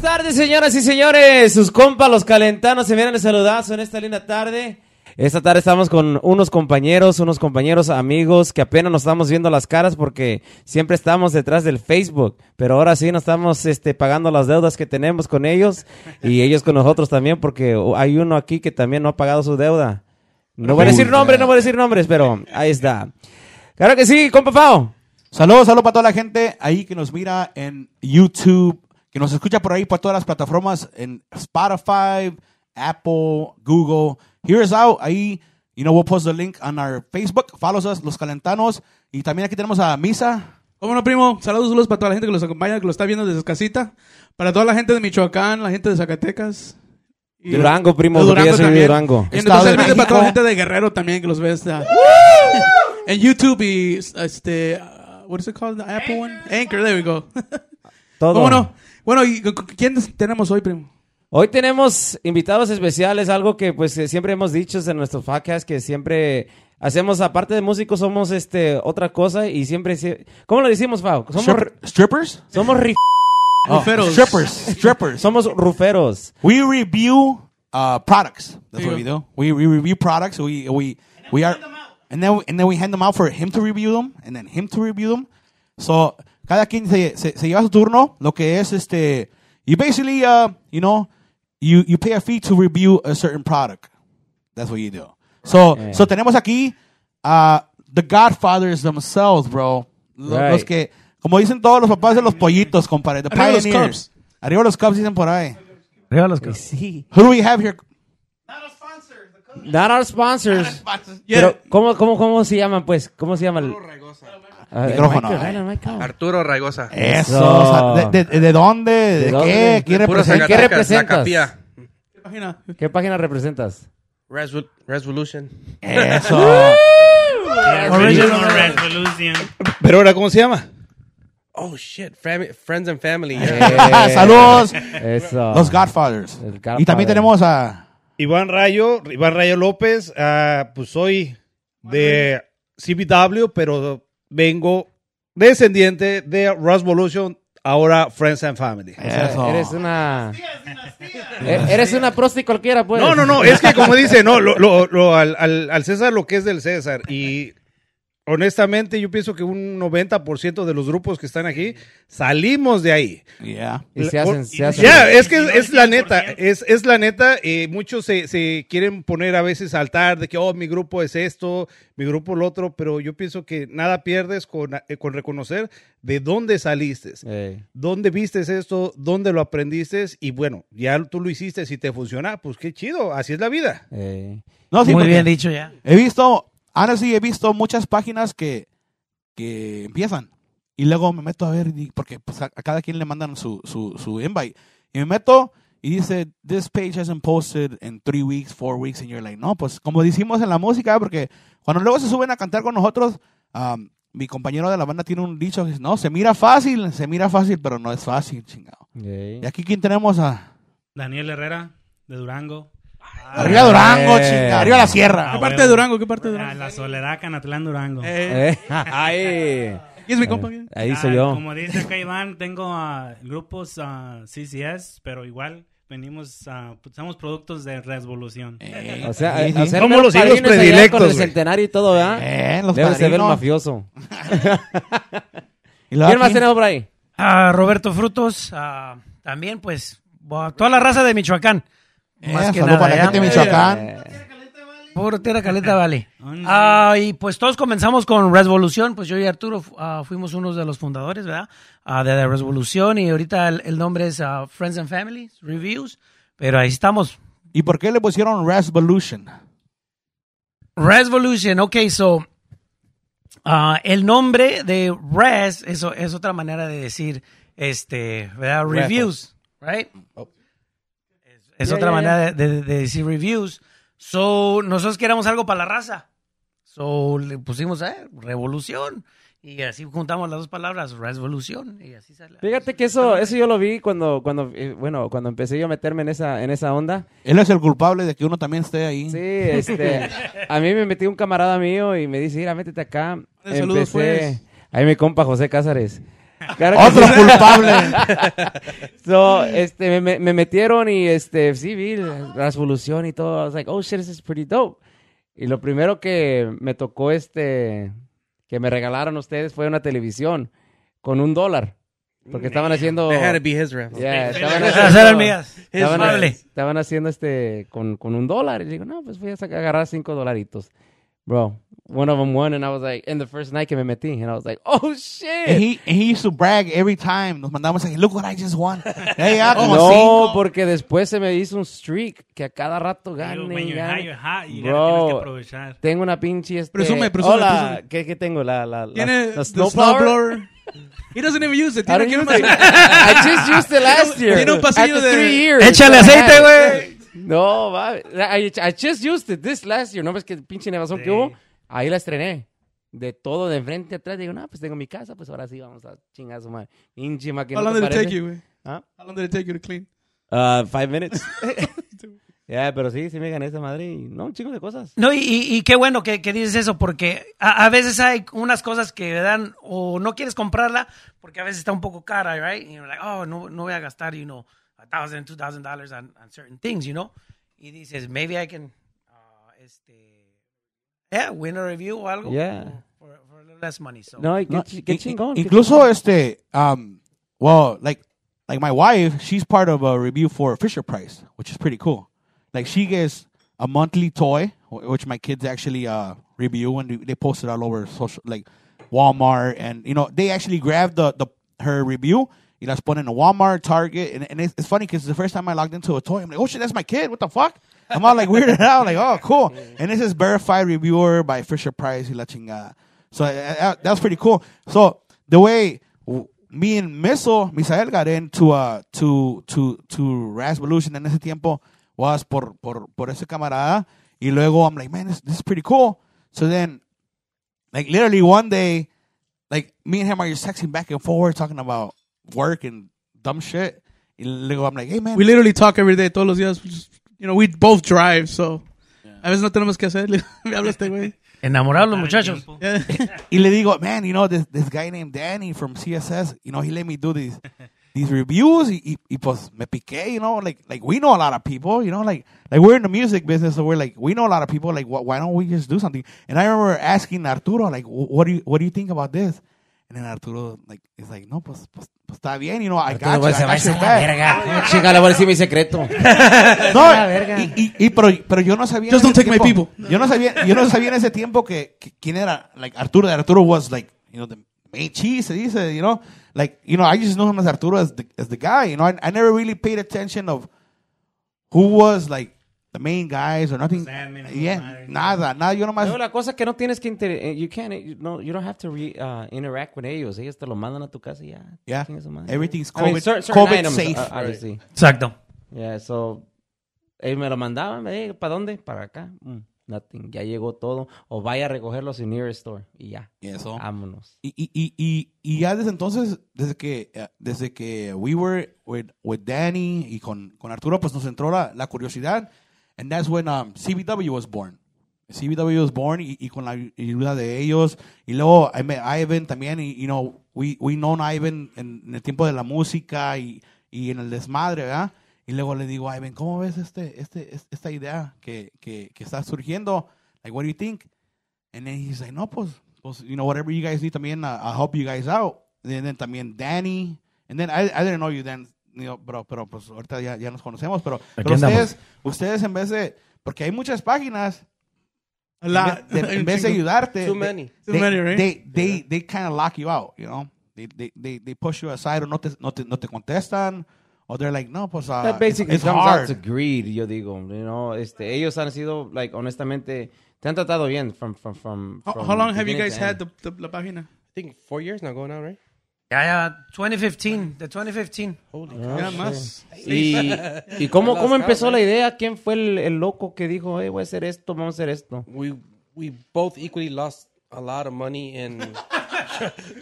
tardes, señoras y señores. Sus compas, los calentanos, se vienen el saludazo en esta linda tarde. Esta tarde estamos con unos compañeros, unos compañeros amigos que apenas nos estamos viendo las caras porque siempre estamos detrás del Facebook, pero ahora sí nos estamos este, pagando las deudas que tenemos con ellos y ellos con nosotros también porque hay uno aquí que también no ha pagado su deuda. No voy a decir nombres, no voy a decir nombres, pero ahí está. Claro que sí, compa Pao. Saludos, saludos para toda la gente ahí que nos mira en YouTube, que nos escucha por ahí por todas las plataformas en Spotify, Apple, Google. Here's out ahí. You know, we'll post the link on our Facebook. Follow us, Los Calentanos. Y también aquí tenemos a Misa. ¿Cómo no, primo? Saludos, saludos para toda la gente que los acompaña, que los está viendo desde su casita. Para toda la gente de Michoacán, la gente de Zacatecas. Y- Durango, primo, de porque yo soy de también. Durango. Y Estado de especialmente para toda la México. gente de Guerrero también que los ve este, en YouTube y este. uh, what is it called? The Apple one? Anchor, there we go. Todo. ¿Cómo no? Bueno, ¿y cu- cu- quién tenemos hoy, primo? Hoy tenemos invitados especiales, algo que pues eh, siempre hemos dicho en nuestros podcasts que siempre hacemos, aparte de músicos, somos este otra cosa y siempre... se- ¿Cómo lo decimos, Pau? Somos, Stripper- strippers? somos, ri- Oh, Ruferos. strippers. Strippers. somos ruferos. We review uh, products. That's There what we you do. We, we review products. We we we are, and then and then we hand them out for him to review them, and then him to review them. So cada quien se, se, se lleva su turno. Lo que es este, you basically uh you know you you pay a fee to review a certain product. That's what you do. So Yeah. so tenemos aquí uh the Godfathers themselves, bro. Lo- Right. Los que como dicen todos los papás de los pollitos, compadre. The Arriba los pioneers. Cubs. Arriba los Cubs dicen por ahí. Arriba los Y Sí. Who do we have here? Not our sponsors. Yeah. Pero, ¿cómo, cómo, ¿cómo se llaman, pues? ¿Cómo se llaman? Ah, Micrófono, Michael, eh. dale, Michael. Arturo Raigosa. Eh, Eso. Eso. o sea, ¿de, de, de dónde? ¿De, dónde? qué? De ¿Quién Puro representa? Zacatecas, ¿Qué representas? Zacapía. Imagina. ¿Qué página representas? Resol- Resolution. Eso. Original Resolution. Pero ahora, ¿cómo se llama? Oh shit, Fam- Friends and Family. Eh, Saludos. Eso. Los Godfathers. El Godfather. Y también tenemos a. Iván Rayo, Iván Rayo López. ah, pues soy de CBW, pero vengo descendiente de Resolution, ahora Friends and Family. Eso. Eh, Eres una... Eh, Eres una prosti cualquiera, pues. No, no, no, es que como dice, no, lo, lo- lo- al, al- al César lo que es del César. Y honestamente, yo pienso que un 90% de los grupos que están aquí salimos de ahí. Yeah. Y se hacen, se Ya, hacen. es que es, es la neta, es, es la neta, eh, muchos se, se quieren poner a veces a altar de que, oh, mi grupo es esto, mi grupo lo otro, pero yo pienso que nada pierdes con, eh, con reconocer de dónde saliste, Ey. dónde viste esto, dónde lo aprendiste, y bueno, ya tú lo hiciste, si te funciona, pues qué chido, así es la vida. Eh, No, sí, Muy porque bien dicho ya. He visto, ahora sí, he visto muchas páginas que, que empiezan. Y luego me meto a ver, y- porque pues, a, a cada quien le mandan su, su, su invite. Y me meto y dice, this page hasn't posted in three weeks, four weeks. And you're like, no, pues como decimos en la música, porque cuando luego se suben a cantar con nosotros, um, mi compañero de la banda tiene un dicho que dice, no, se mira fácil, se mira fácil, pero no es fácil, chingado. ey. Y aquí, ¿quién tenemos a...? Daniel Herrera, de Durango. Arriba Durango, Eh. chingado. Arriba la sierra. ¿Qué parte de Durango? ¿Qué parte de Ah, Durango? la Soledad, Canatlán, Durango. Eh, Eh, ahí. ¿Quién es mi compa? ¿Quién? Ahí Ah, soy yo. Como dice acá Iván, tengo ah, grupos ah, CCS, pero igual venimos, ah, usamos productos de resolución. Eh, O sea, sí, sí. hacer Somos los hijos padrinos allá predilectos, Con el güey. centenario y todo, ¿verdad? Eh, los Debe ser el padrinos. mafioso. Y luego ¿Quién más aquí- tenemos por ahí? A Roberto Frutos, ah, también pues, a toda la raza de Michoacán. Eh, más que saludo nada, para la ¿ya? gente de Michoacán. Eh, Puro Tierra Caleta Vale. Ah, y pues todos comenzamos con Resolución, pues yo y Arturo fu- ah, fuimos unos de los fundadores, ¿verdad? Ah, de la Resolución y ahorita el, el nombre es ah, Friends and Family Reviews, pero ahí estamos. ¿Y por qué le pusieron Resolution? Resolution, ok, so ah, el nombre de Res eso es otra manera de decir, este, ¿verdad? Reviews, right? Es, es Yeah, otra yeah, manera de, de- de decir reviews. So nosotros queríamos algo para la raza. So le pusimos eh, revolución. Y así juntamos las dos palabras, resolución. Y así sale. Fíjate que eso, eso yo lo vi cuando, cuando, eh, bueno, cuando empecé yo a meterme en esa, en esa onda. Él es el culpable de que uno también esté ahí. Sí, este, a mí me metió un camarada mío y me dice, mira, métete acá. Saludos, pues. Ahí mi compa José Cázares. Claro que Otro sí. culpable. So, este, me, me metieron y este, sí, vi la resolución y todo. I was like, oh shit, this is pretty dope. Y lo primero que me tocó, este, que me regalaron ustedes fue una televisión con un dólar. Porque estaban haciendo. It had to be his raffle. Yeah, estaban Esas eran mías. Es Estaban, amable. estaban haciendo este con, con un dólar. Y digo, no, pues voy a saca- agarrar cinco dolaritos. Bro, one of them won, and I was like, and the first night que me metí, and I was like, oh And shit. he, and he used to brag every time. Nos mandaba mensajes. Look what I just won. Hey, ya, como No, cinco. porque después se me hizo un streak que a cada rato Digo, gane, when you're high, you're gane. high, y Bro. la tienes que aprovechar. Tengo una pinche este... Presume, presume, Hola, presume. ¿Qué, ¿qué tengo? La, la, la, Tiene la the snowblower? snowblower. He doesn't even use it. I Tiene don't que use nomás- it. I just used it last year. tiene un pasillo After de- three years. Échale I had aceite, it. güey. No, va. I, I just used it this last year. No ves que pinche nevazón que hubo. Ahí la estrené. De todo, de frente a atrás. Digo, no, pues tengo mi casa, pues ahora sí vamos a chingar a su madre. Pinche máquina. How long ¿no did te it take parece? ¿Ah? you? güey? Huh? How long did it take you to clean? Ah, five minutes. Ya, pero sí, sí me gané esta madre. Y no, un chingo de cosas. No, y, y- y qué bueno que, que dices eso, porque a, a veces hay unas cosas que dan o no quieres comprarla porque a veces está un poco cara, right? Y you're like, oh, no, no voy a gastar, you know, a thousand, two thousand dollars on, on certain things, you know? Y dices, maybe I can, uh, este, yeah, win a review o algo. Yeah. For, for a little less money, so. No, y qué, No, chi- qué in- chingón. in- Incluso este, um, well, like, like my wife, she's part of a review for Fisher Price, which is pretty cool. Like she gets a monthly toy, wh- which my kids actually uh review and they- they post it all over social, like Walmart, and you know they actually grab the the her review. You know, put in a Walmart, Target, and, and it's, it's funny because the first time I logged into a toy, I'm like, oh shit, that's my kid. What the fuck? I'm all like weirded out, like, oh cool. And this is verified reviewer by Fisher Price, y la chingada. So uh, uh, that was pretty cool. So the way w- me and Miso, Misael got into uh, to to to Resolution en ese tiempo was por por por ese camarada. Y luego I'm like, man, this, this is pretty cool. So then, like literally one day, like me and him are just texting back and forth talking about work and dumb shit. Y luego I'm like, hey man, We literally talk every day, todos los días. We just- You know, we both drive, so. A veces no tenemos que hacer. Me habla este güey. Enamorados Dar los el muchachos. tiempo. Yeah. Y le digo, man, you know, this, this guy named Danny from CSS, you know, he let me do these these reviews. Y, y, y pues me piqué, you know, like like we know a lot of people, you know, like like we're in the music business, so we're like we know a lot of people. Like, wh- why don't we just do something? And I remember asking Arturo, like, "Wh- what do you what do you think about this? And then Arturo, like, is like, no, pues, pues, pues está bien, you know, I got you, I got your back. verga. Chinga, le voy a decir mi secreto. No, la verga. Y, y- y- pero, pero yo no sabía. en Just ese don't take my tiempo- Yo no sabía, yo no sabía en ese tiempo que, que- quién era. Like Arturo, Arturo was like, you know, the main cheese, se dice, you know, like, you know, I just knew him as Arturo as the as the guy. You know, I, I never really paid attention of who was like the main guys or nothing. Sandman, yeah, Sandman. nada, nada. Yo nomás. No, la cosa es que no tienes que inter eh, you can't eh, you- no you don't have to re- uh, interact with ellos. Ellos te lo mandan a tu casa y ya. Yeah. Chinga su madre. Everything's I mean, COVID- cer- certain COVID items, safe. uh, obviously. Exacto. Yeah, so ellos me lo mandaban, ¿para dónde? Para acá. Mm, nothing. Ya llegó todo o vaya a recogerlo a su nearest store y ya. Yeah, so- Vámonos. Y, y, y, y, y ya desde entonces, desde que, eh, desde que we were with, with Danny y con, con Arturo, pues nos entró la, la curiosidad. And that's when um, CBW was born. CBW was born y, y con la ayuda de ellos. Y luego I met Ivan también. Y, you know, we, we known Ivan en, en el tiempo de la música y, y en el desmadre, ¿verdad? Y luego le digo, Ivan, ¿cómo ves este, este, es- esta idea que, que, que está surgiendo? Like, what do you think? And then he's like, no, pues, pues you know, whatever you guys need también, uh, I'll help you guys out. And then también Danny. And then, I, I didn't know you then, you know, pero, pero pues ahorita ya, ya nos conocemos. Pero, pero andamos. ustedes, ustedes en vez de, porque hay muchas páginas, A lot. en vez de- en vez de ayudarte, Too they- many. Too they, many, right? They, they, they kind of lock you out, you know? They, they, they, they push you aside or no te, no te, no te contestan. Or they're like, no, pues, uh, That basically it's, it's comes hard. out to greed, yo digo, you know, este, ellos han sido like honestamente te han tratado bien from from from, How, from how long have you beginning guys to end. had the, the la página? I think four years now going on, right? Ya, ya, 2015, de 2015. Holy Ah. Oh, Ya más. ¿Y, y cómo, cómo empezó la idea? ¿Quién fue el, el loco que dijo, hey, voy a hacer esto, vamos a hacer esto? we we both equally lost a lot of money in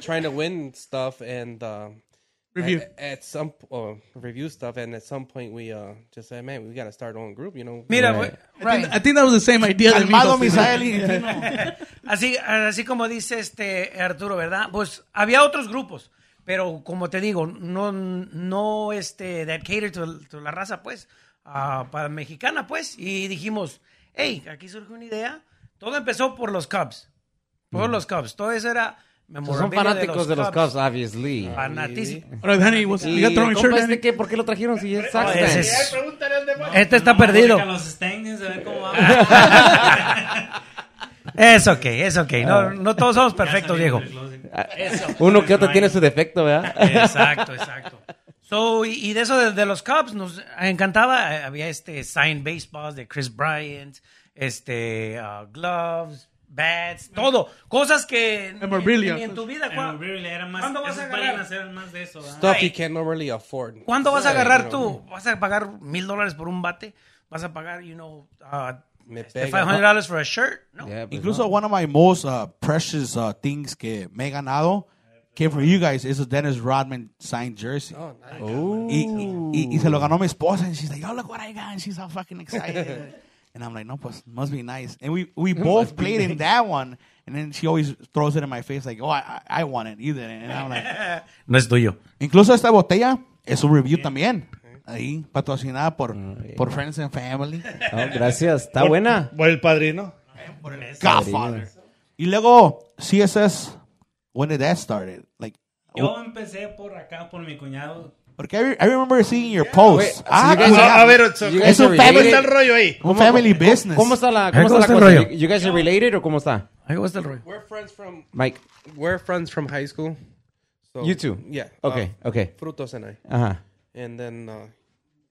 trying to win stuff and um, Review. at, at some p- uh, review stuff and at some point we uh, just said man we got to start our own group you know Mira, Right. güey. I right. think- I think that was the same idea. that me Calmado, hosted. Misael. y- Así, así como dice este Arturo, ¿verdad? Pues había otros grupos, Pero como te digo, no, no, este, that cater to, to la raza, pues, ah, para mexicana, pues. Y dijimos, hey, aquí surge una idea. Todo empezó por los Cubs. Por los Cubs. Todo eso era Mm. Son memorabilia fanáticos de los Cubs, Ah, obviously. Ah. Fanatísimo. All right, Danny, what's, Y you got throwing compa, shirt, este Danny? qué? ¿Por qué lo trajeron si es Sox ese fan? es- Pregúntale al demonio. Este está No, perdido. checa los standings, a ver cómo va. Es ok, es ok. No, no todos somos perfectos, Diego. Ah, Uno que otro tiene su defecto, ¿verdad? Exacto, exacto. So, y, y de eso de, de los Cubs nos encantaba. Eh, Había este signed baseballs de Chris Bryant, este ah, gloves, bats, todo. Cosas que ni- Memorabilia. ni, en tu vida. Pero, ¿cuá- really, era más- ¿Cuándo vas a esos vayan agarrar? a hacer más de eso, ¿verdad? Stuff you Right. can normally afford. ¿Cuándo vas a Yeah, agarrar you know. tú? ¿Vas a pagar mil dólares por un bate? ¿Vas a pagar, you know, ah, Me este, pega. 500 dólares for a shirt? No. Yeah, pues Incluso no. one of my most uh, precious uh, things que me he ganado que for you guys is a Dennis Rodman signed jersey. Oh, nice. Y, y, y- y se lo ganó mi esposa. And she's like, oh, look what I got. And she's all fucking excited. and I'm like, no, pues, must be nice. And we, we both played in that one. And then she always throws it in my face like, oh, I, I I want it either. And I'm like, No es tuyo. Incluso esta botella es un review también. Ahí, patrocinada por, por Friends and Family. No, gracias, está buena. Por el padrino. Godfather. Y luego, CSS, when did that started? Like, Yo empecé por acá, por mi cuñado. porque I, re- I remember seeing your post. Wait, ah, so you guys ah, are- a ver, so- Pues, you guys es un are related? ¿Cómo está el rollo ahí? un family business. ¿Cómo está la, ¿Eh? ¿Cómo cómo está está la el cosa? rollo? You- you guys are related o cómo está? Ahí está el rollo. We're friends from Mike, we're friends from high school. So you too. Yeah. Okay, uh, okay. Frutos and I, Ajá. and then uh,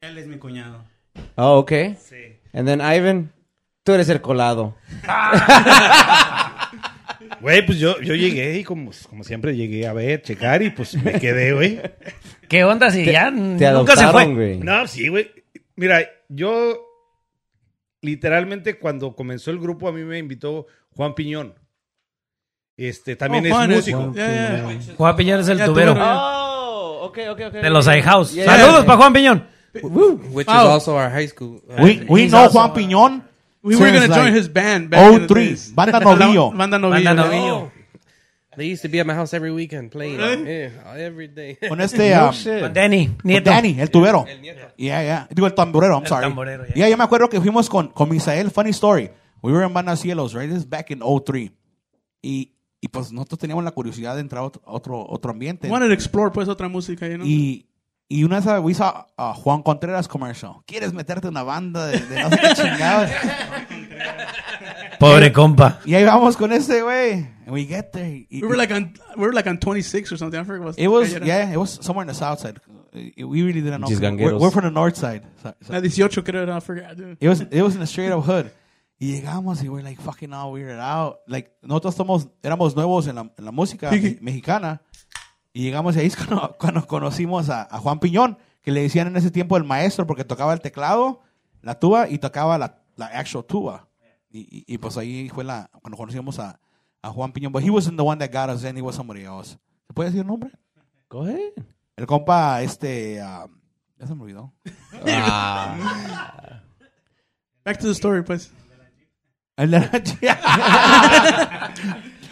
Él es mi cuñado. Oh, okay. Sí. And then Ivan, tú eres el colado. Güey, pues yo, yo llegué y como, como siempre llegué a ver, checar y pues me quedé, güey. ¿Qué onda si ya Te nunca se fue? adoptaron, güey. No, sí, güey. Mira, yo literalmente cuando comenzó el grupo a mí me invitó Juan Piñón. Este también Oh, es Juan, músico. Yeah, yeah. Juan Piñón es el Ya, tubero. tubero. Oh, okay, okay, okay. De los iHouse. Yeah. Saludos para Juan Piñón. which Wow. Oh. is also our high school. Uh, We, we He's know also- Juan Piñón. We were since, gonna join like, his band back in the 03, days. Banda Novillo. Banda Novillo. Banda Oh. Novillo. They used to be at my house every weekend playing. Really? Yeah, every day. Con este, um, Pues, Con Danny, con nieto. Danny, el tubero. El nieto. Yeah, yeah. Digo, el tamborero, I'm El sorry. tamborero, yeah. yeah. yo me acuerdo que fuimos con, con Misael, funny story. We were in Manacielos, right? This is back in 03. Y, y pues nosotros teníamos la curiosidad de entrar a otro, otro, otro ambiente. Wanted to explore pues otra música, you know. Y, y una vez a- we saw a Juan Contreras commercial. ¿Quieres meterte en una banda de, de no sé qué chingados? Pobre compa. y ahí vamos con ese güey. And we get there. Y, we were like on we were like on 26 or something. I forget what it was, calle era. yeah, it was somewhere in the south side. We really didn't know. Pinches We're, gangueros. we're from the north side. So- so- La 18 creo era, I forget. dude. It was it was in a straight up hood. Y llegamos y we're like fucking all weirded out. Like nosotros somos éramos nuevos en la, en la música Sí, me- sí. mexicana y llegamos y ahí es cuando, cuando conocimos a, a Juan Piñón, que le decían en ese tiempo el maestro porque tocaba el teclado, la tuba y tocaba la, la actual tuba. Y, y, y, pues ahí fue la cuando conocimos a, a Juan Piñón, but he wasn't the one that got us in, he was somebody else. ¿Se puede decir el nombre? Coge. El compa este ah, ya se me olvidó. Back to the story, pues. And then,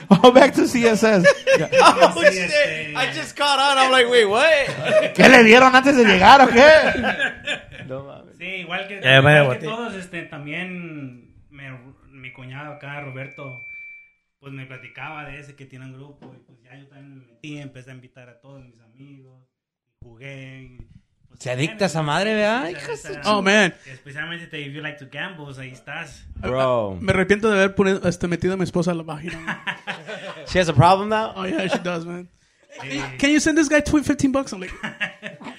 oh, back to CSS. este, Oh, shit. I just caught on. I'm like, wait, what? ¿Qué le dieron antes de llegar o qué? Sí, igual que, Ya, igual vaya que botella. todos, este, también me- mi cuñado acá, Roberto, pues me platicaba de ese que tiene un grupo y pues ya yo también me metí, empecé a invitar a todos mis amigos, jugué. y, pues, Se adicta esa madre, ¿verdad? Hija de su Esa- Oh man. Especialmente te if you like to gamble, pues, ahí estás. Bro. Me arrepiento de haber pone- este, metido a mi esposa a la página. man. She has a problem now? Oh yeah, she does, man. Can you send this guy tw- 15 bucks? I'm like,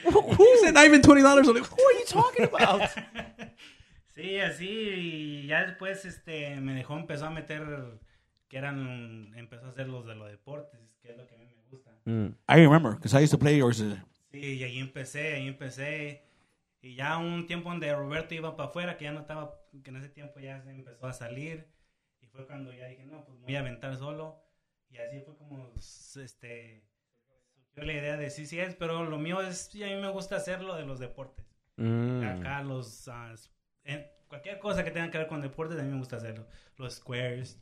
who sent Ivan $20? I'm like, who are you talking about? Sí, así, y ya después este, me dejó, empezó a meter, que eran, empezó a hacer los de los deportes, que es lo que a mí me gusta. Mm, I remember, because I used to play yours. uh, Sí, y ahí empecé, ahí empecé. Y ya un tiempo donde Roberto iba para afuera, que ya no estaba, que en ese tiempo ya se empezó a salir. Y fue cuando ya dije, no, pues me voy a aventar solo. Y así fue como, s- este, surgió la idea de sí, sí es, pero lo mío es, sí, a mí me gusta hacer lo de los deportes. mm. Acá los, ah, s- en- cualquier cosa que tenga que ver con deportes, a mí me gusta hacerlo. Los squares,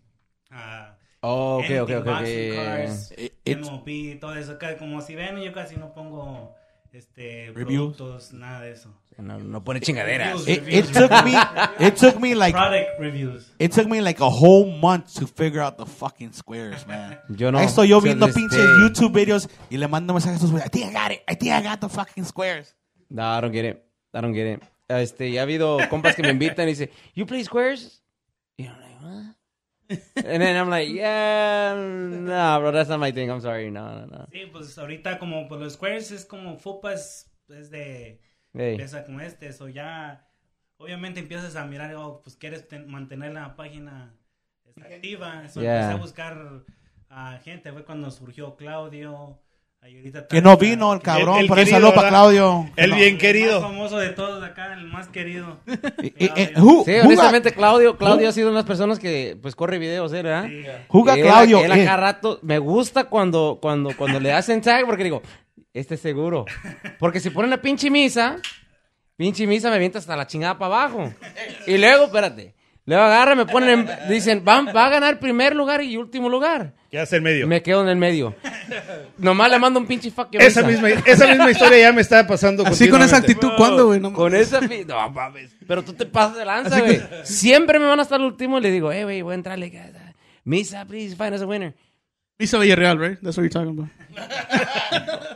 ah, Oh, okay, anything okay, okay. boxing okay. cars. It, Eh, It's- MOP, todo eso. Ca- Como si ven, yo casi no pongo este, Reviews. productos, nada de eso. No, no pone chingaderas. It, it took me it took me like Product reviews. it took me like a whole month to figure out the fucking squares, man. Yo no. Ahí estoy yo To viendo this pinches day. YouTube videos y le mando mensajes a estos güeyes. I think I got it. I think I got the fucking squares. No, I don't get it. I don't get it. Este, ya ha habido compas que me invitan y dicen, ¿You play squares? Y I'm like, "What?" And then I'm like, yeah, no, bro, that's not my thing. I'm sorry, no, no, no. Sí, pues ahorita como pues, los squares es como fupas, es de... Hey. Empieza con este, eso ya... Obviamente empiezas a mirar, oh, pues quieres ten- mantener la página este, activa. Eso Yeah. empecé a buscar a gente. Fue cuando surgió Claudio. ahí ahorita Que está- no vino el cabrón, el por eso querido, saludo para ¿verdad? Claudio. El No. bien El más querido. famoso de todos acá, el más querido. Eh, eh, eh, who- Sí, who got- honestamente, Claudio, Claudio ha sido una de las personas que, pues, corre videos, ¿eh? ¿verdad? who got Él- Claudio. Él eh? a cada rato, me gusta cuando, cuando, cuando le hacen tag porque digo, este es seguro. Porque si ponen la pinche misa, pinche misa me avienta hasta la chingada para abajo. Y luego, espérate, luego agarra, me ponen, en- dicen, van, va a ganar primer lugar y último lugar. Ya es el medio. Me quedo en el medio. Nomás le mando un pinche fuck you Esa misa. misma, esa misma historia ya me está pasando. Así con esa continuamente. actitud, ¿cuándo, güey? No Con mames. esa pi- No mames. Pero tú te pasas de lanza, güey. Siempre me van a estar el último y le digo, eh, güey, voy a entrarle. Misa, please, find us a winner. Misa Villarreal, right? That's what you're talking about.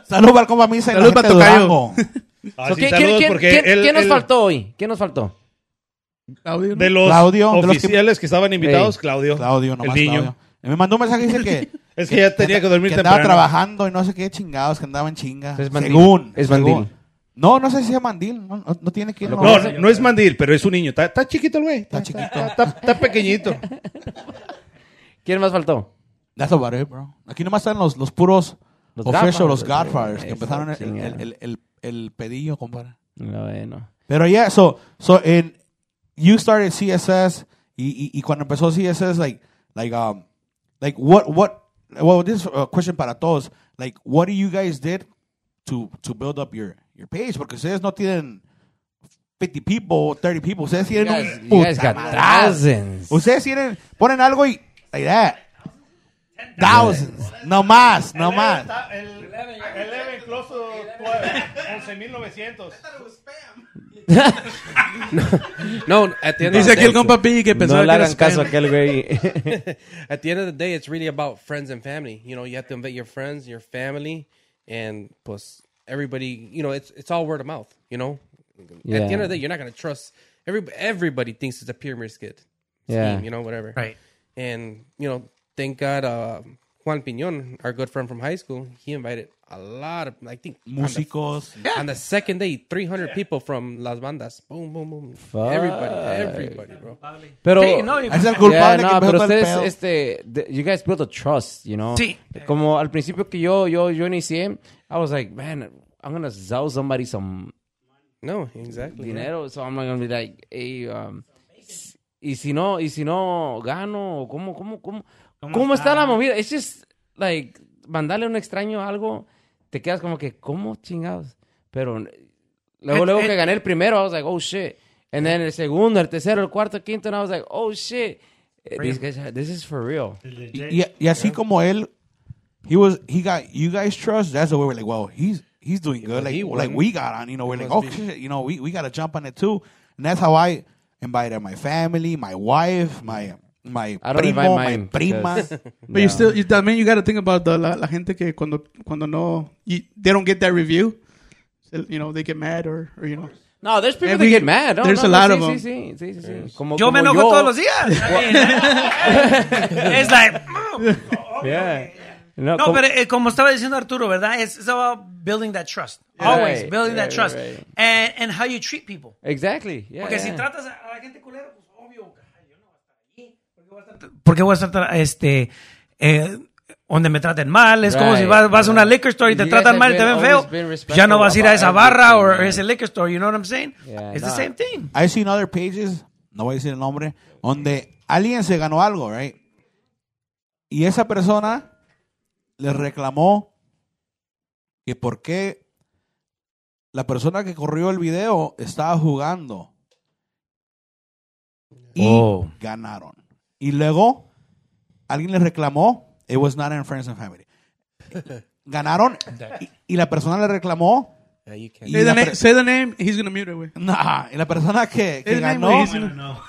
Saludos para el compa Misa y la gente Saludos para de Tocayo. Durango. Ah, So, sí, ¿quién- saludos, quién- quién- porque quién- él- quién nos él- faltó hoy? ¿Quién nos faltó? Audio, De los Claudio, de los que- oficiales que... estaban invitados, Claudio. Claudio, nomás El niño. Claudio. Y Me mandó un mensaje que dice que, Es que ya tenía que dormir que temprano. andaba trabajando y no sé qué chingados, que andaba en chinga. Es mandil. Según. Es según. mandil. No, no sé si sea mandil. No, no- no tiene que ir. No, no, no es mandil, pero es un niño. Está, está chiquito el güey. Está, chiquito. Está, está- está pequeñito. ¿Quién más faltó? That's about it, bro. Aquí nomás están los, los puros Los official, los Godfathers, Godfathers, güey. que empezaron el, Esa el, chingada. el- el- el pedillo, compadre. No, eh, no. Pero yeah, so, so in, you started CSS y, y, y cuando empezó CSS, like, like, um, like what, what, well, this is a question para todos. Like, what do you guys did to, to build up your, your page? Porque ustedes no tienen 50 people, 30 people. Ustedes tienen guys- un you guys puta got madre. thousands. Ustedes tienen, ponen algo y, like that. Thousands. No más, no más. El Eleven Close 11,900. No, at the end of Dice the aquí el day, compa Piggy que pensaba No que le era hagan spam. caso a aquel güey. at the end of the day, it's really about friends and family. You know, you have to invite your friends, your family, and plus everybody. You know, it's it's all word of mouth. You know, at Yeah. the end of the day, you're not gonna trust every everybody thinks it's a pyramid skid. Yeah. scheme, you know, whatever. Right. And you know, thank God, uh, Juan Piñon, our good friend from high school, he invited a lot of, I think, on the- Músicos. On the second day, 300 people from Las Bandas. Boom, boom, boom. Everybody, everybody, bro. Pero... Sí, no, y- Es el Yeah, culpable no, que pero empezó todo el ustedes, pedo. este, the- you guys built a trust, you know. Sí. Como al principio que yo, yo, yo inicié, I was like, man, I'm gonna sell somebody some No, exactly. dinero, so I'm not gonna be like, hey, um, s- y si no, y si no gano, o cómo, cómo, cómo, cómo, ¿Cómo está? está? la movida. Es just like mandarle a un extraño algo, te quedas como que, ¿cómo chingados? Pero eh, luego, Et- luego et- que eh, gané el primero, I was like, oh shit. And then el segundo, el tercero, el cuarto, el quinto, and I was like, oh shit. Eh, These guys, are- this is for real. Y, y- y así como él, he was, he got, you guys trust, that's the way we're like, well, he's, he's doing good. Like, he like won. we got on, you know, we're like, oh, shit, you know, we, we got to jump on it too. And that's how I invited my family, my wife, my, my I don't primo, invite my mine prima. because- But you still, you, I mean, you got to think about the la, la gente que cuando cuando no, you, they don't get that review. You know, they get mad or, or you know. No, there's people Every- that get mad. No, there's no, a no, lot sí, of them. Sí, sí, sí, sí, sí. Como, Yo me como enojo todos los días. Es like, "Mm". Yeah. No, no, como- pero eh, como estaba diciendo Arturo, ¿verdad? It's, it's about building that trust. Always Right, building that right, trust. right. And, and how you treat people. Exactly. Yeah, Porque si yeah. tratas a a la gente culera, pues obvio, ay, yo no voy a estar allí. ¿Por qué voy a estar, por qué voy a estar tra- este, eh, donde me traten mal? Es como si Right, vas, vas a una right. liquor store y te You tratan guys mal y te have ven been- feo. pues always been respectful Ya no vas a ir a esa about barra o everything, man. ese liquor store, you know what I'm saying? Yeah, It's no. the same thing. I've seen other pages, no voy a decir el nombre, donde alguien se ganó algo, right? Y esa persona le reclamó que por qué la persona que corrió el video estaba jugando. Y Oh. ganaron. Y luego alguien le reclamó, it was not in friends and family. ganaron y, y la persona le reclamó. Yeah, you can. Y Say the, la, name, per- say the name. He's gonna mute it, way. Nah, y la persona que, que His name ganó, was- Bueno, no.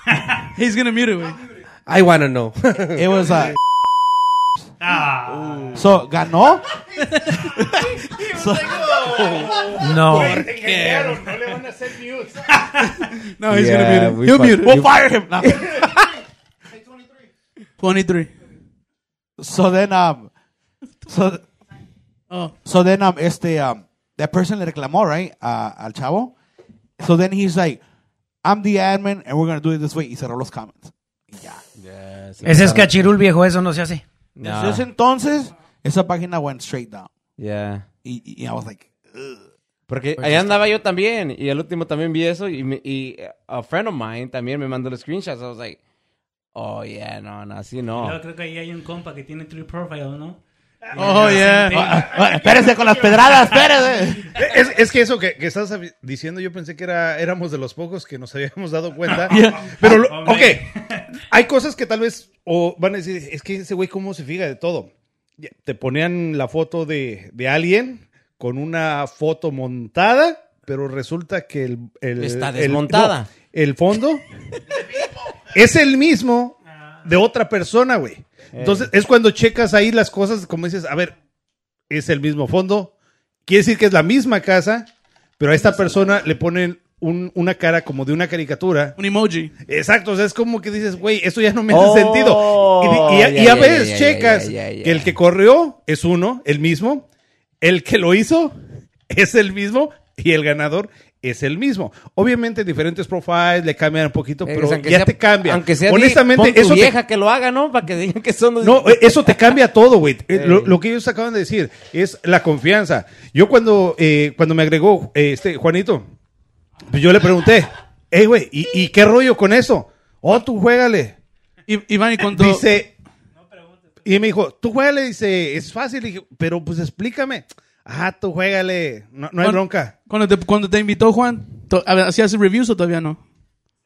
He's gonna mute it, way. I want to know. it was a- Ah, so, ganó No. No le van a hacer news. No, he's Yeah, gonna mute we it. He'll fuck- mute it. We'll fire him. Twenty-three. So then, um, so, Oh. so then, um, este, um, that person le reclamó, right, uh, al chavo. So then he's like, I'm the admin and we're going to do it this way. Y cerró los comments. Y ya. Ese es cachirul viejo, eso no se hace. Desde ese entonces, esa página went straight down. Yeah. Y, y- y I was like, Porque allá andaba yo también. Y el último también vi eso. Y, me- y a friend of mine también me mandó los screenshots. I was like, oh, yeah, no, no, así yo no. creo que ahí hay un compa que tiene Tree Profile, ¿no? Ah. Oh yeah. "Ah, espérese con las pedradas, espérese. Es, es que eso que, que estás avi- diciendo, yo pensé que era, éramos de los pocos que nos habíamos dado cuenta. Pero, lo- ok, Hombre. hay cosas que tal vez o van a decir, es que ese güey cómo se fija de todo. Ya, Te ponían la foto de, de alguien con una foto montada, pero resulta que el... el- Está el- desmontada. no, el fondo es el mismo de otra persona, güey. Ah. Entonces, es cuando checas ahí las cosas, como dices, a ver, es el mismo fondo. Quiere decir que es la misma casa, pero a esta persona le ponen un- una cara como de una caricatura. An emoji. Exacto, o sea, es como que dices, güey, esto ya no me hace Oh, sentido. Y, y- y a- ya, y ya, a veces ya, ya, checas ya, ya, ya. que el que corrió es uno, el mismo, el que lo hizo es el mismo y el ganador es el mismo. Obviamente diferentes profiles le cambian un poquito, Eh, pero aunque ya sea- te cambia. Aunque sea Honestamente, eso te, vieja que lo haga, ¿no? Para que digan que son los... no, eh, eso te cambia todo, güey. Eh, Lo, lo que ellos acaban de decir es la confianza. Yo cuando, eh, cuando me agregó eh, este Juanito, pues yo le pregunté, hey, güey, ¿y, y qué rollo con eso? Oh, tú juégale. I- Iván y cuando. Dice, y me dijo, tú juégale, dice, es fácil. Y dije, pero pues explícame. Ah, tú juégale, no, no hay Juan- bronca. Cuando te, cuando te invitó Juan, to- a ver, ¿hacías reviews o todavía no?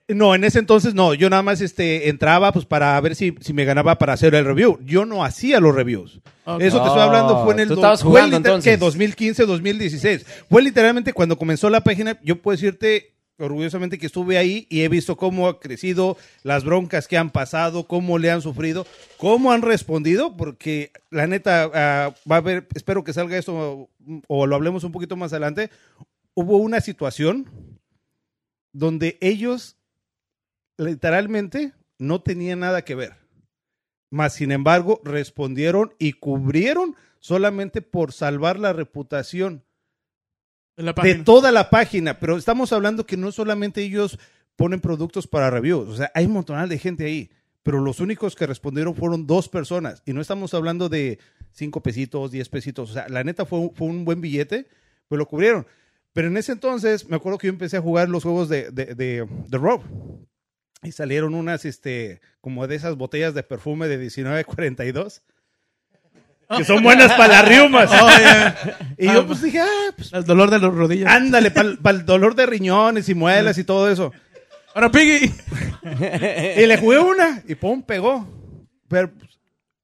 No, en ese entonces no, yo nada más este, entraba pues para ver si, si me ganaba para hacer el review. Yo no hacía los reviews. Ok. Eso que estoy hablando fue en el Tú do- estabas fue jugando, liter- entonces. ¿qué? 2015, 2016. Fue literalmente cuando comenzó la página, yo puedo decirte orgullosamente que estuve ahí y he visto cómo ha crecido, las broncas que han pasado, cómo le han sufrido, cómo han respondido, porque la neta ah, va a haber, espero que salga esto o, o lo hablemos un poquito más adelante, hubo una situación donde ellos literalmente no tenían nada que ver. Mas, sin embargo, respondieron y cubrieron solamente por salvar la reputación En la de página. toda la página. Pero estamos hablando que no solamente ellos ponen productos para reviews, o sea, hay un montonal de gente ahí. Pero los únicos que respondieron fueron dos personas. Y no estamos hablando de cinco pesitos, diez pesitos. O sea, la neta fue un, fue un buen billete, pues lo cubrieron. Pero en ese entonces, me acuerdo que yo empecé a jugar los juegos de, de, de, de Rob. Y salieron unas, este, como de esas botellas de perfume de 1942. Que son buenas para las riumas. Oh, Y yo pues dije, ah, pues El dolor de las rodillas. Ándale, para el dolor de riñones y muelas y todo eso. Ahora, Piggy. Y le jugué una y pum, pegó. Pero pues,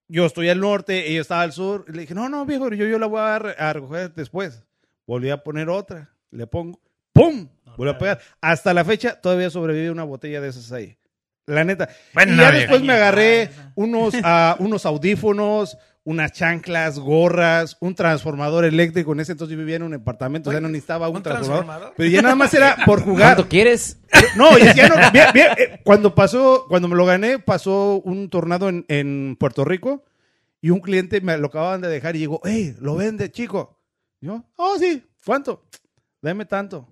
yo estoy al norte, ella estaba al sur. Y le dije, no, no, viejo, yo, yo la voy a, re- a recoger después. Volví a poner otra, le pongo, ¡pum! Volví a pegar. Hasta la fecha todavía sobrevive una botella de esas ahí. La neta. y ya después me agarré unos, ah, unos audífonos, unas chanclas, gorras, un transformador eléctrico. En ese entonces yo vivía en un apartamento, ya no necesitaba un, ¿un transformador. transformador? Pero ya nada más era por jugar. ¿Cuánto quieres? No, y es que ya no. bien, bien, eh, cuando pasó, cuando me lo gané, pasó un tornado en, en Puerto Rico y un cliente me lo acababan de dejar y llegó, hey, lo vende, chico. Yo, oh, sí, ¿cuánto? Dame tanto.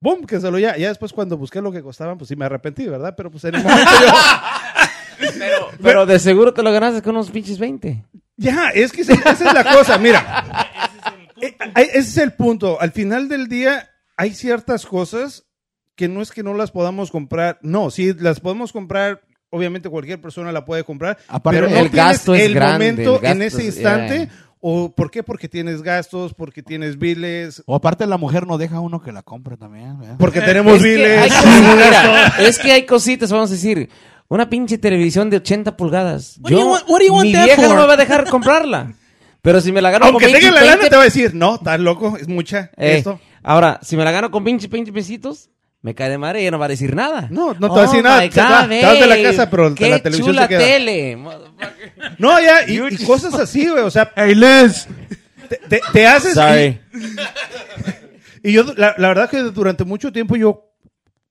¡Bum! Que se lo ya. Ya después cuando busqué lo que costaban, pues sí me arrepentí, ¿verdad? Pero pues en el momento yo- Pero de seguro te lo ganaste con unos pinches 20. Ya, es que esa, esa es la cosa, mira. Eh, ahí- Ese es el punto. Al final del día hay ciertas cosas que no es que no las podamos comprar. No, sí, las podemos comprar. Obviamente cualquier persona la puede comprar. Aparte, pero no el tienes gasto es el grande, el momento en gasto ese es- eh. instante. yeah. ¿O por qué? Porque tienes gastos, porque tienes biles, O aparte la mujer no deja a uno que la compre también. ¿verdad? porque tenemos Eh, Es que hay biles. cosi- mira, es que hay cositas, vamos a decir. Una pinche televisión de 80 pulgadas. What do you want- what do you want mi that vieja no for? me va a dejar comprarla. Pero si me la gano Aunque con 20, tenga la lana, 20, te va a decir, no, estás loco, es mucha eh, esto. Ahora, si me la gano con 20, 20 pesitos, me cae de madre y ella no va a decir nada. Oh No, no te va a decir nada, my se va, God, te vas de la ey, casa, pero te- qué la televisión chula se queda. tele. motherfucker. No, ya, y, y cosas así, güey, o sea, Hey, Liz. te, te- te haces... Sorry. Y, y yo, la, la verdad que durante mucho tiempo yo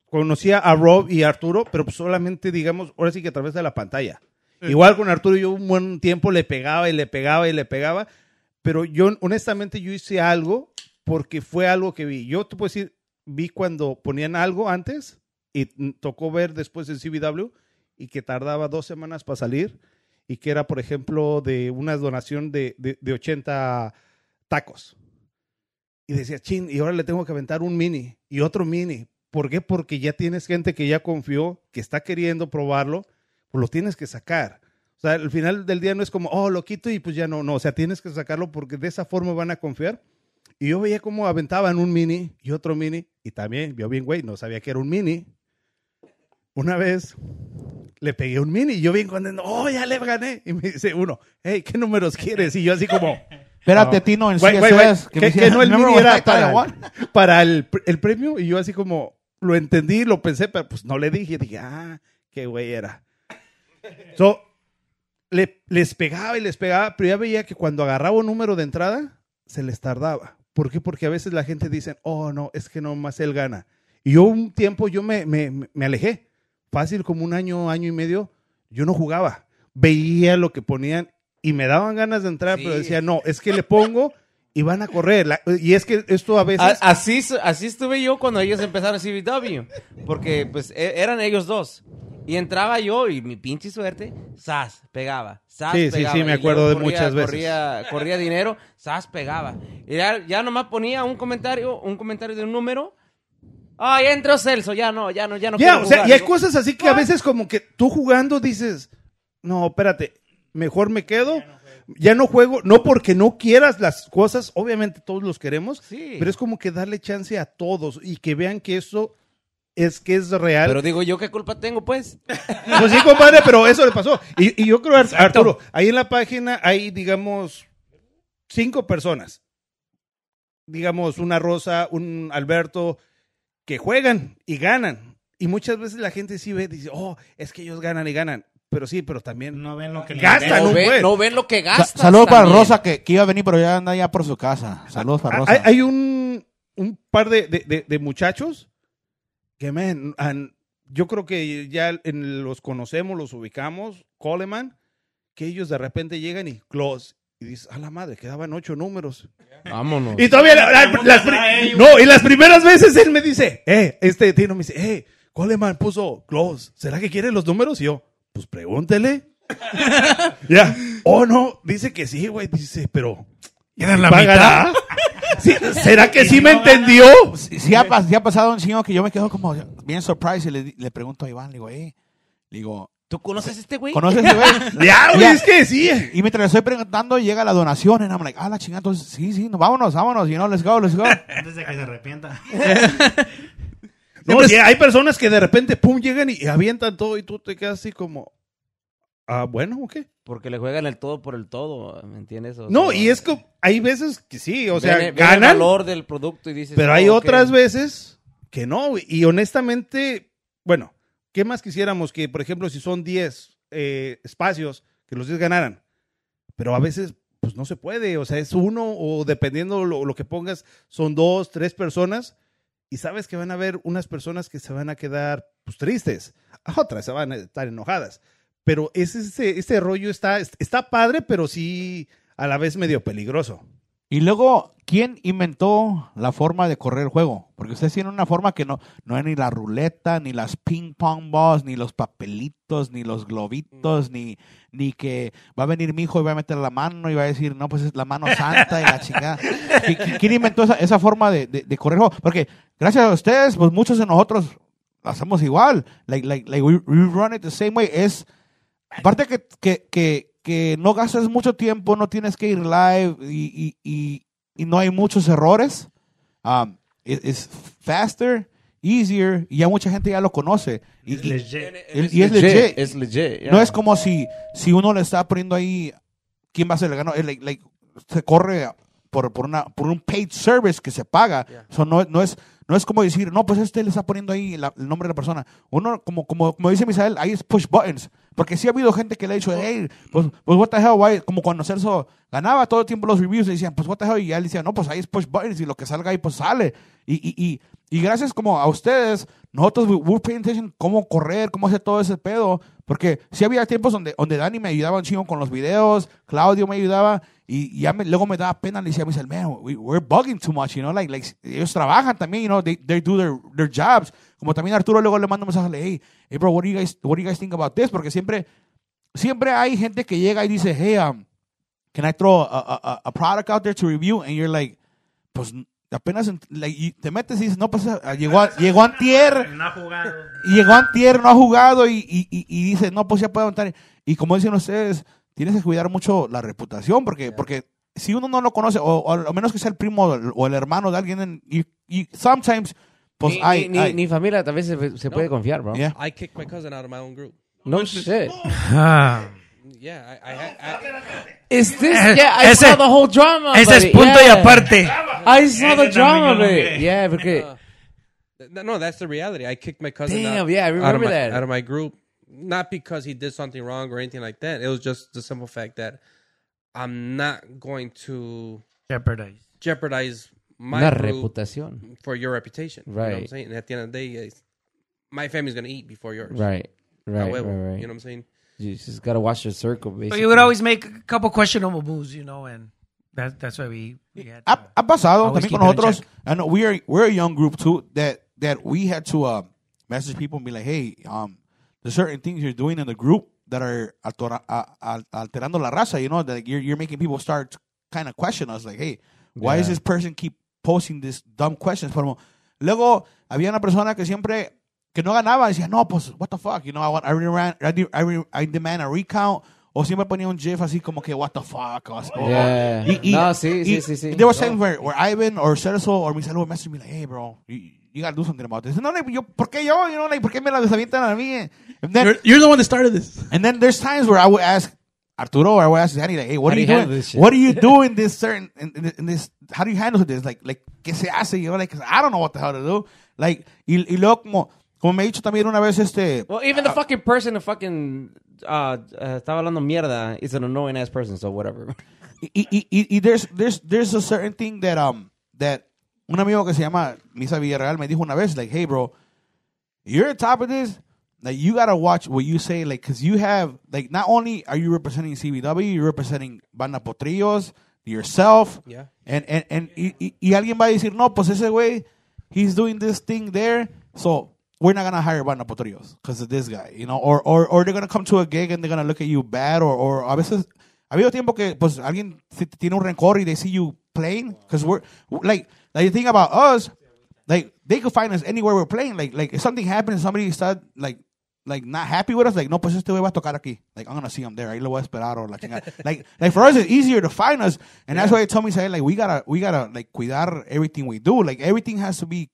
conocía a Rob y a Arturo, pero pues solamente, digamos, ahora sí que a través de la pantalla. Igual con Arturo yo un buen tiempo le pegaba y le pegaba y le pegaba, pero yo honestamente yo hice algo porque fue algo que vi. Yo te puedo decir, vi cuando ponían algo antes y mm, tocó ver después en CBW y que tardaba dos semanas para salir y que era, por ejemplo, de una donación de, de, de 80 tacos. Y decía, chin, y ahora le tengo que aventar un mini y otro mini. ¿Por qué? Porque ya tienes gente que ya confió, que está queriendo probarlo, pues lo tienes que sacar. O sea, al final del día no es como, oh, lo quito y pues ya no, no. O sea, tienes que sacarlo porque de esa forma van a confiar. Y yo veía cómo aventaban un mini y otro mini. Y también, yo bien, güey, no sabía que era un mini. Una vez le pegué un mini y yo bien contento, oh, ya le gané. Y me dice uno, hey, ¿qué números quieres? Y yo así como... Espérate, Ah. Tino, en Güey, CSS. güey, güey, que que, me que no el Remember mini when I era thought I para, won? para el, pr- el premio y yo así como lo entendí, lo pensé, pero pues no le dije, dije, ah, qué güey era. So, le- les pegaba y les pegaba, pero ya veía que cuando agarraba un número de entrada, se les tardaba. ¿Por qué? Porque a veces la gente dice, oh, no, es que nomás él gana. Y yo un tiempo, yo me, me, me alejé. Fácil, como un año, año y medio, yo no jugaba. Veía lo que ponían y me daban ganas de entrar, pero decía, no, es que le pongo y van a correr. La- y es que esto a veces... A- así, su- así estuve yo cuando ellos empezaron CBW. Porque pues e- eran ellos dos. Y entraba yo y mi pinche suerte, sas, pegaba. Sas, Sí, sí, pegaba. sí, me Y luego acuerdo de corría- muchas veces. Corría, corría dinero, sas, pegaba. Y ya, ya nomás ponía un comentario, un comentario de un número. Ay, entró Celso, ya no, ya no, ya no. Ya, quiero o sea, jugar". y hay Digo, cosas así que a veces como que tú jugando dices, no, espérate, mejor me quedo, ya no juego, no porque no quieras las cosas, obviamente todos los queremos, Sí. pero es como que darle chance a todos y que vean que eso es que es real. Pero digo yo, ¿qué culpa tengo, pues? Pues sí, compadre, pero eso le pasó. Y, y yo creo, Ar- Arturo, ahí en la página hay, digamos, cinco personas. Digamos, una Rosa, un Alberto, que juegan y ganan. Y muchas veces la gente sí ve, dice, oh, es que ellos ganan y ganan. Pero sí, pero también... No ven lo que Gastan No un ven, buen. no ven lo que Sa- gastas. Saludos para también. Rosa, que, que iba a venir, pero ya anda ya por su casa. Saludos para Rosa. Ah, Hay, hay un, un par de, de- de- de muchachos que, man, an- yo creo que ya en- los conocemos, los ubicamos, Coleman, que ellos de repente llegan y close. Y dices, a la madre, quedaban ocho números. Vámonos. Y todavía la- la- las, pri- no, y las primeras veces él me dice, eh, este Tino me dice, eh, Coleman puso close, ¿será que quiere los números? Y yo, pues pregúntele. Ya, oh no, dice que sí, güey, dice, pero ¿Quieren la ¿pagará? Sí, ¿Será que sí me entendió? Sí, sí ha, pas- sí ha pasado un señor que yo me quedo como bien surprise y le, di- le pregunto a Iván, le digo, eh, le digo, ¿Tú conoces a este güey? ¿conoces a ese güey? Ya, güey, Ya. es que sí. eh. Y mientras le estoy preguntando, llega la donación. Y I'm like, ah, la chingada. Entonces, sí, sí, no, vámonos, vámonos. You know, let's go, let's go. Antes de que se arrepienta. No, sí, hay personas que de repente, pum, llegan y, y avientan todo y tú te quedas así como, ah, bueno, ¿o qué? Porque le juegan el todo por el todo, ¿me entiendes? O No, sea, y es que hay veces que sí, o sea, ven- ven el ganan. valor del producto y dices, Pero "Oh, hay ok". otras veces que no, güey. y honestamente, bueno, ¿qué más quisiéramos que, por ejemplo, si son 10 eh, espacios, que los 10 ganaran? Pero a veces, pues no se puede, o sea, es uno o dependiendo lo, lo que pongas, son dos, tres personas, y sabes que van a haber unas personas que se van a quedar pues, tristes, a otras se van a estar enojadas. Pero es ese, ese rollo está, está padre, pero sí a la vez medio peligroso. Y luego, ¿quién inventó la forma de correr el juego? Porque ustedes tienen una forma que no, no hay ni la ruleta, ni las ping pong balls, ni los papelitos, ni los globitos, ni, ni que va a venir mi hijo y va a meter la mano y va a decir, no, pues es la mano santa y la chingada. ¿Qui- qui- ¿Quién inventó esa, esa forma de, de- de correr el juego? Porque gracias a ustedes, pues muchos de nosotros lo hacemos igual. Like, like, like we, we run it the same way. Es, aparte que, que, que, que no gastas mucho tiempo, no tienes que ir live y, y, y, y no hay muchos errores. Um, it- it's faster, easier, y ya mucha gente ya lo conoce. Y, y- Legit. y- y es legit. Es legit. ya. No es como si, si uno le está poniendo ahí quién va a ser el ganador. Es like- like, se corre por, por, una, por un paid service que se paga. So, no, no, es, no es como decir, no, pues este le está poniendo ahí la- el nombre de la persona. Uno, como, como, como dice Misael, ahí es push buttons. Porque sí ha habido gente que le ha dicho, hey, pues, pues what the hell, why? como cuando Celso ganaba todo el tiempo los reviews, le decían, pues what the hell, y ya le decían, no, pues ahí es push buttons y lo que salga ahí, pues sale. Y, y, y, y gracias como a ustedes, nosotros, we- we're paying attention cómo correr, cómo hacer todo ese pedo. Porque sí había tiempos donde, donde Dani me ayudaba un chingo con los videos, Claudio me ayudaba, y ya me- luego me daba pena, le decía a Misael, man, we, we're bugging too much, you know, like, like ellos trabajan también, you know, they, they do their, their jobs. Como también Arturo luego le manda un mensaje, le, hey, hey bro, what do you guys, what do you guys think about this? Porque siempre, siempre hay gente que llega y dice, hey, um, can I throw a, a, a- a product out there to review? And you're like, pues apenas ent- like, y te metes y dices, no, pues ah, llegó, a- llegó antier, No ha jugado. y llegó antier, no ha jugado y, y, y, y dice, no, pues ya puede aguantar. Y como dicen ustedes, tienes que cuidar mucho la reputación porque, porque si uno no lo conoce, o, o a lo menos que sea el primo o el hermano de alguien, en- y, y sometimes, pues ni, hay... ni- hay. ni familia tal vez se, se puede confiar, bro. Yeah. I kicked my cousin out of my own group. No shit. Ah. Yeah, I, I, I, Is this? Eh, Yeah, I ese- saw the whole drama. Ese es buddy. punto y Yeah. aparte. I saw the Ese también yo drama, lo baby. miré. Yeah, porque. th- no, that's the reality. I kicked my cousin Damn, out, yeah, I out, of remember my, that. out of my group, not because he did something wrong or anything like that. It was just the simple fact that I'm not going to Jeopardize. jeopardize my Una group reputación. for your reputation. You know what I'm Right. saying? And at the end of the day, it's- my family's going to eat before yours. Right. Right, right, However, right. You know what I'm saying? You just gotta watch your circle, So basically. you would always make a couple questionable moves, you know, and that, that's why we, we had. ha, to- ha pasado uh, Always también con keep it in nosotros. check. I know we are we're a young group too that that we had to uh, message people and be like, hey, um, there's certain things you're doing in the group that are altora- a- a- alterando la raza. You know, that you're you're making people start to kind of question us, like, hey, why does this person keep posting these dumb questions? Pero luego había una persona que siempre que no ganaba decía, no, pues, what the fuck, you know, I want, I, re- I, de- I, re- I demand a recount. O siempre ponía un gif así como que, what the fuck. O, o- Yeah. no, sí, sí, Oh, y- sí, sí. There was times where, where Ivan or Celso or Misael would message me like, hey, bro, you, you gotta do something about this. No, like, yo, ¿por qué yo? You know, like, ¿por qué me la desavientan a mí? And then, You're, you're the one that started this. and then there's times where I would ask Arturo or I would ask Danny, like, hey, How what are do you you handle doing? this shit? What do you do in this certain, in, in, in this, how do you handle this? Like, like, ¿qué se hace? You know, like, 'cause I don't know what the hell to do. Like, y, y luego como, como me he dicho también una vez este... Well, even the fucking person who fucking uh, uh, estaba hablando mierda is an annoying ass person, so whatever. y, y, y, y there's, there's, there's a certain thing that, um, that un amigo que se llama Misa Villarreal me dijo una vez, like, hey, bro, you're on top of this. Like, you gotta watch what you say, like, because you have, like, not only are you representing CBW, you're representing Banda Potrillos, yourself. Yeah. And, and, and, y, y, y alguien va a decir, no, pues ese güey, he's doing this thing there, so we're not gonna hire Banda Potrillos because of this guy, you know, or, or, or they're gonna come to a gig and they're gonna look at you bad, or, or a veces, ha habido tiempo que, pues, alguien t- tiene un rencor y they see you playing, because we're, like, like, the thing about us, like they could find us anywhere we're playing. Like like if something happens, somebody start like like not happy with us. Like no, pues este güey va a tocar aquí. Like I'm gonna see him there. Ahí lo voy a esperar or la chingada. like like for us, it's easier to find us, and that's why it told me say like we gotta we gotta like cuidar everything we do. Like everything has to be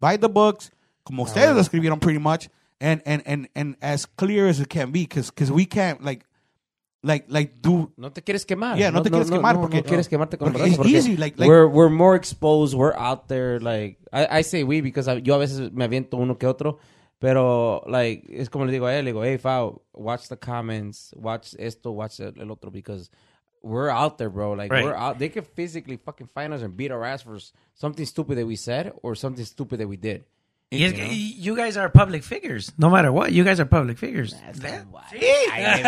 by the books, como ustedes lo escribieron pretty much, and and and and as clear as it can be, because we can't like like like do No te quieres quemar. Yeah, no te quieres quemar no, no porque- quieres quemarte con porque brazos, it's easy, like- like- we're, we're more exposed, we're out there, like... I, I say we because I- yo a veces me aviento uno que otro, pero, like, es como le digo a él, le digo, hey, Fao, watch the comments, watch esto, watch el, el otro, because we're out there, bro. Like, Right. we're out... They could physically fucking find us and beat our ass for s- something stupid that we said or something stupid that we did. Y es que you guys are public figures, no matter what. You guys are public figures. That-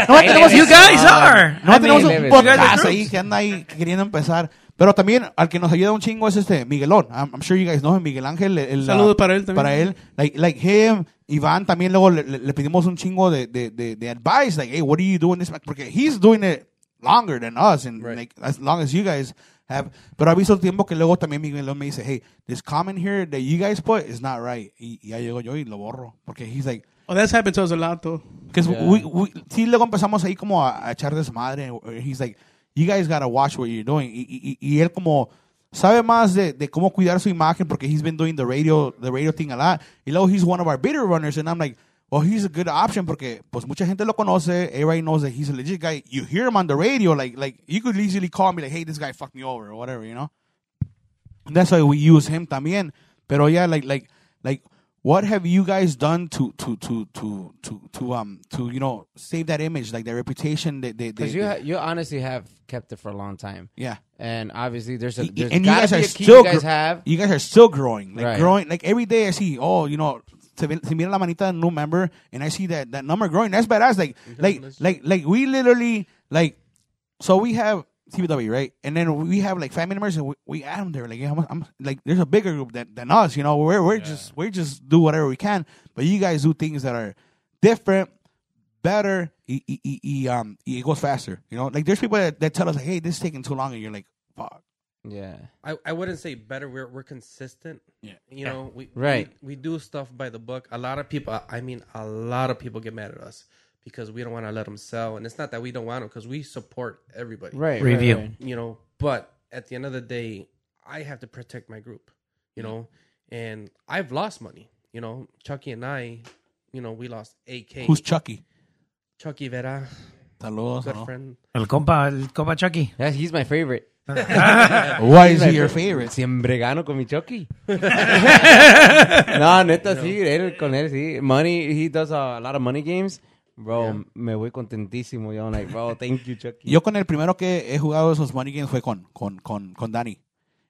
No tenemos- You guys are. No Ah, I tenemos mean, un Leves, leves, podcast leves. ahí que anda ahí queriendo empezar. Pero también al que nos ayuda un chingo es este Miguelón. I'm, I'm sure you guys know him, Miguel Ángel. el- el, Saludos ah, para él también. Para él. Like, like him, Iván también luego le, le- le pedimos un chingo de, de, de, de advice. Like, hey, what are you doing this? Porque he's doing it longer than us and like, as long as you guys have. Pero ha visto el tiempo que luego también Miguelón me dice, hey, this comment here that you guys put is not right. Y, y ya llego yo y lo borro. Porque he's like, Oh, that's happened to us a lot, though. Because we, we, sí, luego empezamos ahí como a, a echar desmadre. He's like, you guys gotta watch what you're doing. Y, y, y y él como sabe más de, de cómo cuidar su imagen porque he's been doing the radio, the radio thing a lot. Y luego he's one of our bitter runners and I'm like, well, he's a good option porque pues mucha gente lo conoce. Everybody knows that he's a legit guy. You hear him on the radio, like like you could easily call me like, hey, this guy fucked me over or whatever, you know. And that's why we use him también. Pero yeah, like like like what have you guys done to to to to to to um to you know save that image, like their reputation? They they, they, Because you they- ha- you honestly have kept it for a long time. yeah. And obviously, there's a Y- there's and you gotta guys be are a key still you guys gr- have. you guys are still growing, like Right. growing. Like every day I see, oh, you know, se, ve- se mira la manita del new member, and I see that that number growing. That's badass. Like, like, like, like we literally like. So we have TBW, right? And then we have like family members, and we, we add them there. Like, I'm, I'm- like, there's a bigger group than, than us. You know, we're we're just we're just do whatever we can, but you guys do things that are different. Better, y- y- y- y, um, y- it goes faster. You know, like there's people that, that tell us, like, "Hey, this is taking too long," and you're like, "Fuck." Yeah. I, I wouldn't say better. We're we're consistent. Yeah. You know, we Right. We, we do stuff by the book. A lot of people, I mean, a lot of people get mad at us because we don't want to let them sell, and it's not that we don't want them because we support everybody. Right. Review. Right, right. You know, but at the end of the day, I have to protect my group. You know, and I've lost money. You know, Chucky and I, you know, we lost eight k. Who's Chucky? Chucky Vera, Saludos. good ¿no? friend. El compa, el compa Chucky. Yeah, he's my favorite. Why is he your favorite? Siempre gano con mi Chucky. no, neta, sí, él con él, sí. Money, he does a lot of money games. Bro, me voy contentísimo. Yo, I'm like, bro, thank you, Chucky. Yo con el primero que he jugado esos money games fue con, con, con, con Dani.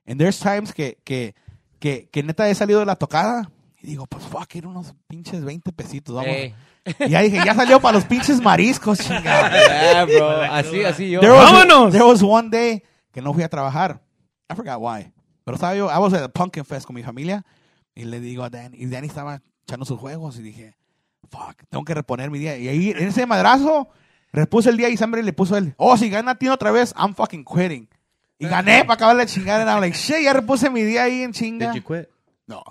And there's times que, que, que, que neta he salido de la tocada y digo, pues fuck, eran unos pinches 20 pesitos, vamos. Ey. Y ya dije, ya salió para los pinches mariscos, chingada. Yeah, bro, así, así yo. There was, ¡Vámonos! There was one day que no fui a trabajar. I forgot why. Pero estaba yo, I was at a pumpkin fest con mi familia y le digo a Danny, y Danny estaba echando sus juegos y dije, fuck, tengo que reponer mi día. Y ahí, en ese madrazo, repuse el día y Sambre le puso él, oh, si gana Tino otra vez, I'm fucking quitting. Eh. Y gané para acabar la chingada. And I'm like, shit, ya repuse mi día ahí en chinga. Did you quit? No.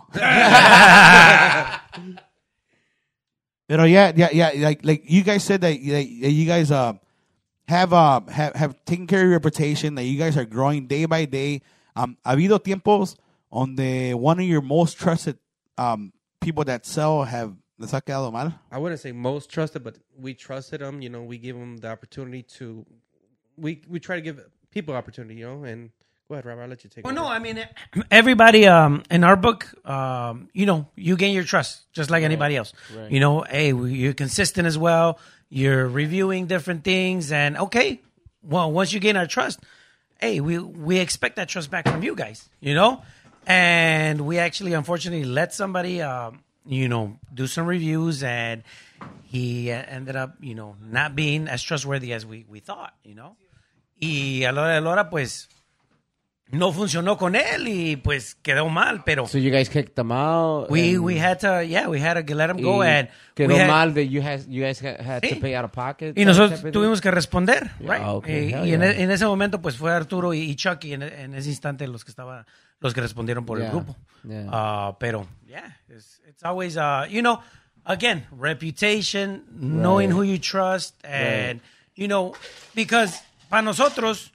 Pero yeah, yeah, yeah. Like, like you guys said that, that that you guys uh have uh have have taken care of your reputation. That you guys are growing day by day. Um, ha habido tiempos donde one of your most trusted um people that sell have les ha quedado mal. I wouldn't say most trusted, but we trusted them. You know, we give them the opportunity to. We we try to give people opportunity, you know. And go ahead, Rob. I'll let you take. Well, over. no, I mean, eh, everybody um, in our book, um, you know, you gain your trust just like anybody else. You know, hey, we- you're consistent as well. You're reviewing different things, and okay, well, once you gain our trust, hey, we we expect that trust back from you guys. You know, and we actually unfortunately let somebody, um, you know, do some reviews, and he eh, ended up, you know, not being as trustworthy as we we thought. You know, y a la hora de la hora, pues. no funcionó con él y pues quedó mal, pero So you guys kicked them out. we and- we had to yeah, we had to let him go y and we Quedó had- mal that you, has, you guys ha- had to Sí. pay out of pocket. y that nosotros type of thing. tuvimos que responder, Yeah, right? okay, y Ah, hell y en, yeah. e- en ese momento pues fue Arturo y, y Chucky en, en ese instante los que estaban los que respondieron por Yeah, el grupo. yeah. Ah, pero yeah, it's, it's always uh you know, again, reputation, knowing who you trust and you know because para nosotros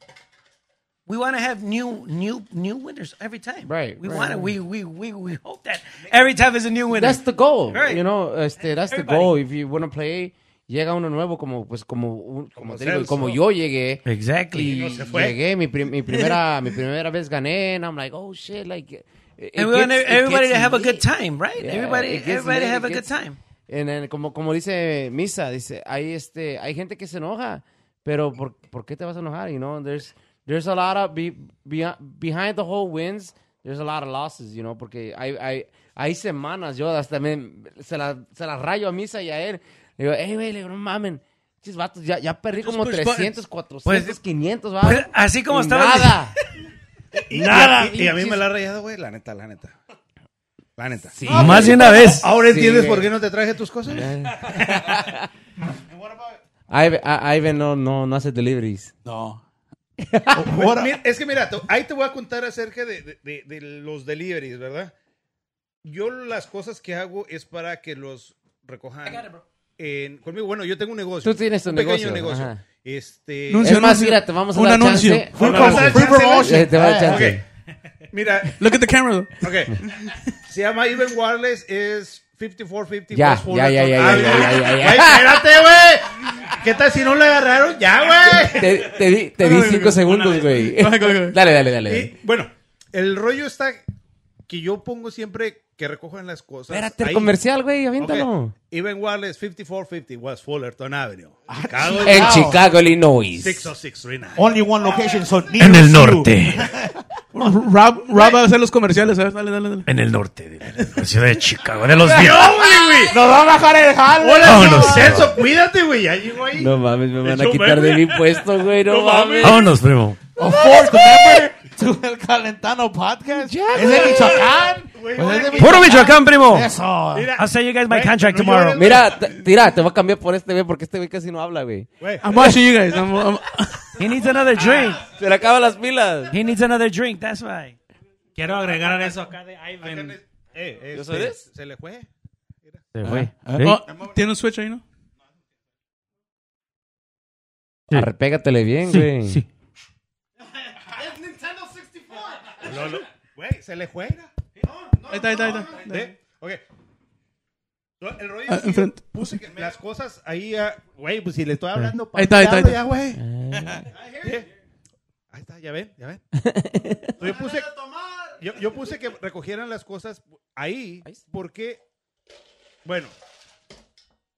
we want to have new new new winners every time. Right, We right, want to right. we, we we we hope that every time is a new winner. That's the goal. Right. You know, este, that's Everybody. the goal. If you want to play, llega uno nuevo como pues como un- como, te digo, Celso. como yo llegué. exactly. Y no se fue. llegué, mi, prim- mi primera mi primera vez gané and I'm like, "Oh shit, like it- it and we want gets- it everybody to gets have a lit. good time, right? Yeah, everybody it gets everybody lit, have it a good gets- time. And then, como como dice Misa, dice, hay este hay gente que se enoja, pero por, ¿por qué te vas a enojar? You know, there's there's a lot of be, be- behind the whole wins, there's a lot of losses, you know, porque hay hay hay semanas yo hasta me, se la se la rayo a Misa y a él. Le digo, "Ey, güey, le digo, no mamen." Chis vatos, ya, ya perdí como push 300, 400, Pues- 500, va. pues, así como Y estabas dic- Nada. Y, Nada. Y, a- y a mí me la ha rayado, güey. La neta, la neta. La neta. Más de una vez. Ahora Sí, entiendes güey. por qué no te traje tus cosas. Ivan, I- Ivan no, no, no hace deliveries. No. Pues, Ahora- mira, es que mira, te- ahí te voy a contar acerca de, de- de- de los deliveries, ¿verdad? Yo las cosas que hago es para que los recojan. en- conmigo, bueno, yo tengo un negocio. Tú tienes tu un pequeño negocio, negocio. ajá. Este, Un Es anuncio, más, anuncio. mira, te vamos a Un dar anuncio. chance. Free, Vamos a promo- dar free chance, promotion. Eh, te va a dar chance. ok. Mira, Look at the camera. though. ok. Se llama Even Wireless, es 54-50. Ya, West ya, ya, ya, ya, Fullerton. ya, ya, ya, ya. Ay, Espérate, güey. ¿Qué tal si no le agarraron? Ya, güey. Te, te di, te di cinco segundos, güey. Dale, dale, dale. dale. Y, bueno, el rollo está que yo pongo siempre que recojan las cosas. Espérate, el ahí. comercial, güey, Ok. aviéntalo. Even Wireless 5450 West Fullerton Avenue. Ah, Chicago, En Oh, Wow. Chicago, Illinois. 60639. Only one location, so En near el you. norte. Rob, Rob va a hacer los comerciales, ¿sabes? Dale, dale, dale. En el norte de la ciudad de Chicago. De los viejos. Nos va a bajar el jale. Hola, Vámonos. señor Celso, cuídate, güey. Ya llegó ahí. No mames, me van a Yo, quitar de güey. mi puesto, güey. No, No mames. mames. Vámonos, primo. Of course, remember to el Calentano podcast. es de Michoacán. Pues es de Puro Michoacán, primo. Eso. Mira, I'll send you guys my Güey, contract no tomorrow. llores, Mira, t- tira, te voy a cambiar por este, güey, porque este güey casi no habla, güey. güey. I'm watching you guys. I'm, I'm- He needs another drink. Se le acaban las pilas. He needs another drink. That's why. Quiero agregar eso acá de Ivan. Eh, eh, ¿Yo se- sabes? Se le fue. Se fue. Oh, ¿Tiene un switch ahí, no? Sí. Arpégatele bien, güey. Sí, sí. Lolo. Güey, se le juega. Ahí está, ahí está, ahí está. ¿Eh? Ok. No, El rollo Ah, es que yo enfrente. puse que las cosas ahí, ah, güey, pues si le estoy hablando, pa- Ahí está, ahí está, ahí hablo está. ya, güey. ¿Eh? Ahí está, ya ven, ya ven. Yo puse, yo, yo puse que recogieran las cosas ahí porque, bueno,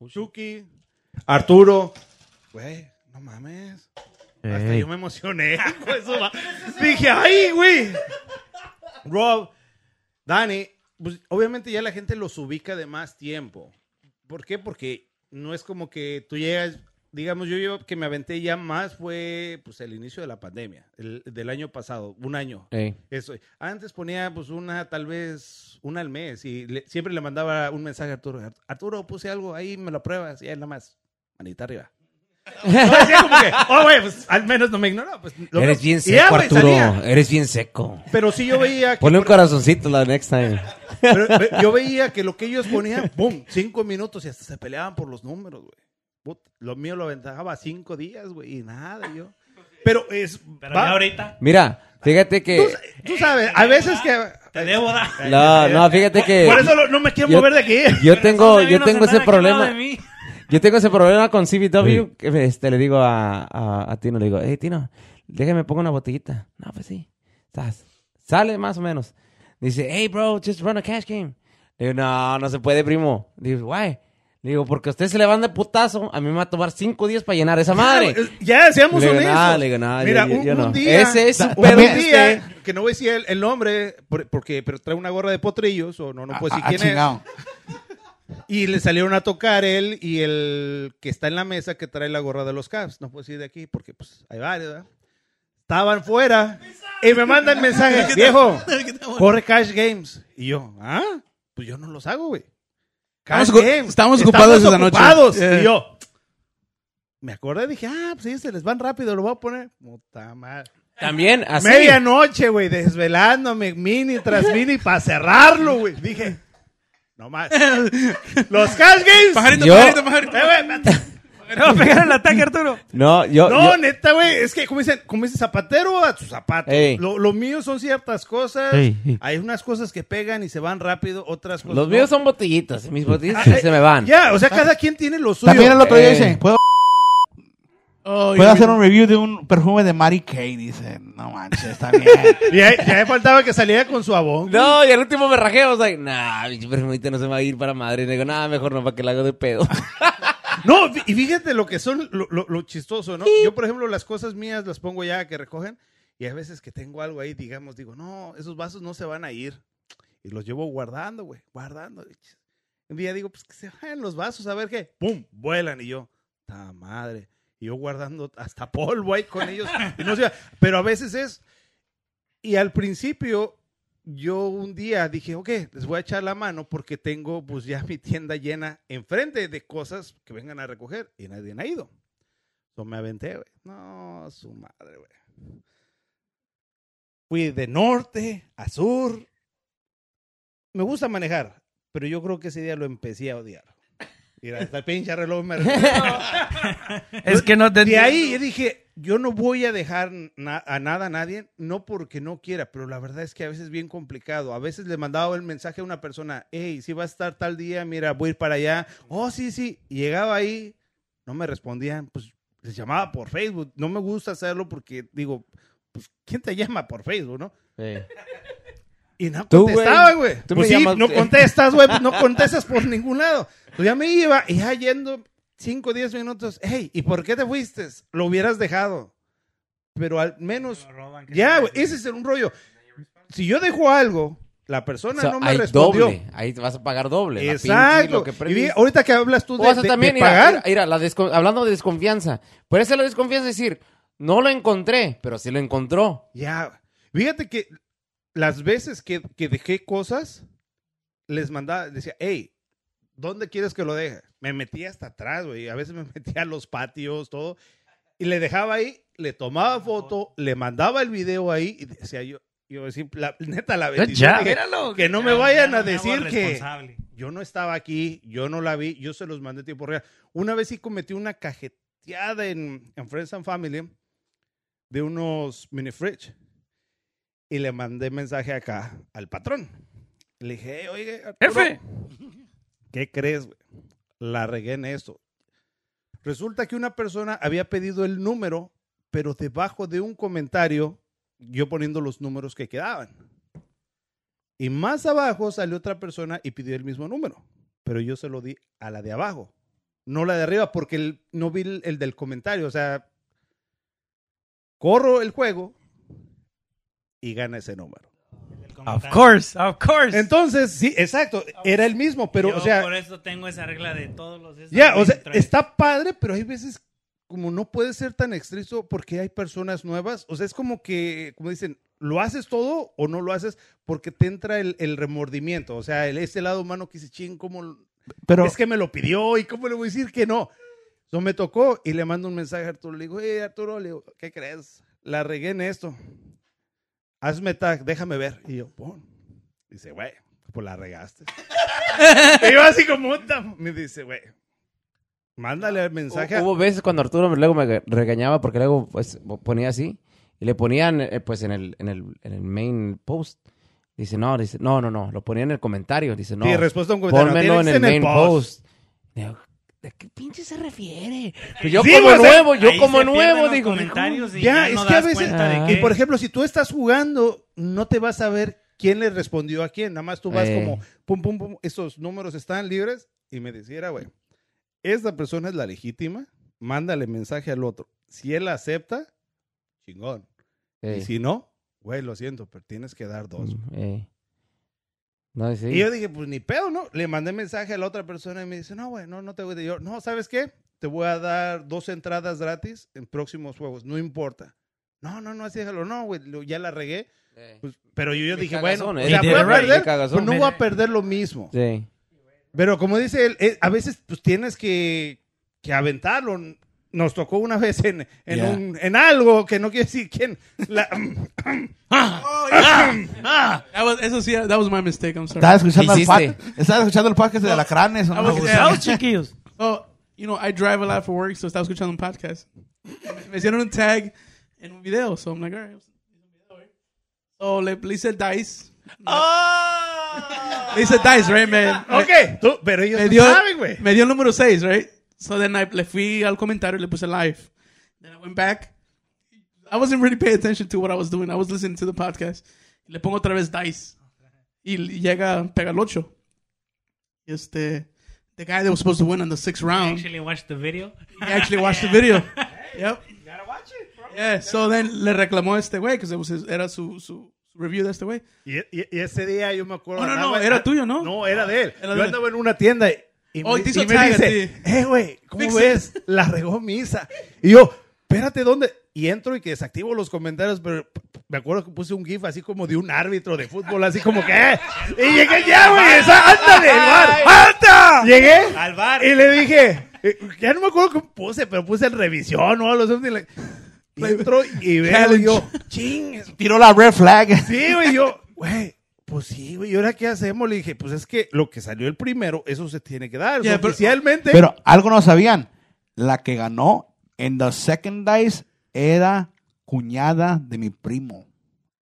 Chucky, Arturo, güey, no mames. Hasta yo me emocioné. con eso, va. Dije, ay, güey. Rob, Dani, pues, obviamente ya la gente los ubica de más tiempo. ¿Por qué? Porque no es como que tú llegas, digamos, yo, yo que me aventé ya más fue pues el inicio de la pandemia, el- del año pasado, un año. Ey. Eso. Antes ponía pues una, tal vez una al mes y le- siempre le mandaba un mensaje a Arturo. "Art- Arturo, puse algo ahí, me lo pruebas y él nada más, manita arriba. No, decía como que, oh, güey, pues al menos no me ignoró. Pues, lo- Eres bien y seco, ya, güey, Arturo. salía. Eres bien seco. Pero sí yo veía que Ponle un por- corazoncito la next time. pero, ve- yo veía que lo que ellos ponían, boom, cinco minutos y hasta se peleaban por los números, güey. Put- Lo mío lo aventajaba cinco días, güey, y nada, yo. Pero es. Pero va- ya ahorita Mira, fíjate que. tú, tú sabes, a veces que. te debo dar. No, no, fíjate que. Por eso lo- no me quiero Eh, Yo- mover de aquí. Yo tengo, yo tengo ese De problema. mí. Yo tengo ese problema con CBW. que, Este, le digo a, a, a Tino, le digo, hey Tino, déjame pongo una botellita. No, pues sí. Sas. Sale más o menos. Dice, hey bro, just run a cash game. Le digo, no, no se puede, primo. Digo, why? Le digo, porque a usted se le van de putazo, a mí me va a tomar cinco días para llenar esa madre. Ya, seamos Le digo, honestos. "Nah", le digo, "Nah, yo- Mira, yo- un, yo un no". día. Ese es su un pedo de día, Este- usted. Que no voy a decir el, el nombre, por- porque pero trae una gorra de potrillos, o no, no puedo decir Ah, quién es. chingado. Y le salieron a tocar él y el que está en la mesa que trae la gorra de los Caps. No puedo decir de aquí porque pues hay varios, ¿verdad? Estaban fuera y me mandan mensajes, viejo, corre Cash Games. Y yo, ¿ah? Pues yo no los hago, güey. Cash Estamos ocu- Games. estamos ocupados esa noche. ocupados. Yeah. Y yo, me acordé, dije, ah, pues sí, se les van rápido, lo voy a poner. Puta madre. También, así. Medianoche, güey, desvelándome mini tras mini para cerrarlo, güey. Dije, no más. Los Cash Games. Pajarito, Yo- pajarito, pajarito. Eh, güey, espérate. Te va a pegar el ataque, Arturo. No, yo. No, yo- neta, güey. Es que, como dicen, como dice zapatero a tu zapato. Ey. Lo, lo mío son ciertas cosas. Ey, ey. Hay unas cosas que pegan y se van rápido, otras cosas. los pues no. míos son botellitas. Mis botellitas Ah, eh, se me van. Ya, o sea, cada quien tiene lo suyo. También el otro día Eh. dice, ¿puedo, Oh, puedo yo- hacer un review de un perfume de Mary Kay? Dice, no manches, está bien. Y ahí- ya me faltaba que saliera con su abón. No, y al último me rajé, o sea, nah, mi permite no se me va a ir para madre. Y digo, nada, mejor no, para que la hago de pedo. No, fí- y fíjate lo que son, lo, lo- lo chistoso, ¿no? Yo, por ejemplo, las cosas mías las pongo ya que recogen y hay veces que tengo algo ahí, digamos, digo, no, esos vasos no se van a ir. Y los llevo guardando, güey, guardando. Un día digo, pues que se vayan los vasos, a ver qué. ¡Pum! Vuelan y yo, ¡ta madre! Y yo guardando hasta polvo ahí con ellos. Y no sé, pero a veces es... Y al principio, yo un día dije, ok, les voy a echar la mano porque tengo pues ya mi tienda llena enfrente de cosas que vengan a recoger y nadie ha ido. Yo me aventé, güey. No, su madre, güey. Fui de norte a sur. Me gusta manejar, pero yo creo que ese día lo empecé a odiar. Mira, hasta el pinche reloj me... Es que no te. De ahí yo dije, yo no voy a dejar na- a nada a nadie, no porque no quiera, pero la verdad es que a veces es bien complicado. A veces le mandaba el mensaje a una persona, hey, si va a estar tal día, mira, voy a ir para allá. Oh, sí, sí. Y llegaba ahí, no me respondían, pues les llamaba por Facebook. No me gusta hacerlo porque digo, pues, ¿quién te llama por Facebook, no? Hey. Y no Tú, güey. contestaba, güey. Tú Pues me sí, llamas- no contestas, güey. pues No contestas por ningún lado. Entonces ya me iba y ya yendo 5 o 10 minutos. Hey, ¿y por qué te fuiste? Lo hubieras dejado. Pero al menos. Lo roban, que Ya, se- güey. Ese es un rollo. Si yo dejo algo, la persona So, no me hay respondió. doble. Ahí te vas a pagar doble. la pinche, Exacto. lo que y vi- perdiste. ahorita que hablas tú O de, sea, de- de también, mira, pagar. mira, mira, la descon- hablando de desconfianza. Puede ser la desconfianza es decir, no lo encontré, pero sí lo encontró. Ya. Fíjate que las veces que, que dejé cosas, les mandaba, decía, hey, ¿dónde quieres que lo deje? Me metía hasta atrás, güey. A veces me metía a los patios, todo. Y le dejaba ahí, le tomaba foto, le mandaba el video ahí y decía yo, yo decía, la, neta, la bendición. job. dije, Míralo. que no Ya, me "Ah, ya vayan a me hago decir que responsable. yo no estaba aquí, yo no la vi, yo se los mandé a tiempo real. Una vez sí cometí una cajeteada en, en Friends and Family de unos mini fridge y le mandé mensaje acá al patrón. Le dije, "Hey, oye, Arturo, Jefe. ¿qué crees? güey? La regué en esto. Resulta que una persona había pedido el número, pero debajo de un comentario, yo poniendo los números que quedaban. Y más abajo salió otra persona y pidió el mismo número, pero yo se lo di a la de abajo, no la de arriba, porque el- no vi el, el del comentario. O sea, corro el juego y gana ese número. El Of comentario. course, of course. Entonces, sí, exacto, era el mismo, pero, Pues, ah, Yo o sea, por eso tengo esa regla de todos los. esos Ya, o sea, registros. está padre, pero hay veces como no puede ser tan estricto porque hay personas nuevas. O sea, es como que, como dicen, lo haces todo o no lo haces porque te entra el, el remordimiento. O sea, el, ese lado humano que dice, ching, ¿cómo? lo- Pero, Es que me lo pidió y ¿cómo le voy a decir que no? Entonces me tocó y le mando un mensaje a Arturo. Le digo, hey, Arturo, le digo, ¿qué crees? La regué en esto. Hazme tag, déjame ver. Y yo, pon. Dice, güey, pues la regaste. y yo así como, "Puta". me dice, güey, mándale el mensaje. a- Ah, Hubo veces cuando Arturo me- luego me re- regañaba porque luego pues, ponía así y le ponían eh, pues en el, en el, en el main post. Dice, no, dice, no, no, no, lo ponía en el comentario. Dice, no, Sí, respuesta a un comentario. pónmelo en Tiene el que ser main post. Digo, ¿De qué pinche se refiere? Pues yo Sí, como o sea, nuevo, yo Ahí como se pierden nuevo, los digo. comentarios y Ya, ya no es que a das veces, cuenta de Ah. y qué. por ejemplo, si tú estás jugando, no te vas a ver quién le respondió a quién. Nada más tú vas Eh. como, pum, pum, pum, esos números están libres. Y me decía, güey, esta persona es la legítima, mándale mensaje al otro. Si él acepta, chingón. Y Eh. Ey, si no, güey, lo siento, pero tienes que dar dos. ey. No, sí. Y yo dije, pues ni pedo, ¿no? Le mandé mensaje a la otra persona y me dice, no, güey, no, no te voy a... Yo, no, ¿sabes qué? Te voy a dar dos entradas gratis en próximos juegos, no importa. No, no, no, así déjalo. No, güey, lo- ya la regué. Sí. Pues, pero yo, yo Mi dije, cagazón, bueno, eh. o sea, He did voy a it right, perder, mi cagazón. pues no voy a perder lo mismo. Sí. Pero como dice él, eh, a veces pues tienes que, que aventarlo. Nos tocó una vez en, en, Yeah. un- en algo que no quiere decir quién. La- That was, eso sí, that was my mistake. I'm sorry. ¿estás escuchando, el Hiciste. pod- ¿estás escuchando el podcast de Alacranes? Ah, o no? pues, Pues, I was- Abusados, chiquillos. Oh, you know, I drive a lot for work, so estaba escuchando un podcast. Me hicieron un tag en un video, so I'm like, all right. So le, le hice el dice. Le hice dice, right, man. Oh. ok, tú, pero ellos Me no dio, saben, güey. me dio el número 6, right? So then I, le fui al comentario y le puse live. Then I went back. I wasn't really paying attention to what I was doing. I was listening to the podcast. Le pongo otra vez dice. Y llega, pega el 8. Este, the guy that was supposed to win on the sixth round. Actually watch the video. He actually watched the video. Yep. You gotta watch it, bro. Yeah, so then le reclamó este güey, because it was his, era su, su review de este güey. Y, y- y ese día yo me acuerdo. No, no, no, andaba- era tuyo, ¿no? Ah, No, era de él. Era yo de él. andaba en una tienda y, y Oh, me, te hizo y me tag a dice, ti. eh, güey, ¿cómo Fix it." ves? La regó misa. Y yo, espérate, ¿dónde? Y entro y que desactivo los comentarios, pero p- p- me acuerdo que puse un gif así como de un árbitro de fútbol, así como que, "Eh". Y llegué ya, güey, esa- ándale, el bar, ¡alta! Llegué Al bar. y le dije, eh, ya no me acuerdo qué puse, pero puse el revisión o algo así. y le- y Entro y veo Challenge. yo, ching, Tiró la red flag. Sí, güey, yo, güey, pues sí, güey, ¿y ahora qué hacemos? Le dije, pues es que lo que salió el primero, eso se tiene que dar. Ya, so, pero- oficialmente, Pero algo no sabían. La que ganó en The Second Dice era cuñada de mi primo.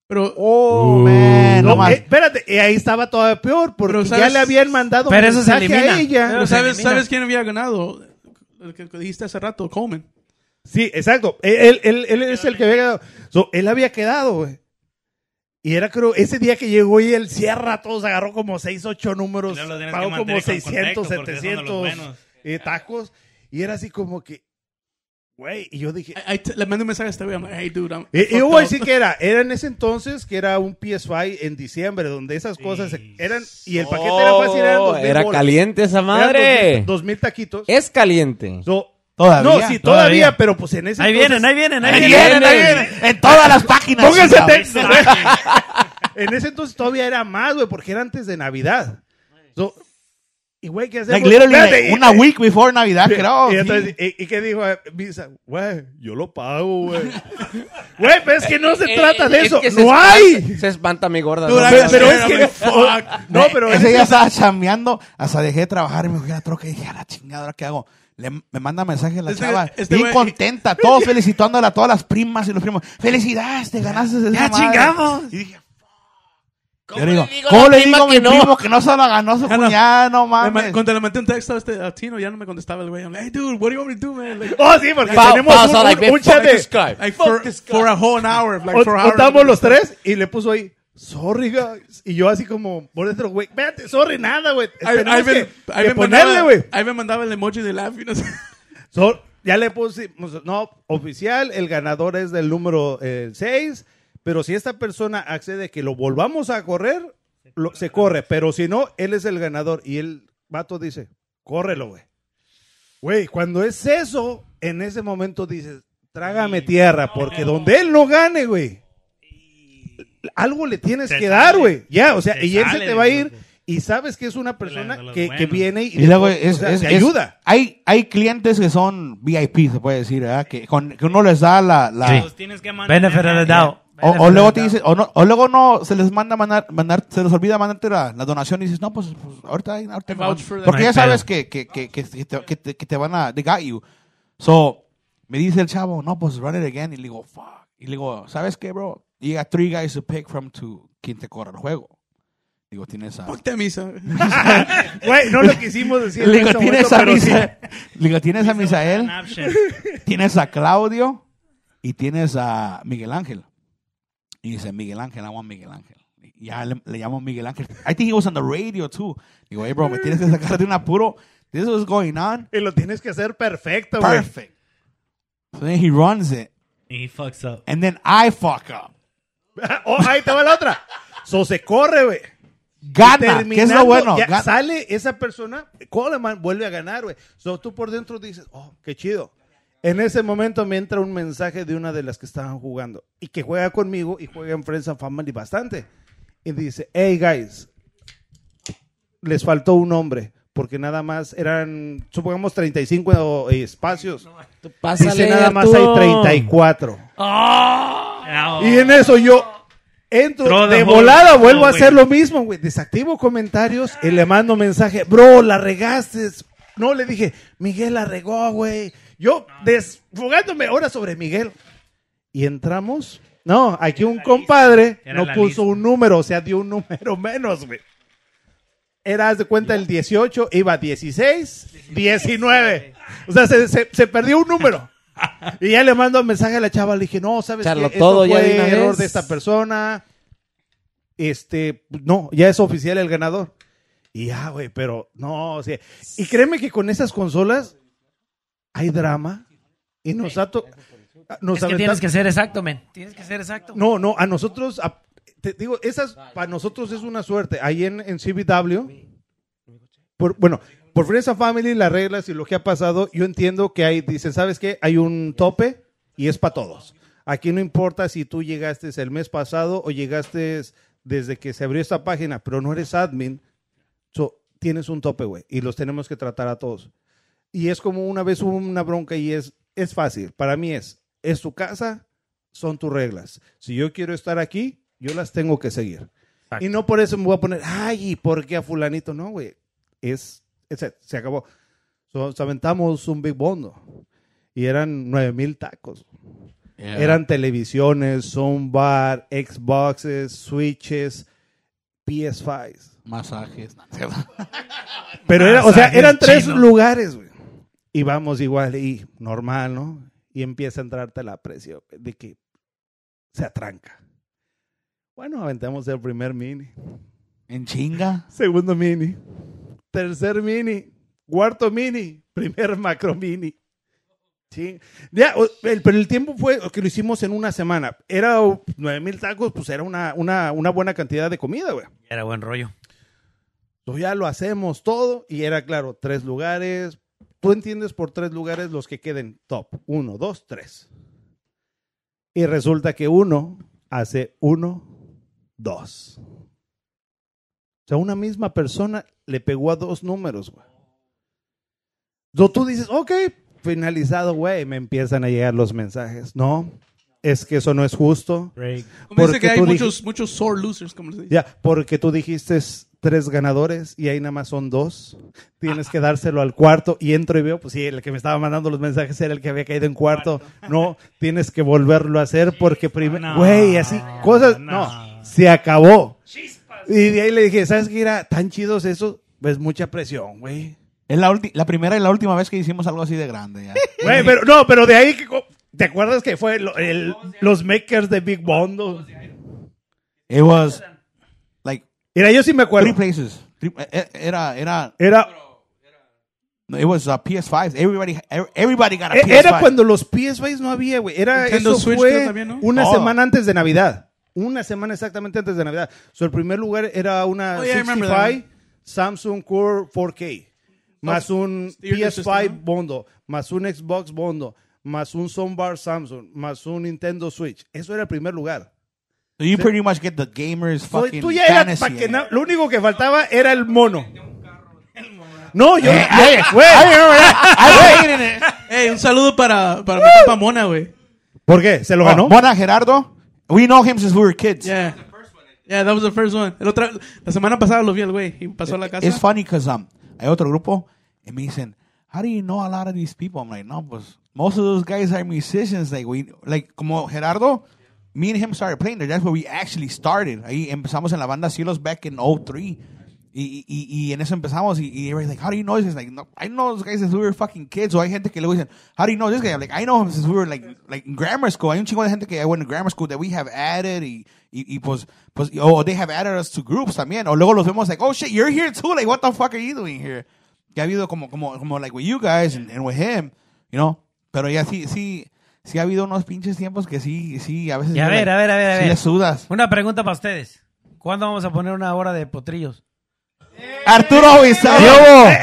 Pero, Oh, man. No, No más. eh, espérate, eh, ahí estaba todavía peor porque Pero, ya ¿sabes? le habían mandado Pero eso se mensaje a elimina. ella. pero se ¿sabes, elimina. ¿sabes quién había ganado? El que que dijiste hace rato, Coleman. Sí, exacto. Él, él, él, él es el que había quedado. So, él había quedado, güey. Y era, creo, ese día que llegó y él cierra todos, agarró como 6, 8 números, Luego lo tienes que pagó como mantener con 600, contexto, porque esos son los 700 buenos. eh, tacos. Y era así como que, güey, y yo dije, I- I t- le mandé un mensaje a este güey. I'm like, hey, dude, I'm Y, y fucked yo voy a up. decir que era, era en ese entonces que era un PS5 en diciembre, donde esas cosas Sí. eran, y el paquete era fácil, eran Oh, 2000 era bolas. caliente esa Eran madre. Eh, 2000 2000 taquitos. Es caliente. So, Todavía. No, sí, todavía, Todavía. pero pues en ese Ahí entonces- vienen, ahí vienen, ahí Ahí vienen. vienen, ahí En todas las páginas. Pónganse chingado. texto. en ese entonces todavía era más, güey, porque era antes de Navidad. So, y güey, ¿qué hacemos? Like literally, Espérate, eh, like, y- una week before Navidad, Sí, creo. Y, entonces, y, y que dijo, eh, Visa, güey, yo lo pago, güey. Güey, pero es que no Eh, se trata de eso. no hay. Se espanta mi gorda. Dude, ¿no? I Pero, got pero scared. I'm es que. like, fuck. No, pero ese es- día estaba chambeando, hasta dejé de trabajar y me fui a la troca y dije, a la chingada, ¿ahora qué hago? Le, me manda mensaje la Este- chava, este bien güey- contenta, todos felicitándola a todas las primas y los primos. ¡Felicidades, te ganaste esa Ya madre". chingamos. Y dije, ¿cómo le digo, ¿cómo a la le digo a prima mi que no? primo que no se la ganó su Ya no. cuñada? No Le man- mames. Cuando le mandé un texto a este a Tino, ya no me contestaba el güey. I'm like, hey, dude, what do you want me to do, man? Like, Oh, sí, porque Pa- tenemos pausa, un, like, un- ve- un chat de- fuck this guy. like, for, for a whole hour. Like, for an o- hour. Estamos los tres y le puso ahí. Sorry, guys. Y yo así como, por dentro, güey, espérate, sorry, nada, güey. Ahí- ahí Tenemos me- que, ahí que me ponerle, mandaba- güey. Ahí me mandaba el emoji de laugh. y no sé. So, ya le puse, no, oficial, el ganador es del número 6, pero si esta persona accede que lo volvamos a correr, lo- se corre, pero si no, él es el ganador. Y el vato dice, córrelo, güey. Güey, cuando es eso, en ese momento dices, trágame tierra, porque donde él no gane, güey, algo le tienes Se que dar, sale. güey. Ya, o sea, Se y él se sale te del va a ir grupo. y sabes que es una persona de los que, que buenos. viene y, Y luego o es, sea, es- te es- ayuda. Hay, hay clientes que son VIP, se puede decir, ¿verdad? Que, con- que uno les da la... la- Pues tienes que mandar. Benefit of the doubt. O, o Benefit luego of te the doubt. dice, o, no, o luego no se les manda mandar, mandar se les olvida mandarte la, la donación y dices, no, pues, pues, ahorita, ahorita I me mando". vouch for them. Porque No ya hay sabes que, que, que, que, que te, que te- que te van a, they got you. So, me dice el chavo, no, pues run it again. Y le digo, fuck. Y le digo, ¿sabes qué, bro? You got three guys to pick from to quien te corra el juego. Digo, tienes a. Fuck that, Misa. Güey, no lo quisimos decir. en Le digo, ese tienes momento, a "Ah, pero sí. Misa- le digo, tienes a Misael, An option. tienes a Claudio y tienes a Miguel Ángel. Y dice, Miguel Ángel, I want Miguel Ángel. Y Ya le, le llamo Miguel Ángel. I think he was on the radio too. Digo, hey bro, me tienes que sacar de un apuro. This is what's going on. Y lo tienes que hacer perfecto, güey. Perfect. So then he runs it. Y he fucks up. And then I fuck up. Oh, ahí te va la otra. So se corre, güey. Gana, Terminando, que es lo bueno. ya Gana. sale esa persona, Coleman vuelve a ganar, güey. So tú por dentro dices, oh, qué chido. En ese momento me entra un mensaje de una de las que estaban jugando y que juega conmigo y juega en Friends and Family bastante. Y dice, hey, guys, les faltó un hombre porque nada más eran, supongamos, 35 espacios. Pásale, Dice, nada más hay Ah, Arturo. 34. Ow. Y en eso yo entro Oh. Throw the de whole- volada, vuelvo oh, a hacer güey. lo mismo, güey. Desactivo comentarios y le mando mensaje, bro, la regaste. No, le dije, Miguel la regó, güey. Yo desfogándome ahora sobre Miguel. Y entramos. No, aquí un compadre Era no la puso lista. un número, o sea, dio un número menos, güey. Era, haz de cuenta, el 18, iba 16, 19. O sea, se, se- se perdió un número. Y ya le mando un mensaje a la chava, le dije, no, ¿sabes qué? Charlo Esto todo ya fue de una error vez. de esta persona. Este, no, ya es oficial el ganador. Y ya, güey, pero no, o sea, y créeme que con esas consolas hay drama y nos ha to- nos Es que aventamos- tienes que ser exacto, men. Tienes que ser exacto. no, no, a nosotros, a- te digo, esas para nosotros es una suerte. Ahí en, en CBW, por, bueno, por Friends and Family, las reglas y lo que ha pasado, yo entiendo que hay, dicen, ¿sabes qué? Hay un tope y es para todos. Aquí no importa si tú llegaste el mes pasado o llegaste desde que se abrió esta página, pero no eres admin, so, tienes un tope, güey, y los tenemos que tratar a todos. Y es como una vez hubo una bronca y es, es fácil. Para mí es, es tu casa, son tus reglas. Si yo quiero estar aquí, yo las tengo que seguir. Y no por eso me voy a poner, ay, ¿y por qué a fulanito? No, güey. Es, es- se acabó. So, nos aventamos un big bondo. Y eran nueve mil tacos. Yeah. Eran televisiones, soundbar, Xboxes, Switches, PS5s. masajes. Pero era, o sea, Masajes eran tres chinos. lugares, güey. Y vamos igual, y normal, ¿no? Y empieza a entrarte la presión de que se atranca. Bueno, aventamos el primer mini, En chinga. segundo mini, tercer mini, cuarto mini, primer macro mini. Sí. Ya, o- el- pero el tiempo fue que lo hicimos en una semana. Era o, nueve mil tacos, pues era una, una, una buena cantidad de comida, güey. Era buen rollo. Entonces ya lo hacemos todo y era claro, tres lugares. Tú entiendes por tres lugares los que queden top. Uno, dos, tres. Y resulta que uno hace uno, dos. O sea, una misma persona le pegó a dos números, güey. Entonces tú dices, ok, finalizado, güey. Me empiezan a llegar los mensajes. No, es que eso no es justo. Como dice Porque que hay tú dij- muchos, muchos sore losers, como les dice. ya, porque tú dijiste tres ganadores y ahí nada más son dos. Tienes que dárselo al cuarto y entro y veo, pues sí, el que me estaba mandando los mensajes era el que había caído en cuarto. No, tienes que volverlo a hacer porque primero... No, Güey, así, cosas... No. no. se acabó. Y de ahí le dije, ¿sabes qué era tan chidos eso? Pues mucha presión, güey. Es la, ulti- la primera y la última vez que hicimos algo así de grande. ya. Güey, pero no, pero de ahí que... co- ¿Te acuerdas que fue lo- el- los makers de Big Bondo? It was like Mira, yo sí me three acuerdo. places. Three- e- Era, era, Era no, it was uh, PS5. Everybody, ev- everybody got a E- PS5. Era cuando los PS5 no había, güey. Era Nintendo eso Switch, fue creo, también, ¿no? Oh. una Todo. semana antes de Navidad. Una semana exactamente antes de Navidad. So, el primer lugar era una Oh, yeah, I remember that 65 Samsung Core 4K. Más un Stereo PS5 system, este, ¿no? Bondo. Más un Xbox Bondo. Más un soundbar Samsung. Más un Nintendo Switch. Eso era el primer lugar. So you pretty much get the gamers So, fucking tú ya eras fantasy pa' que in na- it. Lo único que faltaba era el mono. No, yo... Eh, güey. Hey, un saludo para, para mi compa Mona, güey. ¿Por qué? ¿Se lo Oh, ganó? Mona Gerardo. We know him since we were kids. Yeah. Yeah, that was the first one. El otra, la semana pasada lo vi al güey y pasó a la casa. It's funny because um, hay otro grupo y me dicen, how do you know a lot of these people? I'm like, no, pues, most of those guys are musicians. Like, we, like, como Gerardo, me and him started playing there. That's where we actually started. Ahí empezamos en la banda Cielos back in 03. Y, y, y en eso empezamos y, y everybody's like, how do you know this? It's like, no, I know those guys since we were fucking kids. O hay gente que luego dicen, how do you know this guy? I'm like, I know him since we were like, like in grammar school. Hay un chingo de gente que I went to grammar school that we have added y, y, y pues, pues, y- oh, they have added us to groups también. O luego los vemos like, oh shit, you're here too. Like, what the fuck are you doing here? Que ha habido como, como, como like with you guys and, and with him, you know? Pero ya sí, sí, sí ha habido unos pinches tiempos que sí, sí, a veces. Y a ya, ver, like, a ver, a ver, a sí ver. le sudas. Una pregunta para ustedes. ¿Cuándo vamos a poner una hora de potrillos? Arturo Huizar.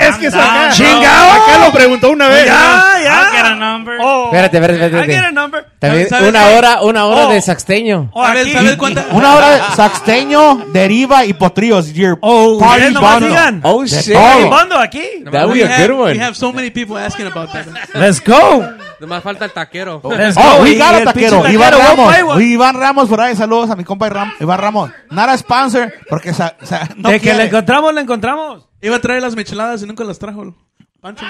Es que eso acá... Calm down, ¡Chingado! Acá lo preguntó una vez. I'll get a number. Oh, Espérate, espérate, I get a espérate. number. También ¿Sabes una qué? hora, una hora Oh. de saxteño. Oh, ¿Sabes, aquí- sabes cuánta? Una hora de Saxteño, Deriva y Potrillos. Your Oh, party ustedes nomás bundle. digan. Oh, shit. Party Oh. bundle aquí. That would be We a have, good one. we have so many people asking about that. Let's go. Nomás falta el taquero. Let's Oh, go. we Y got a el pinche taquero. Iván taquero, Ramos. Oh, guapo, guapo. Iván Ramos por ahí. Saludos a mi compa Ram- Iván Ramos. Nada sponsor, porque sa- sa- no De que quiere. la encontramos, la encontramos. Iba a traer las micheladas y nunca las trajo. Pancho.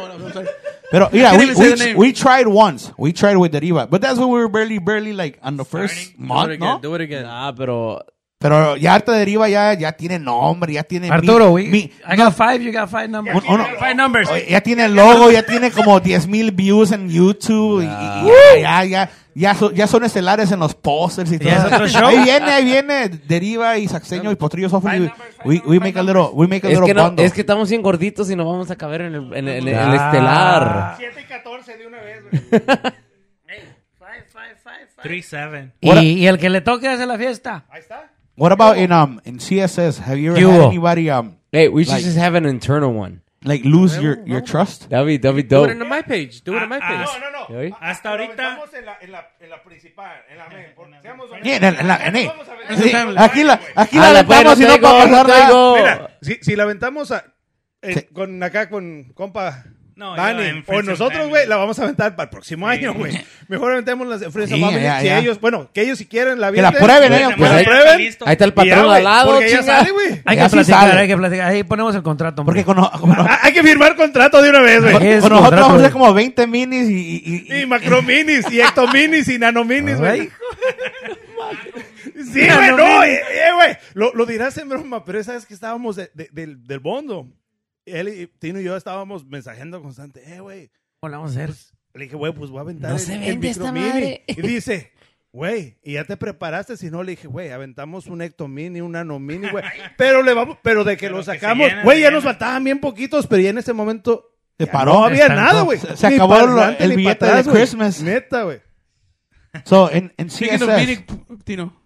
Oh, no, I'm sorry. Pero, yeah, Can't we, even say we, the name. we tried once. We tried with Deriva. But that's when we were barely, barely like on the first Do it month, again. ¿no? Do it again. Ah, pero Pero ya Arte Deriva ya, ya tiene nombre, ya tiene... mi- Arturo, we, mi- I got five, you got five numbers. Un- uno- Five numbers. Oye, ya tiene el logo, ya tiene como 10 mil views en YouTube. y- y- y ya, ya, ya, ya, so- ya son estelares en los posters y todo. es otro show. Ahí viene, ahí viene Deriva y Saxeño y Potrillo Software. y- We, we make a little, we make a es little que, no, bundle. es que estamos bien gorditos y nos vamos a caber en el, en el- en el Ah. estelar. 7 y 14 de una vez, güey. 3-7. Y, y el que le toque hace la fiesta. What about in, um, in CSS? Have you ever ¿Qué had hubo? anybody, um, Hey, we should Like- just have an internal one. like lose your, your trust? That'd be, that'd be Do it in dope. the my page. Do it in my Ah, page. No, no, no. ¿Eh? Hasta ahorita. Estamos en la, en la, en la principal, en la main. por- seamos honestos. Sí, en la- en la- en el- Vamos a ver. sí, aquí la, aquí Ah, la la puedo, aventamos y no traigo, para pasarla. traigo. Mira, si, si la aventamos a- eh, Sí. con acá con compa No, yo Dani, en o Friends and nosotros, Family. güey, la vamos a aventar para el próximo año, güey. Mejor aventemos las de Friends and Sí, Family, ya, si ya. ellos, bueno, que ellos si quieren la Que la avienten. prueben eh, Pues ellos, nada pues, más ahí- ya está prueben. listo. Ahí está el Y ya, patrón güey, al lado, Porque ya chinga. sale, güey. Hay Ya que sí platicar, sabe. hay que platicar. Ahí ponemos el contrato. hombre. Porque con, no- con- Ah, Hay que firmar contrato de una vez, Ahí güey. es con nosotros contrato, vamos a hacer güey. como 20 minis y... y- y- Y macrominis, y ectominis, y nanominis, güey. Sí, güey, no, eh, eh, güey. Lo, lo dirás en broma, pero esa vez que estábamos de- de- del, del bondo, él y Tino y yo estábamos mensajeando constante, eh, güey. Bueno, vamos a hacer. Le dije, güey, pues voy a aventar No el, se el vende esta micromini. madre. Y dice, güey, ¿y ya te preparaste? Si no, le dije, güey, aventamos un ectomini, un nanomini, güey. Pero le vamos, pero de que Pero lo que se sacamos, llena, güey, se ya nos llena. faltaban bien poquitos, pero ya en ese momento Se ya paró. No había Estancó. nada, güey. Se- se Ni acabó para el- adelante, el ni billete para atrás, de güey. Christmas. Neta, güey. So, en, en Speaking of CSS, meeting, p- Tino,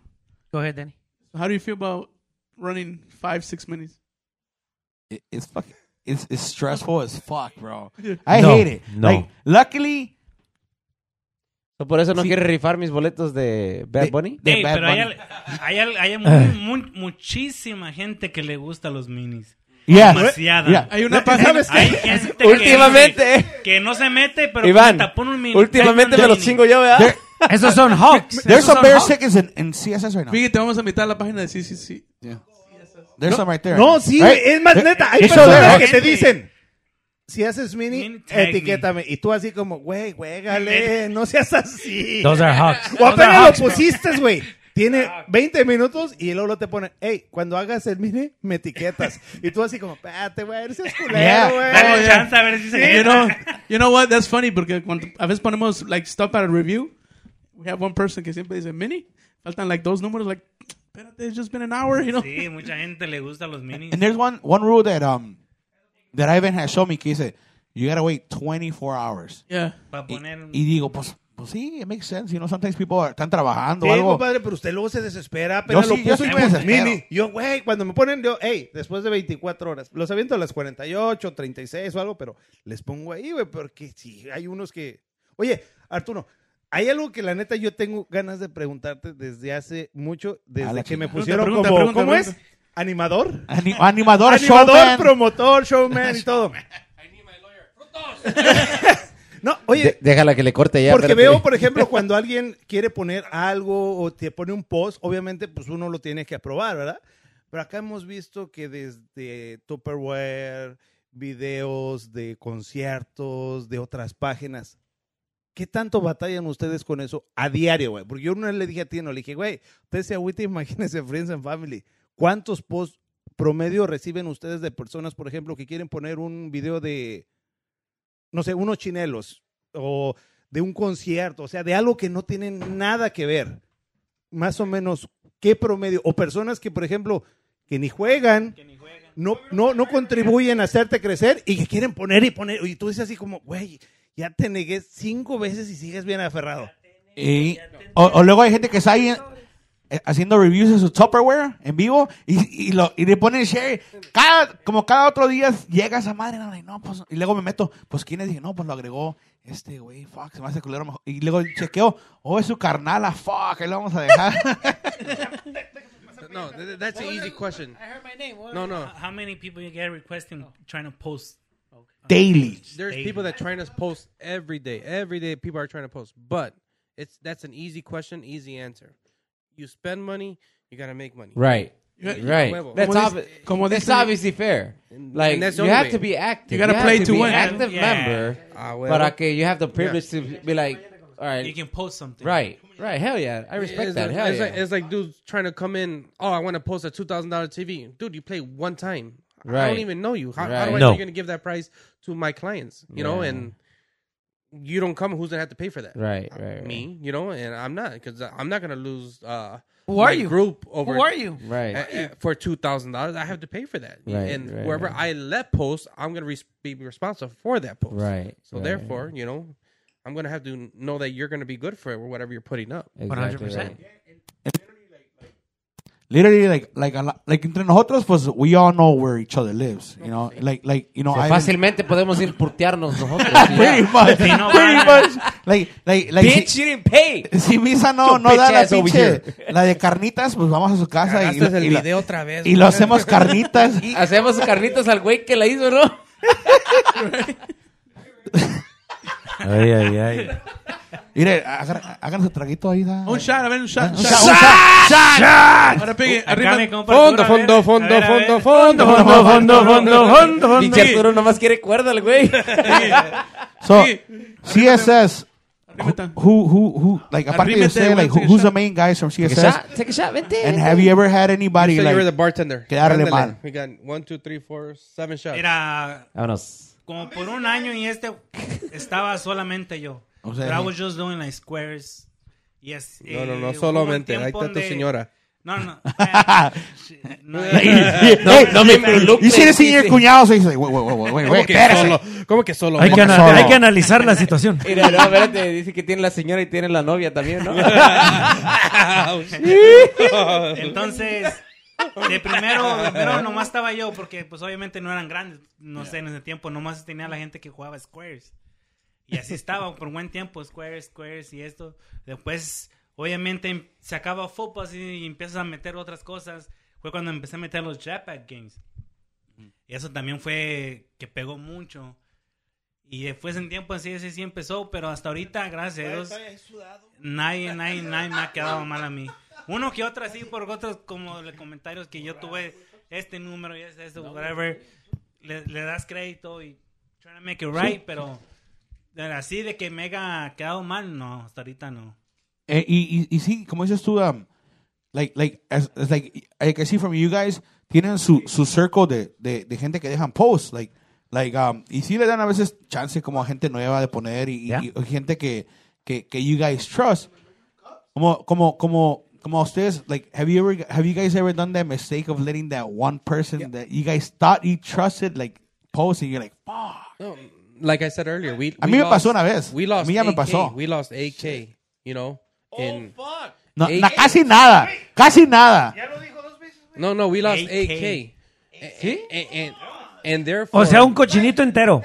Go ahead, Danny. how do you feel about running five, six minutes? it- it's fucking... It's, it's stressful as fuck, bro. Yeah. I No, hate it. no. Like, luckily, So, Por eso no Sí. quiere rifar mis boletos de Bad Bunny. de Ey, Bad pero hay, Bunny. al- hay, al- hay mu- mu- muchísima gente que le gusta los minis. Yeah. Demasiada. Yeah. Hay una página. Hay gente que- Últimamente, que, no se mete, pero Iván, puta, pon un mini. últimamente Pon me un los mini. chingo yo, ¿verdad? Esos son Hawks. There's Esos some son bear Hawks. tickets in, in CSS right now. Fíjate, vamos a meter la página de CCC. There's some right there. No, sí, Right? güey, es más There- neta. Hay there's some personas right que te gente. dicen, si haces Mini, mini, tag etiquétame. Y tú así como, güey, juégale, no seas así. Those are Hawks. O Those are apenas Hawks, lo pusiste, güey. Tiene 20 minutos y luego te pone, hey, cuando hagas el mini, me etiquetas. Y tú así como, "Ah, espérate, güey, eres Yeah. culero, güey. Dale chance a ver si se You know, queda. you know what? That's funny porque cuando, a veces ponemos like stuff para review. We have one person que siempre dice mini. Faltan like dos números like. Espérate, it's just been an hour, you know. Sí, mucha gente le gusta los minis. And there's one one rule that um that Ivan has shown me que dice you gotta wait 24 hours. Yeah. Para Y, poner. y digo pues pues sí, it makes sense. You know, sometimes people are, están trabajando Sí, o algo. compadre, pero usted luego se desespera. Apenas Yo sí, lo yo puso sí y me me dice, desespero. mini. Yo, güey, cuando me ponen, yo, hey, después de 24 horas, los aviento a las 48, 36 o algo, pero les pongo ahí, güey, porque sí, hay unos que. Oye, Arturo, hay algo que la neta yo tengo ganas de preguntarte desde hace mucho, A desde la que me chingada. pusieron Pregunta, como. pregunta, ¿Cómo pregunta, es? ¿Animador? Ani- animador, Animador, showman. promotor, showman y todo. No, oye, De- déjala que le corte ya. porque espérate. veo, por ejemplo, cuando alguien quiere poner algo o te pone un post, obviamente, pues uno lo tiene que aprobar, ¿verdad? Pero acá hemos visto que desde Tupperware, videos de conciertos, de otras páginas, ¿qué tanto batallan ustedes con eso a diario, güey? Porque yo una vez le dije a ti, no, le dije, güey, usted se agüita, imagínense Friends and Family. ¿Cuántos posts promedio reciben ustedes de personas, por ejemplo, que quieren poner un video de, no sé, unos chinelos o de un concierto, o sea, de algo que no tienen nada que ver. Más o menos, ¿qué promedio? O personas que, por ejemplo, que ni juegan, no, no, no contribuyen a hacerte crecer y que quieren poner y poner. Y tú dices así como, güey, ya te negué cinco veces y sigues bien aferrado. Y- o, o luego hay gente que está ahí eh, haciendo reviews de su Tupperware en vivo y, y, lo, y le ponen share. Cada, como cada otro día llega esa madre, no, y no, pues, y luego me meto, pues quién es, dije, no, pues lo agregó este güey, fuck, se me hace culero mejor. Y luego chequeo, oh, es su carnal, ah, fuck, ahí lo vamos a dejar. No, th- th- that's an easy question. I heard my name. What- No, no. How many people you get requesting trying to post? Daily. There's Daily. people that trying to post every day. Every day people are trying to post. But it's that's an easy question, easy answer. You spend money, you gotta make money. Right. Yeah. Right. Huevo. That's, Como dice- obvi- como that's dice- obviously fair. Like and that's the you only have way. to be active. You gotta have play to be win. Active Yeah. member. Ah, huevo. But okay, you have the privilege to be like, all You right, can post something. right, right. Hell yeah, I respect It's that. like- hell it's yeah. like it's like dudes trying to come in. Oh, I want to post a two thousand dollar TV, dude. You play one time. I Right. don't even know you. How, how Right. do No. I know you're gonna give that price to my clients? You know, Yeah. and you don't come. Who's gonna have to pay for that? Uh, right, right, right. Me, you know, and I'm not because I'm not gonna lose. Uh, Who are my you? Group over. Who are you? Right. uh, uh, for two thousand dollars, I have to pay for that, Right, and right, wherever right. I let post, I'm gonna res- be responsible for that post. Right, So right. therefore, you know, I'm gonna have to know that you're gonna be good for whatever you're putting up. Exactly 100%. right. Literally, like, like, a lot, like, entre nosotros, pues, we all know where each other lives, you know, like, like, you know, O sea, Ivan- fácilmente podemos ir purtearnos nosotros. Pretty much, Sí, no, pretty vale. much, like, like, like, si- Bitch, you didn't pay. Si Misa no, Yo, no da la bitch ass over pinche, la de carnitas, pues vamos a su casa y, Cagaste y el la- video otra vez. y lo hacemos carnitas. Hacemos carnitas al güey que la hizo, ¿no? Ay, ay, ay. Mire, hagan hagan su traguito ahí. da. Un shot, a ver, un shot. un Un shot. shot, un shot. Ahora pegue, Acá arriba. mi compa Fondo, Arturo, a ver, fondo, fondo, a ver, a ver. fondo, fondo, fondo, fondo, fondo, fondo, fondo. Pinche Arturo nomás quiere cuerda, el güey. So, Sí. CSS, Arriba está. who, who, who, like, aparte de Arrímete, usted, güey, like, who- take a who's shot. the main guys from Take a CSS? shot, take a shot, vente. And vente. have you ever had anybody, So you were the like, bartender. Quedarle Ándale. mal. We got one, two, three, four, seven shots. Mira, Vámonos. como por un año y este estaba solamente yo. O sea, But I was just doing like squares. Yes. No, no, no, solamente. Ahí está tu señora. No, no. eh, no, eh, Hey, no me involucres. you see the senior dice. cuñado, so he's like, wait, wait, wait, wait, wait, ¿Cómo wait, que espérese. solo? ¿Cómo que solo? Ay, Hay que, ana- Solo. hay que analizar la situación. Mira, no, espérate, dice que tiene la señora y tiene la novia también, ¿no? Entonces, de primero, primero nomás estaba yo, porque pues obviamente no eran grandes, no sé, en ese tiempo nomás tenía la gente que jugaba Squares. Y así estaba por buen tiempo, Squares, Squares y esto. Después, obviamente, em- se acaba fútbol así, y empiezas a meter otras cosas. Fue cuando empecé a meter los Jetpack Games. Y eso también fue que pegó mucho. Y después en tiempo así, así sí empezó, pero hasta ahorita, gracias a Dios, Nadie, nadie, nadie me ha quedado mal a mí. Uno que otro así, por otros como los comentarios que yo tuve este número y este, este, whatever. Le, le das crédito y trying to make it right, pero así de que me ha quedado mal, no, hasta ahorita no. Eh, y, y, y sí, como dices tú, um, like, like, as, as like, like I see from you guys, tienen su, su circle de, de, de gente que dejan posts, like, like, um, y sí le dan a veces chance como a gente nueva de poner y, y- Yeah. y gente que, que, que you guys trust. Como, como, como, como a ustedes, like, have you ever, have you guys ever done that mistake of letting that one person that you guys thought you trusted, like, post and you're like, fuck. No, like I said earlier, we. A we mí me lost- pasó una vez. We A lost. mí ya me AK. pasó. We lost AK. You know. Oh, in- No, Ey, na- ey. casi nada, casi nada. no, no, we lost Eh, AK. AK. And, and, and, eh, and therefore. O sea, un cochinito entero.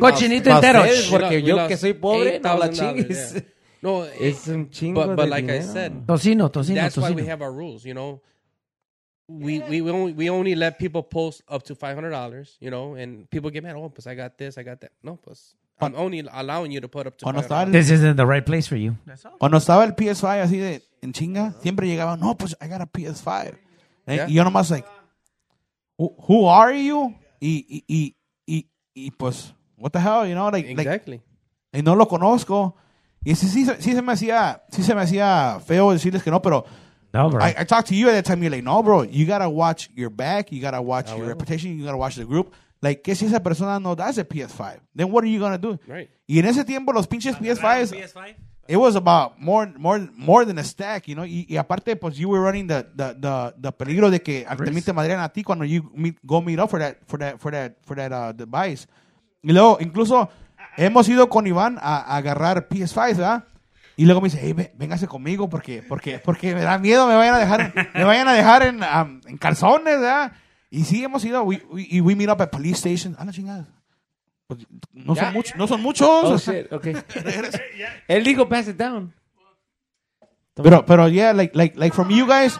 Cochinito Pa' entero. ustedes, We lost- porque we yo lost que soy pobre, no la $8,000, chingues. yeah. No, eh, Es un chingo But, de but like I dinero. Oh, said, Tocino, tocino, that's why we tocino. have our rules. You know, we we we only, we only let people post up to five hundred dollars. You know, and people get mad. Oh, pues I got this, I got that. No, pues I'm only allowing you to put up to. Cuando $500. estaba el- This isn't the right place for you. Cuando estaba el PS5 así de en chinga, siempre llegaba, no, pues I got a PS5. Eh, Yeah. Y yo nomás, like, who, who are you? Y, y, y, y, y, pues, what the hell, you know, like, like, Exactly. y no lo conozco. Y sí, sí, sí se me hacía, sí se me hacía feo decirles que no, pero No, bro. I, I talked to you at that time. You're like, no, bro, you gotta watch your back, you gotta watch Ah, your reputation, you gotta watch the group. Like, ¿qué si esa persona no da ese PS5? Then what are you gonna do? Right. Y en ese tiempo los pinches PS5s PS5. it was about more more more than a stack, you know. Y, y aparte, pues you were running the the the, the peligro de que también te madrean a ti cuando you meet, go meet up for that for that for that for that uh, device. Y luego incluso hemos ido con Iván a, a agarrar PS5, ¿verdad? Y luego me dice, hey, ve- véngase conmigo porque porque porque me da miedo me vayan a dejar me vayan a dejar en, um, en calzones, ¿verdad? Y sí hemos ido we, we- y we meet up at police station. Ah, la chingada. Pues, no son muchos, no son muchos. Oh, o sea, shit, ok. Él dijo, pass it down. Pero, pero yeah, like, like, like from you guys,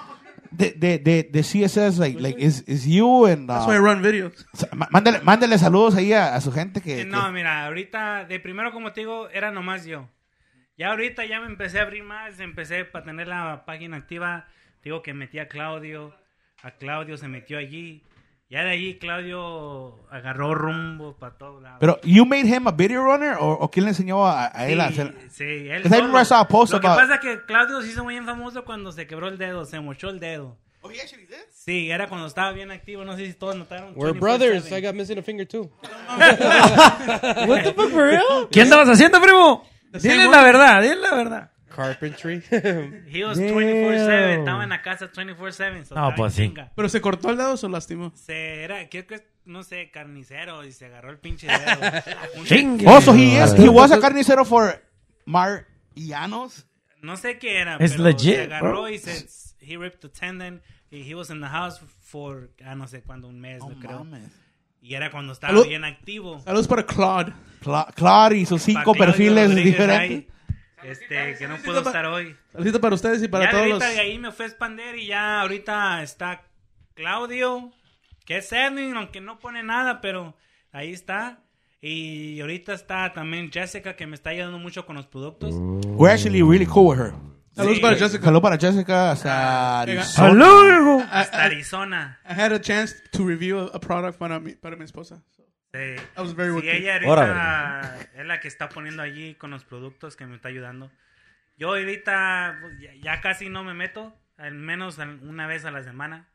the, the, the, the CSS, like, like, is, is you and, That's why I uh, run videos. sa- má- mándale, mándale saludos ahí a, a su gente que, Eh, que- No, mira, ahorita, de primero, como te digo, era nomás yo. Ya ahorita ya me empecé a abrir más, empecé para tener la página activa. Te Digo que metí a Claudio, a Claudio se metió allí. Ya de allí Claudio agarró rumbo para todos lados. pero, you made him a video runner, o, o quién le enseñó a, a él a Sí, hacer? sí, él 'Cause I solo. remember I saw a post Lo que about- pasa es que Claudio se hizo muy bien famoso cuando se quebró el dedo, se mochó el dedo. Sí, era cuando estaba bien activo, no sé si todos notaron. We're 24/7. brothers. I got missing a finger too. What the fuck, for real? ¿Qué andabas haciendo, primo? Dile la verdad, dile la verdad. Carpentry. He was 24-7, estaba en la casa 24-7. so No, estaba pues en sí. chinga. Pero se cortó el dedo o se lastimó. Se era, creo que, no sé, carnicero y se agarró el pinche dedo. Un- Chingue. Oh, so he Ah, is, he was a carnicero for Marianos? No sé qué era, It's pero legit, se agarró bro. y se, he ripped the tendon y he was in the house for, ah, no sé cuándo, un mes, no creo. mames. Y era cuando estaba Salud. bien activo. Saludos para Claude. Cla- Claro, y sus Pa' cinco Claudio perfiles Rodríguez diferentes. ahí, Este, que no puedo estar hoy. Saludito para ustedes y para ya de todos los... ahorita de ahí me fue a expander y ya ahorita está Claudio, que es Edwin, aunque no pone nada, pero ahí está. Y ahorita está también Jessica, que me está ayudando mucho con los productos. Oh. We're actually really cool with her. Saludos para Jessica. Saludos para Jessica. hasta Venga. Arizona. Ah, Hasta Arizona. I had a chance to review a, a product para mi, para mi esposa. Sí. I was very Sí, working. ella ahorita es la que está poniendo allí con los productos que me está ayudando. Yo ahorita pues, ya, ya casi no me meto, al menos al- una vez a la semana.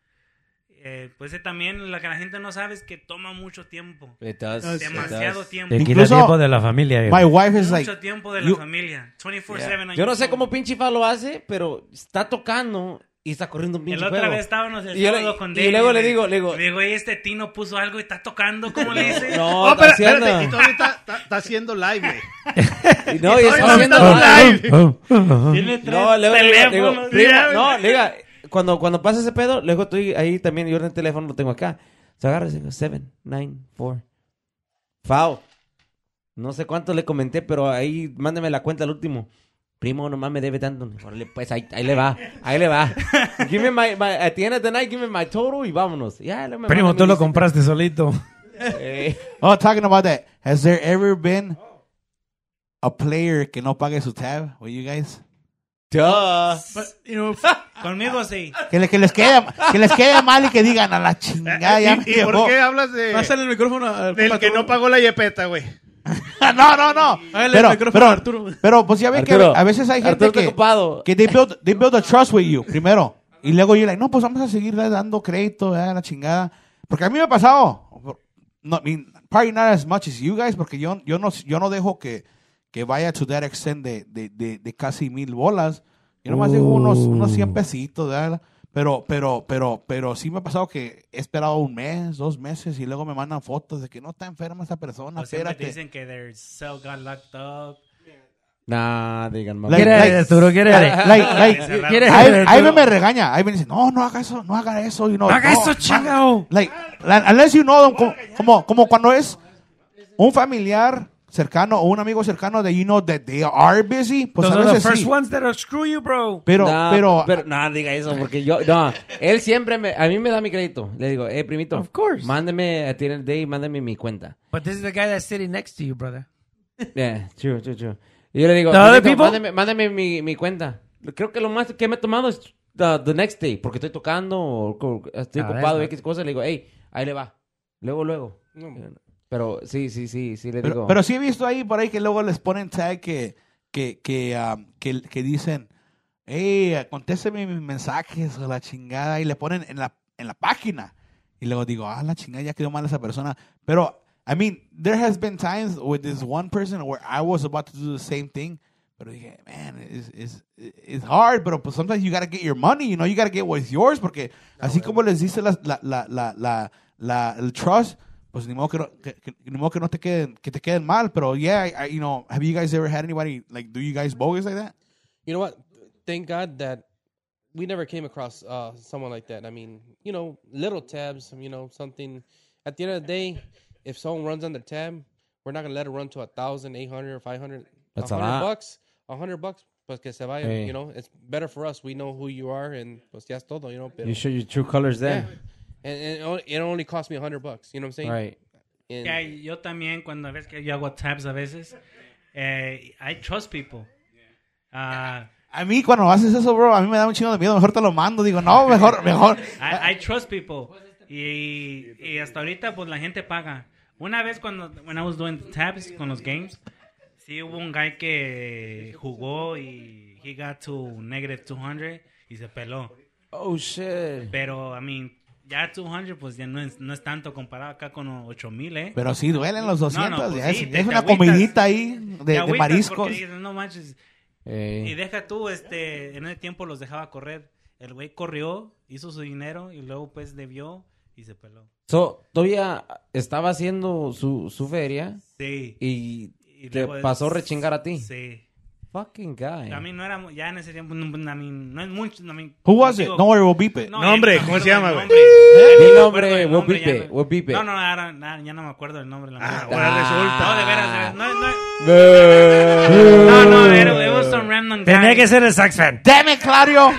Eh, pues eh, también lo que la gente no sabe es que toma mucho tiempo. It does, it Demasiado does. tiempo. Te quita Incluso- tiempo de la familia. My wife is like, Mucho tiempo de la you- familia. 24-7. on Yo no sé YouTube. cómo pinche fa lo hace, pero está tocando y está corriendo un El pinche otra juego. vez estábamos el Y yo le- sábado con y David, luego le güey. digo- le digo- Y digo, "Oye, este Tino puso algo y está tocando, ¿cómo le dice? No, Oh, está espérate, haciendo. espérate, y todavía está, está- está haciendo live, güey. Y No, y está Todavía haciendo. está live. Tiene tres No, luego le digo, digo, teléfonos. primo, Ya, no, le digo, cuando, cuando pasa ese pedo, luego estoy ahí también, yo en el teléfono lo tengo acá. Se agarra y digo, 7, 9, 4. Fao. No sé cuánto le comenté, pero ahí mándeme la cuenta al último. Primo, nomás me debe tanto. Órale, pues ahí, ahí le va, ahí le va. Give me my, my, at the end of the night, give me my total y vámonos. Ya, luego me Primo, manda tú mi lo visita. compraste solito. Eh, oh, talking about that. Has there ever been a player que no pague su tab with you guys? duh. But, you know, Conmigo sí. Que, le- que les quede, que les quede mal y que digan a la chingada, ya me ¿Y, y por llevó. qué hablas de, pásale el micrófono al del compa que Arturo. no pagó la yepeta, güey? no, no, no. Pásale el Pero, micrófono a pero, Arturo. pero pues ya ven que Arturo, a veces hay gente Arturo está que, ocupado. que they build, they build a trust with you primero. Y luego you're like, no, pues vamos a seguir dando crédito, eh, la chingada. Porque a mí me ha pasado. No, I mean, probably not as much as you guys, porque yo, yo, no, yo no dejo que, que vaya to that extent de, de, de, de casi mil bolas. Yo nomás dejo unos, unos 100 pesitos, ¿verdad? Pero, pero, pero, pero sí me ha pasado que he esperado un mes, dos meses y luego me mandan fotos de que no está enferma esa persona, O siempre te Ah, espérate. dicen que their cell got locked up. Nah, digan, mamá. Like- Quiere, like- Arturo, quiere. like, like, Quiere, Ahí ahí Arturo. me regaña. Ahí me dice, no, no haga eso, no haga eso. Y no, Haga no, eso, man. chingao. Like, la- unless you know, como, como, como cuando es un familiar cercano o un amigo cercano de you know that they are busy, pues Those a are the veces first sí. ones that'll screw you, bro. Pero, Nah, pero, nah, diga eso, porque yo, no, él siempre me, a mí me da mi crédito. Le digo, eh, primito, Of course. mándeme a Tinder Day, mándeme mi cuenta. Eh, But this is the guy that's sitting next to you, brother. Yeah, true, true, true. Y yo le digo, The other "Primito, people? mándeme, mándeme mi, mi cuenta. Creo que lo más que me he tomado es the, the next day, porque estoy tocando o co- estoy Ah, ocupado, ¿ves? X cosas. Le digo, hey, ahí le va. Luego, luego. Pero sí, sí, sí, sí le pero, digo. pero sí he visto ahí por ahí que luego les ponen tag que, que, que, um, que, que dicen, hey, contésteme mis mensajes o la chingada, y le ponen en la, en la página. Y luego digo, ah, la chingada, ya quedó mal esa persona. Pero, I mean, there has been times with this one person where I was about to do the same thing. Pero dije, man, it's, it's, it's hard, pero pues sometimes you gotta get your money, you know, you gotta get what's yours, porque Ah, así como les dice la, la, la, la, la, la- el trust, pues ni modo que no, que, que- ni modo que no te queden, que te queden mal, pero yeah, I- I- you know, have you guys ever had anybody, like, do you guys bogus like that? You know what? Thank God that we never came across uh, someone like that. I mean, you know, little tabs, you know, something. At the end of the day, if someone runs on the tab, we're not going to let it run to a thousand, eight hundred, or five hundred. That's a lot. bucks. A hundred bucks. Pues que se vaya, Hey. you know, it's better for us. We know who you are, and pues ya es todo, you know. Pero, you show your true colors yeah. there. And, and it only- it only cost me a hundred bucks. You know what I'm saying? Right. And- Ya, yo también, cuando ves que yo hago tabs a veces, eh, I trust people. Ah, A mí cuando haces eso, bro, a mí me da un chingo de miedo, mejor te lo mando, digo, no, mejor, mejor. I, I trust people. Y, y hasta ahorita, pues la gente paga. Una vez cuando when I was doing tabs con los games, sí hubo un guy que jugó y he got to negative 200 y se peló. Oh, shit. Pero, I mean, ya 200 pues ya no es, no es tanto comparado acá con 8000, ¿eh? Pero sí, duelen los 200, No, no, pues ya sí, es, te- es te una agüitas. comidita ahí de, Te de agüitas porque mariscos. dices, no manches. Y Eh, deja tú, este, en el tiempo los dejaba correr. El güey corrió, hizo su dinero y luego pues debió y se peló. so, todavía estaba haciendo su, su feria Sí. y Y te luego es- pasó rechingar a ti. Eh. Sí. Fucking guy. A mí no era, mu- ya en ese tiempo, no, no, a mí no es mucho. no, a mí- Who was it? digo- Don't worry, we'll beep it. No, No, ya me hombre, acuerdo ¿cómo se del llama, güey? nombre. Di Ya me acuerdo nombre, del we'll nombre, beep ya it, no- we'll beep it. No, no, ahora, na- ya no me acuerdo del nombre. la Ah, neta. ahora No, de veras, Ah. de veras, No, no, no, no, it, it was just some random guy. Tenía que ser el sax fan. Damn it, Claudio.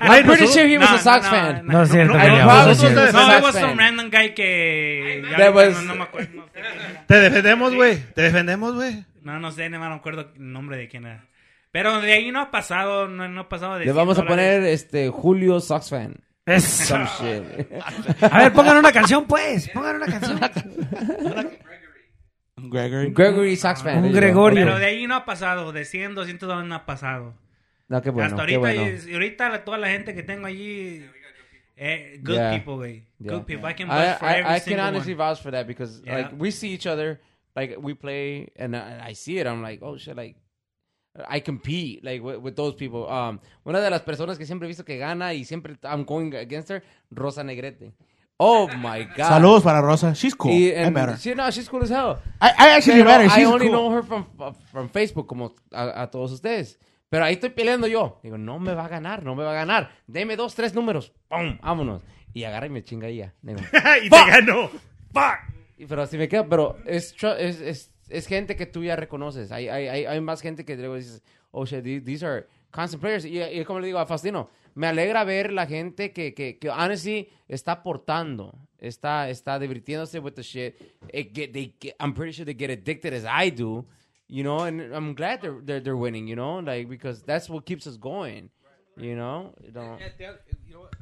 I'm pretty sure he was No, a Sox no, fan. No es cierto, no, Emilio, no, no no, es no, cierto. no, No, Sax it was fan. some random guy que. ya That no- was- No me acuerdo. Te defendemos, güey. Te defendemos, güey. No, no sé, no me acuerdo el nombre de quién era. Pero de ahí no ha pasado, no, no ha pasado de Le vamos a 100 dólares. poner este Julio Sox fan. Es- Some Ah. shit. A ver, pongan una canción, pues. Pongan una canción. Gregory. Gregory Sox fan. Un there you go. Gregorio. Pero de ahí no ha pasado, de 100, 200 dólares no ha pasado. No, qué bueno, Hasta qué ahorita, bueno. y, y ahorita la- toda la gente que tengo allí. Eh, good Yeah. people, güey. Good Yeah. people. I can I, vouch for I- every I can single honestly one. vouch for that because Yeah. like we see each other, like we play, and I, and I see it. I'm like, oh shit, like I compete like with, with those people. Um, una de las personas que siempre he visto que gana y siempre I'm going against her, Rosa Negrete. Oh my god. Saludos para Rosa. She's cool. Y- I and met her. she, no, she's cool as hell. I, I actually Pero met her. I She's only cool. know her from, uh, from Facebook, como a, a todos ustedes. Pero ahí estoy peleando yo. Digo, no me va a ganar, no me va a ganar. Deme dos, tres números. ¡Pum! Vámonos. Y agarra y me chinga ella. Digo, y te ganó. y- pero así me queda. Pero es, tru- es, es, es gente que tú ya reconoces. Hay, hay, hay, hay más gente que luego dices, oh shit, the- these are constant players. Y, y como le digo a Faustino, me alegra ver la gente que, que, que honestly está aportando. Está, está divirtiéndose with the shit. It get- they get- I'm pretty sure they get addicted as I do. You know, and I'm glad they're, they're, they're winning, you know, like, because that's what keeps us going. You know? Don't- At the, you know what?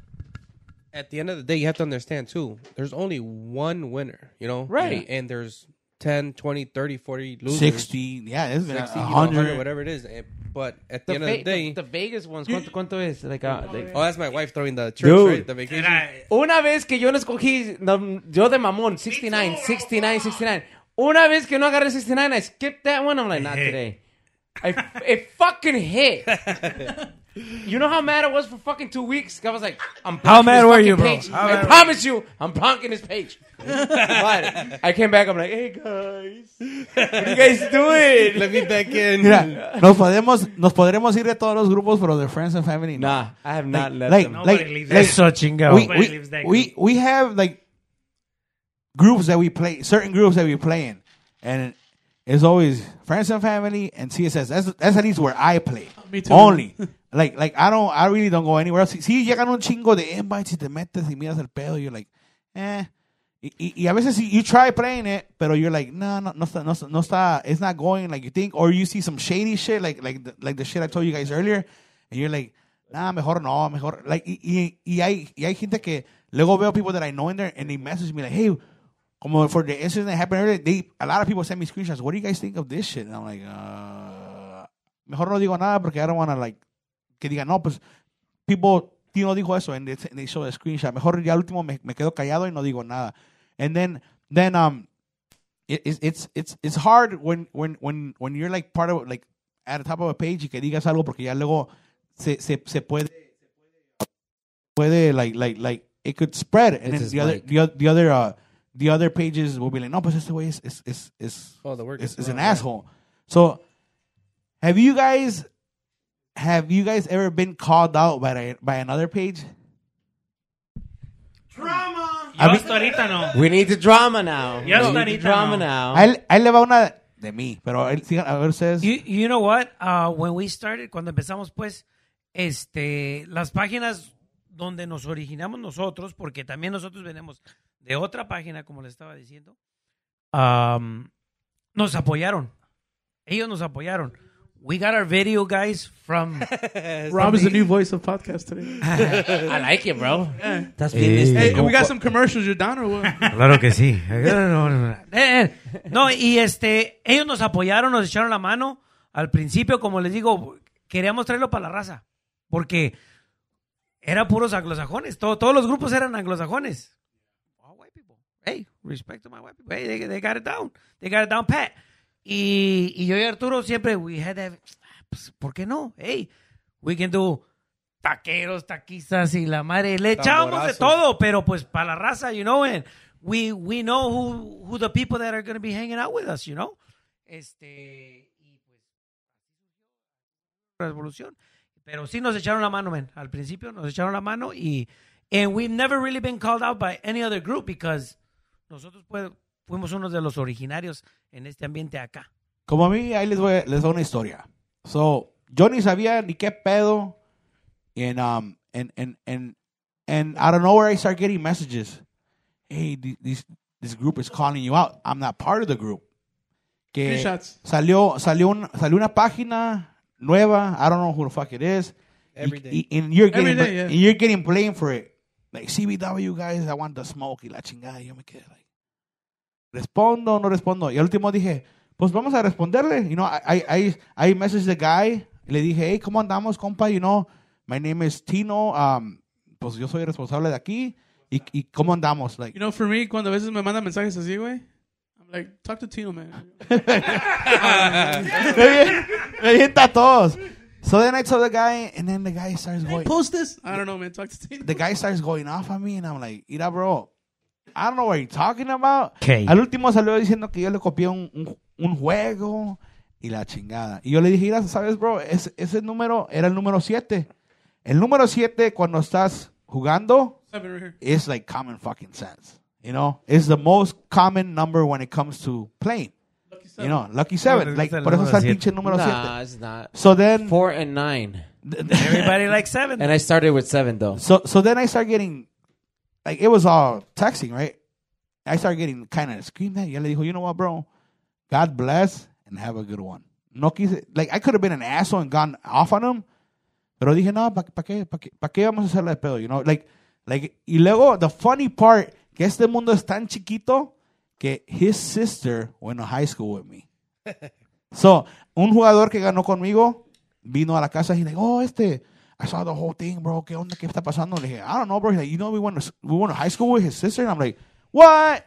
At the end of the day, you have to understand too. There's only one winner, you know? Right. And there's 10, 20, 30, 40 losers. 60. Yeah, it's been 60, 100, 100. whatever it is. And- But at the, The, end of the Ve- day. the, the Vegas ones, ¿cuánto, cuánto es? Like, uh, like- oh, that's my wife throwing the church, Dude. right? The vacation. Era- Una vez que yo no escogí, no, yo de mamón, 69, 69, 69. Una vez que no agarré 69, I skipped that one. I'm like, not today. I, it fucking hit. You know how mad I was for fucking two weeks? I was like, I'm How blocking mad this were fucking you, bro? page. How I mad- promise you, I'm blocking this page. but I came back, I'm like, hey guys, what are you guys doing? Let me back in. Mira, nos podemos, nos podremos ir de todos los grupos, pero de Friends and Family. no. Nah, I have not left like, them. Nobody like, leaves like, Eso, chingado. we, Nobody we, leaves that we, we have like groups that we play, certain groups that we play in, and it's always friends and family and CSS. That's that's at least where I play. Me too. Only. Like, like I don't, I really don't go anywhere else. Si, si llegan un chingo de invites y te metes y miras el pedo, you're like, eh. Y, y, y a veces you try playing it, pero you're like, no, no, no está, no, está- no está, it's not going like you think, or you see some shady shit, like, like, the, like the shit I told you guys earlier, and you're like, nah, mejor no, mejor, like, y, y, y hay, y hay gente que, luego veo people that I know in there, and they message me like, hey, como for the incident that happened earlier, they, a lot of people send me screenshots, what do you guys think of this shit? And I'm like, uh, mejor no digo nada porque I don't want to, like, que digan, no, pues, people, Tino dijo eso, and they, and they show a screenshot. Mejor ya al último me, me quedo callado y no digo nada. And then, then, um, it, it's it's it's it's hard when when when when you're like part of like at the top of a page y que digas algo porque ya luego se se se puede puede like like like it could spread and then his the other, mic. the other the other uh the other pages will be like no pues este güey es es es, es Oh, the word is, is is an wrong, yeah. asshole. So, have you guys have you guys ever been called out by a- by another page? Yo hasta ahorita no. We need the drama now. Ya we hasta need the ahorita drama no. now. Ahí ahí le va una de mí, pero él siga- a ver ustedes. You, you know what? Uh, when we started, cuando empezamos, pues, este, las páginas donde nos originamos nosotros, porque también nosotros venimos de otra página, como les estaba diciendo, um, nos apoyaron. Ellos nos apoyaron. We got our video, guys, from... Rob is the new voice of podcast today. I like it, bro. ¿Estás bien, este? Hey, and we got some commercials. You're down or what? Claro que sí. Eh, No, y este, ellos nos apoyaron, nos echaron la mano. Al principio, como les digo, queríamos traerlo para la raza, porque era puros anglosajones. Todo- todos los grupos eran anglosajones. All white people. Hey, respect to my white people. Hey, they, they got it down. They got it down pat. Y, y yo y Arturo siempre, we had that- pues, ¿por qué no? Hey, we can do taqueros, taquizas y la madre. Le echábamos de todo, pero pues para la raza, you know, and we, we know who, who the people that are going to be hanging out with us, you know. Este, y pues, revolución. Pero sí nos echaron la mano, man. Al principio nos echaron la mano y, and we've never really been called out by any other group because nosotros pues, fuimos unos de los originarios en este ambiente acá. Como a mí, ahí les voy a- les doy una historia. So, yo ni sabía ni qué pedo. And, um, and, and, and, and out of nowhere, I start getting messages. Hey, th- this, this group is calling you out. I'm not part of the group. Eh, Que Screenshots. salió, salió, un- salió una página nueva. I don't know who the fuck it is. Every E, Y- day. y- and you're getting, Every day, yeah. and you're getting blamed for it. Like, CBW, guys, I want the smoke. Y la chingada. Y yo me quedé, like, ¿respondo o no respondo? Y al último dije, pues vamos a responderle. You know, I, I, I, I messaged the guy. Le dije, hey, ¿cómo andamos, compa? You know, my name is Tino. Um, pues yo soy responsable de aquí. ¿Y, y cómo andamos? Like, You know, for me, cuando a veces me mandan mensajes así, güey, I'm like, talk to Tino, man. Me bien- me bien todos. So then I told the guy, and then the guy starts going. Post this. I don't know, man. Talk to Tino. the guy starts going off on me, and I'm like, mira, bro, I don't know what you're talking about. Okay. Al último salió diciendo que yo le copié un, un, un juego y la chingada. Y yo le dije, mira, sabes, bro, ese, ese número era el número 7. El número 7, cuando estás jugando, Seven right here. is like common fucking sense. You know, it's the most common number when it comes to playing. Lucky You seven. know, lucky 7. Número Like, siete, por eso número está el siete. pinche número 7. Nah, it's not. So then, Four and nine. Everybody likes seven. And I started with seven, though. So so then I start getting like it was all texting, right? I started getting kind of screamed at. Y le dijo, you know what, bro? God bless and have a good one. No quise, like I could have been an asshole and gone off on him, pero dije, no, ¿para pa qué, pa qué, pa qué vamos a hacerle de pedo? You know, like, like, y luego, the funny part, que este mundo es tan chiquito que his sister went to high school with me. So, un jugador que ganó conmigo vino a la casa y le dijo, oh, este, I saw the whole thing, bro. ¿Qué onda? ¿Qué está pasando? Le dije, I don't know, bro. He's like, you know, we went, to, we went to high school with his sister. And I'm like, what?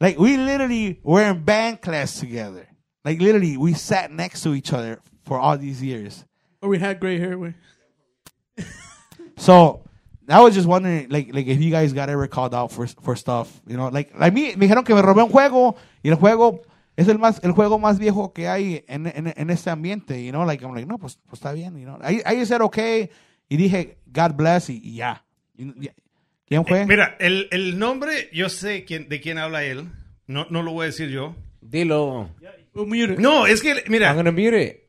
Like, we literally were in band class together. Like, literally, we sat next to each other for all these years. Or we had gray hair, güey. So, I was just wondering, like, like if you guys got ever called out for, for stuff, you know, like, like me, me dijeron que me robé un juego, y el juego es el más, el juego más viejo que hay en, en, en este ambiente, you know, like, I'm like, no, pues, pues está bien, you know. I, I just said, okay, y dije, God bless, y, y ya. Y- y- ¿Quién fue? Eh, Mira, el, el nombre, yo sé quién, de quién habla él. No, no lo voy a decir yo. Dilo. We'll mute it. No, es que, I'm mira, gonna mute it.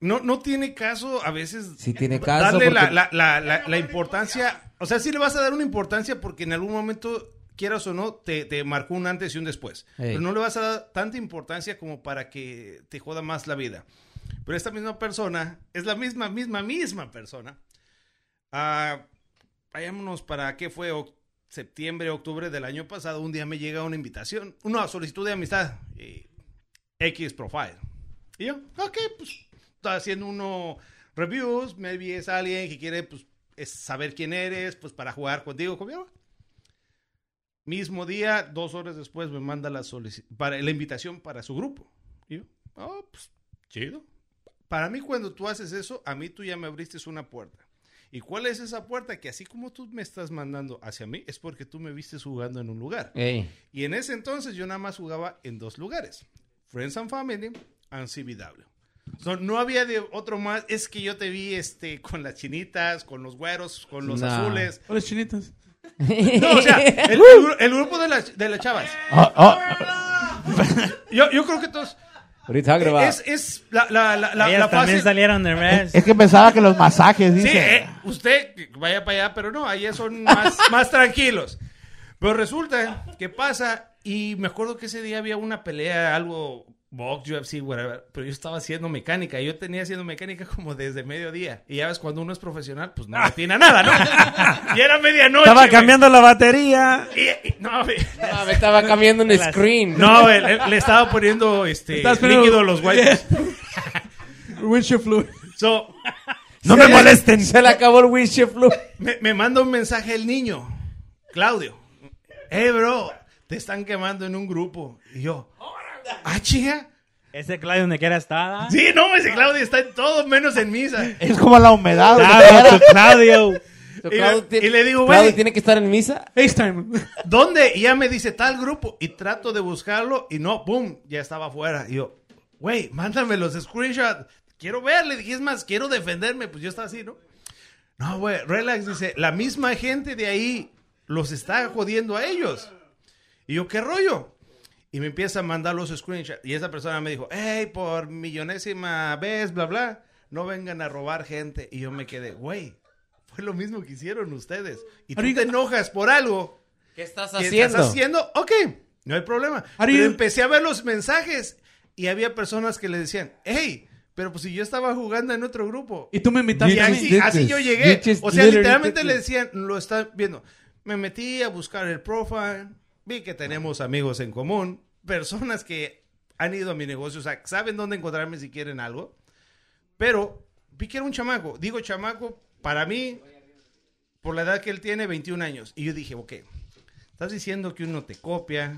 no, no tiene caso a veces Si tiene caso. darle la, porque- la- la- la- la importancia. O sea, sí le vas a dar una importancia porque en algún momento, quieras o no, te, te marcó un antes y un después. Ey. Pero no le vas a dar tanta importancia como para que te joda más la vida. Pero esta misma persona, es la misma, misma, misma persona. Ah, vayámonos para qué fue Oc- septiembre, octubre del año pasado. Un día me llega una invitación, una solicitud de amistad. eh, X profile. Y yo, ok, pues está haciendo uno reviews, maybe es alguien que quiere pues, es saber quién eres, pues para jugar contigo, conmigo. Mismo día, dos horas después me manda la, solici- para, la invitación para su grupo. Y yo, oh, pues chido. Para mí cuando tú haces eso, a mí tú ya me abriste una puerta. ¿Y cuál es esa puerta? Que así como tú me estás mandando hacia mí, es porque tú me viste jugando en un lugar. Ey. Y en ese entonces yo nada más jugaba en dos lugares: Friends and Family and CBW. So, no había de otro más. Es que yo te vi este, con las chinitas, con los güeros, con los Nah. azules. Hola, chinitas. No, o sea, el, el gru- el grupo de las, de las chavas. Oh, oh, Yo, yo creo que todos. What are you talking about? Es, es la, la, la, la- Ellas la también fase. salieron de Res. es que pensaba que los masajes, Sí, dice. eh, usted que vaya para allá, pero no, allá son más, más tranquilos. Pero resulta que pasa, y me acuerdo que ese día había una pelea, algo, box, UFC, whatever, pero yo estaba haciendo mecánica, yo tenía haciendo mecánica como desde mediodía. Y ya ves, cuando uno es profesional, pues no tiene nada, ¿no? Y era medianoche. Ah, Estaba güey. cambiando la batería. Y- y- no, güey. Ah, me estaba cambiando un screen. No, güey, le, le estaba poniendo este Estás poniendo- líquido a los guayos. Windshield fluid. So, No me molesten. Se le acabó el windshield flu. Me, me manda un mensaje el niño, Claudio. Hey, bro, te están quemando en un grupo. Y yo, ah, chica. Ese Claudio donde quiera estaba. Sí, no, ese Claudio está en todo menos en misa. Es como la humedad. Claudio, Ah, tu Claudio. So, Y le- Claudio tiene- y le digo, Claudio güey. tiene que estar en misa. FaceTime. ¿Dónde? Y ya me dice tal grupo. Y trato de buscarlo y no, ¡pum! Ya estaba afuera. Y yo, güey, mándame los screenshots. Quiero verle. Dije, es más, quiero defenderme. Pues yo estaba así, ¿no? No, güey, relax. Dice, la misma gente de ahí los está jodiendo a ellos. Y yo, ¿qué rollo? Y me empieza a mandar los screenshots. Y esa persona me dijo, hey, por millonésima vez, bla, bla. no vengan a robar gente. Y yo me quedé, güey, fue lo mismo que hicieron ustedes. Y tú Ahorita- te enojas por algo ¿Qué estás que haciendo? estás haciendo, ok, no hay problema. Are you- Pero empecé a ver los mensajes y había personas que le decían, hey, pero pues si yo estaba jugando en otro grupo. Y tú Y me invitaste a mí. así, así yo llegué. just O sea, literally literalmente did le this. decían, lo están viendo. Me metí a buscar el profile, vi que tenemos amigos en común, personas que han ido a mi negocio, o sea, saben dónde encontrarme si quieren algo. Pero vi que era un chamaco. Digo chamaco, para mí, por la edad que él tiene, 21 años. Y yo dije, ok, estás diciendo que uno te copia,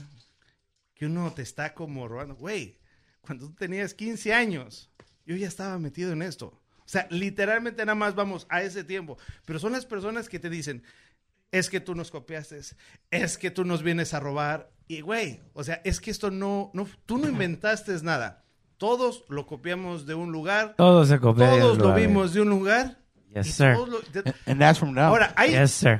que uno te está como robando. Güey, cuando tú tenías 15 años, yo ya estaba metido en esto. O sea, literalmente nada más vamos a ese tiempo. Pero son las personas que te dicen, es que tú nos copiaste, es que tú nos vienes a robar. Y güey, o sea, es que esto no, no, tú no inventaste nada. Todos lo copiamos de un lugar, Todo se copia. todos lo vimos de un lugar. y Yes, sir. todos lo- de- And that's from now. Ahora, hay, Yes, sir.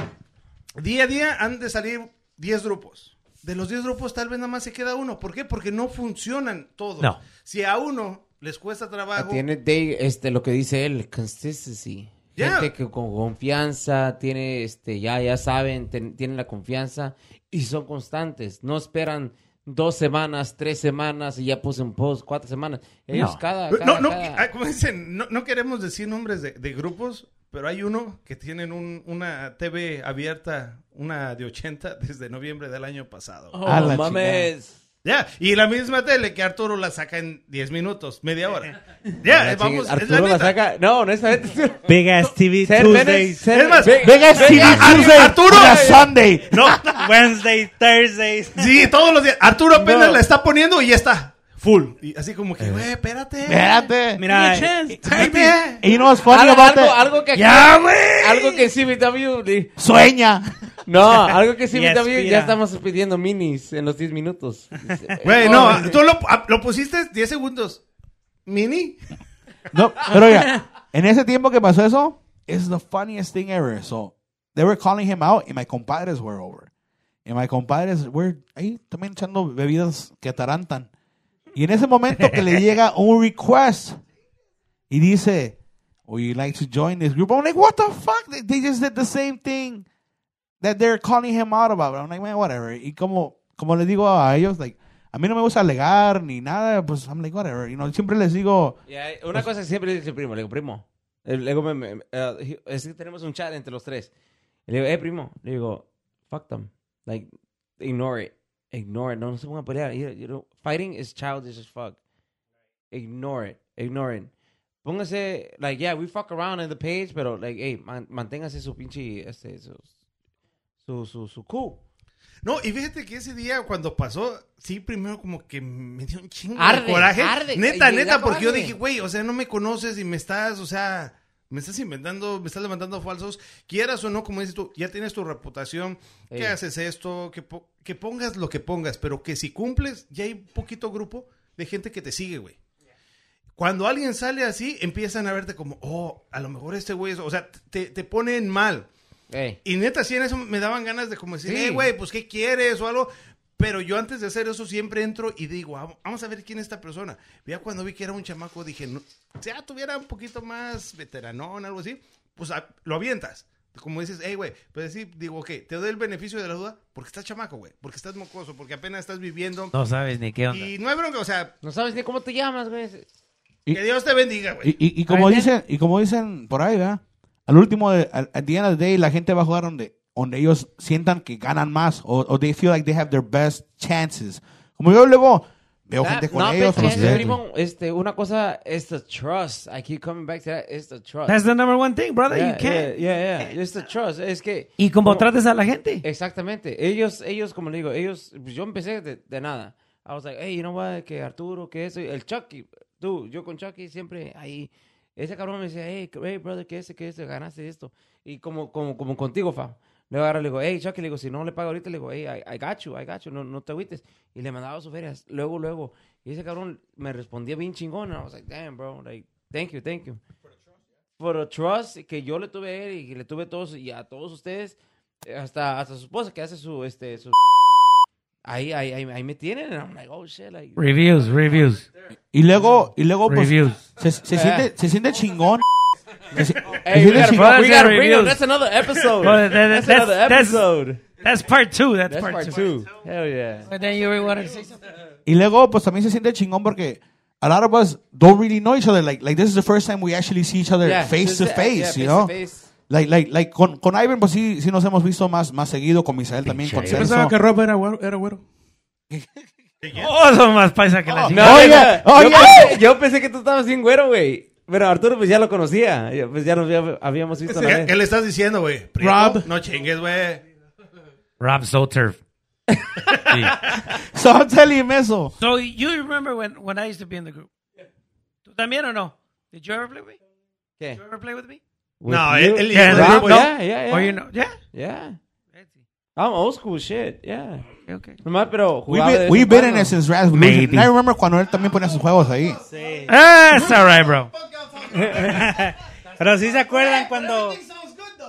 Día a día han de salir 10 grupos. De los 10 grupos tal vez nada más se queda uno. ¿Por qué? Porque no funcionan todos. No. Si a uno les cuesta trabajo, Ah, Tiene de- este, lo que dice él, consistency. Ya. Gente que con confianza tiene, este, ya, ya saben, ten- tienen la confianza y son constantes. No esperan dos semanas, tres semanas y ya puse un post, cuatro semanas. Ellos No. cada, cada, no, no, cada- ah, como dicen, no, no queremos decir nombres de, de grupos, pero hay uno que tienen un- una TV abierta, una de 80 desde noviembre del año pasado. Oh, A la Ya, y la misma tele que Arturo la saca en 10 minutos, media hora. Ya, Ah, chingue, vamos, es Arturo la neta. saca. No, honestamente. Big ass TV Ser Venice, Tuesdays. ser- Es más, Ve- Vegas TV Tuesday. Arturo. Vegas Sunday. No, Wednesdays, Thursdays. Sí, todos los días. Arturo apenas No. la está poniendo y ya está. Full. Y así como que, güey, espérate. Espérate. Mira, Give me a eh, chance. espérate. Y no es funny algo, about algo, that. algo que Ya, güey. algo que CBW di- Sueña. no algo que CBW aspira. ya estamos pidiendo minis en los 10 minutos Dice, "Oh, Güey, no, tú lo, a- lo pusiste 10 segundos. Mini. No, pero ya, en ese tiempo que pasó eso, it's the funniest thing ever. So, they were calling him out and my compadres were over. Y my compadres were ahí también echando bebidas que atarantan. Y en ese momento que le llega un request y dice, would you like to join this group? I'm like, what the fuck? They, they just did the same thing that they're calling him out about. I'm like, man, whatever. Y como, como les digo a ellos, like, a mí no me gusta alegar ni nada, pues I'm like, whatever. You know, siempre les digo... Y hay- una cosa que siempre dice el primo, le digo, primo. eh, Le digo, me- me- me- eh, es que tenemos un chat entre los tres. Y le digo, eh, primo. Le digo, fuck them. Like, ignore it. Ignore it. No, no se pongan a pelear. You- you know, fighting is childish as fuck. Ignore it. Ignore it. Póngase, like, yeah, we fuck around in the page, pero, like, hey, man- manténgase su pinche, este, su, su, su, su cool. No, y fíjate que ese día cuando pasó, sí, primero como que me dio un chingo Arde, de coraje. arde. Neta, Y le da neta, porque yo coraje. dije, güey, o sea, no me conoces y me estás, o sea, me estás inventando, me estás levantando falsos. Quieras o no, como dices tú, ya tienes tu reputación, Ey. que haces esto, que, po- que pongas lo que pongas, pero que si cumples, ya hay poquito grupo de gente que te sigue, güey. Cuando alguien sale así, empiezan a verte como, oh, a lo mejor este güey es, o sea, te, te ponen mal. Hey. Y neta, sí, en eso me daban ganas de como decir, Sí. "Ey, güey, pues ¿qué quieres? o algo. Pero yo antes de hacer eso siempre entro y digo, "Ah, vamos a ver quién es esta persona. Ya cuando vi que era un chamaco, dije, no, ya tuviera un poquito más veteranón, algo así, pues ah, lo avientas. Como dices, hey, güey, pues sí, digo, ok, te doy el beneficio de la duda porque estás chamaco, güey, porque estás mocoso, porque apenas estás viviendo. No sabes ni qué onda. y no hay bronca, o sea, No sabes ni cómo te llamas, güey. Y- que Dios te bendiga, Y, güey. y, y como Ahí dicen, y como dicen por ahí, ¿verdad? Al último, de, al, at the end of the day, la gente va a jugar donde, donde ellos sientan que ganan más o, o they feel like they have their best chances. Como yo luego veo Ah, gente con no, pues, pero ellos. con es, ustedes. primo, este, una cosa es the trust. I keep coming back to that. It's the trust. That's the number one thing, brother. yeah, you can't. Yeah, yeah, yeah. It's the trust. Es que... Y como como- trates a la gente. Exactamente. Ellos, ellos, como le digo, ellos... pues, Yo empecé de, de nada. I was like, hey, you know what? Que Arturo, que eso. El Chucky. Tú, yo con Chucky siempre ahí... Ese cabrón me decía, hey, hey, brother, que ese, que ese, ganaste esto. Y como, como, como contigo, fam. Luego ahora le digo, hey, Chucky, le digo, si no le pago ahorita, le digo, hey, I, I got you, I got you, no, no te agüites. Y le mandaba sus ferias, luego, luego. Y ese cabrón me respondía bien chingón. and I was like, damn, bro, like, thank you, thank you. Por el trust que yo le tuve a él y que le tuve a todos y a todos ustedes, eh, hasta, hasta su esposa que hace su, este, su... Ahí, ahí, ahí, ahí me tienen. and I'm like, oh shit. Like, Reviews, reviews, Y luego, y luego pues, reviews. se, se Eh. siente, se siente chingón. Se, si- se hey, we siente gotta, chingón. brother. we gotta Reviews. bring them. That's another episode. Brother, that- that's, that's- another that's- episode. That's part two. That's, That's part, part two. two. Hell yeah. But then you already wanted to say something. Y luego, pues también se siente chingón porque a lot of us don't really know each other. Like, like this is the first time we actually see each other Yeah, face to yeah, yeah, face, you face to know? face. Like, like, like, con, con Ivan, pues sí, sí nos hemos visto más, más seguido, con Misael también, con Yo Celso. pensaba que Rob era güero. Era güero. Oh, son más paisa que la chica. Oye, yo, oye. pensé, yo pensé que tú estabas bien güero, güey. Pero Arturo pues ya lo conocía. Ya, Pues ya nos había- habíamos visto la ¿Qué, vez. qué le estás diciendo, güey? ¿Prieto? Rob. No chingues, güey. Rob Zoter. So I'm telling him eso. So you remember when, when I used to be in the group? ¿Tú también o no? Did you ever play with me? ¿Qué? Did you ever play with me? No, you? él, él Yeah, dijo, no, güey, Yeah, yeah, yeah. Or you know? Yeah. Yeah. I'm old school shit, yeah. Okay. Nomás, pero We've jugaba de been, vez we've en been in cuando. it since Rasmus. Maybe. I remember cuando él también ponía sus juegos ahí. Ah, it's all right, bro. Pero sí se acuerdan cuando.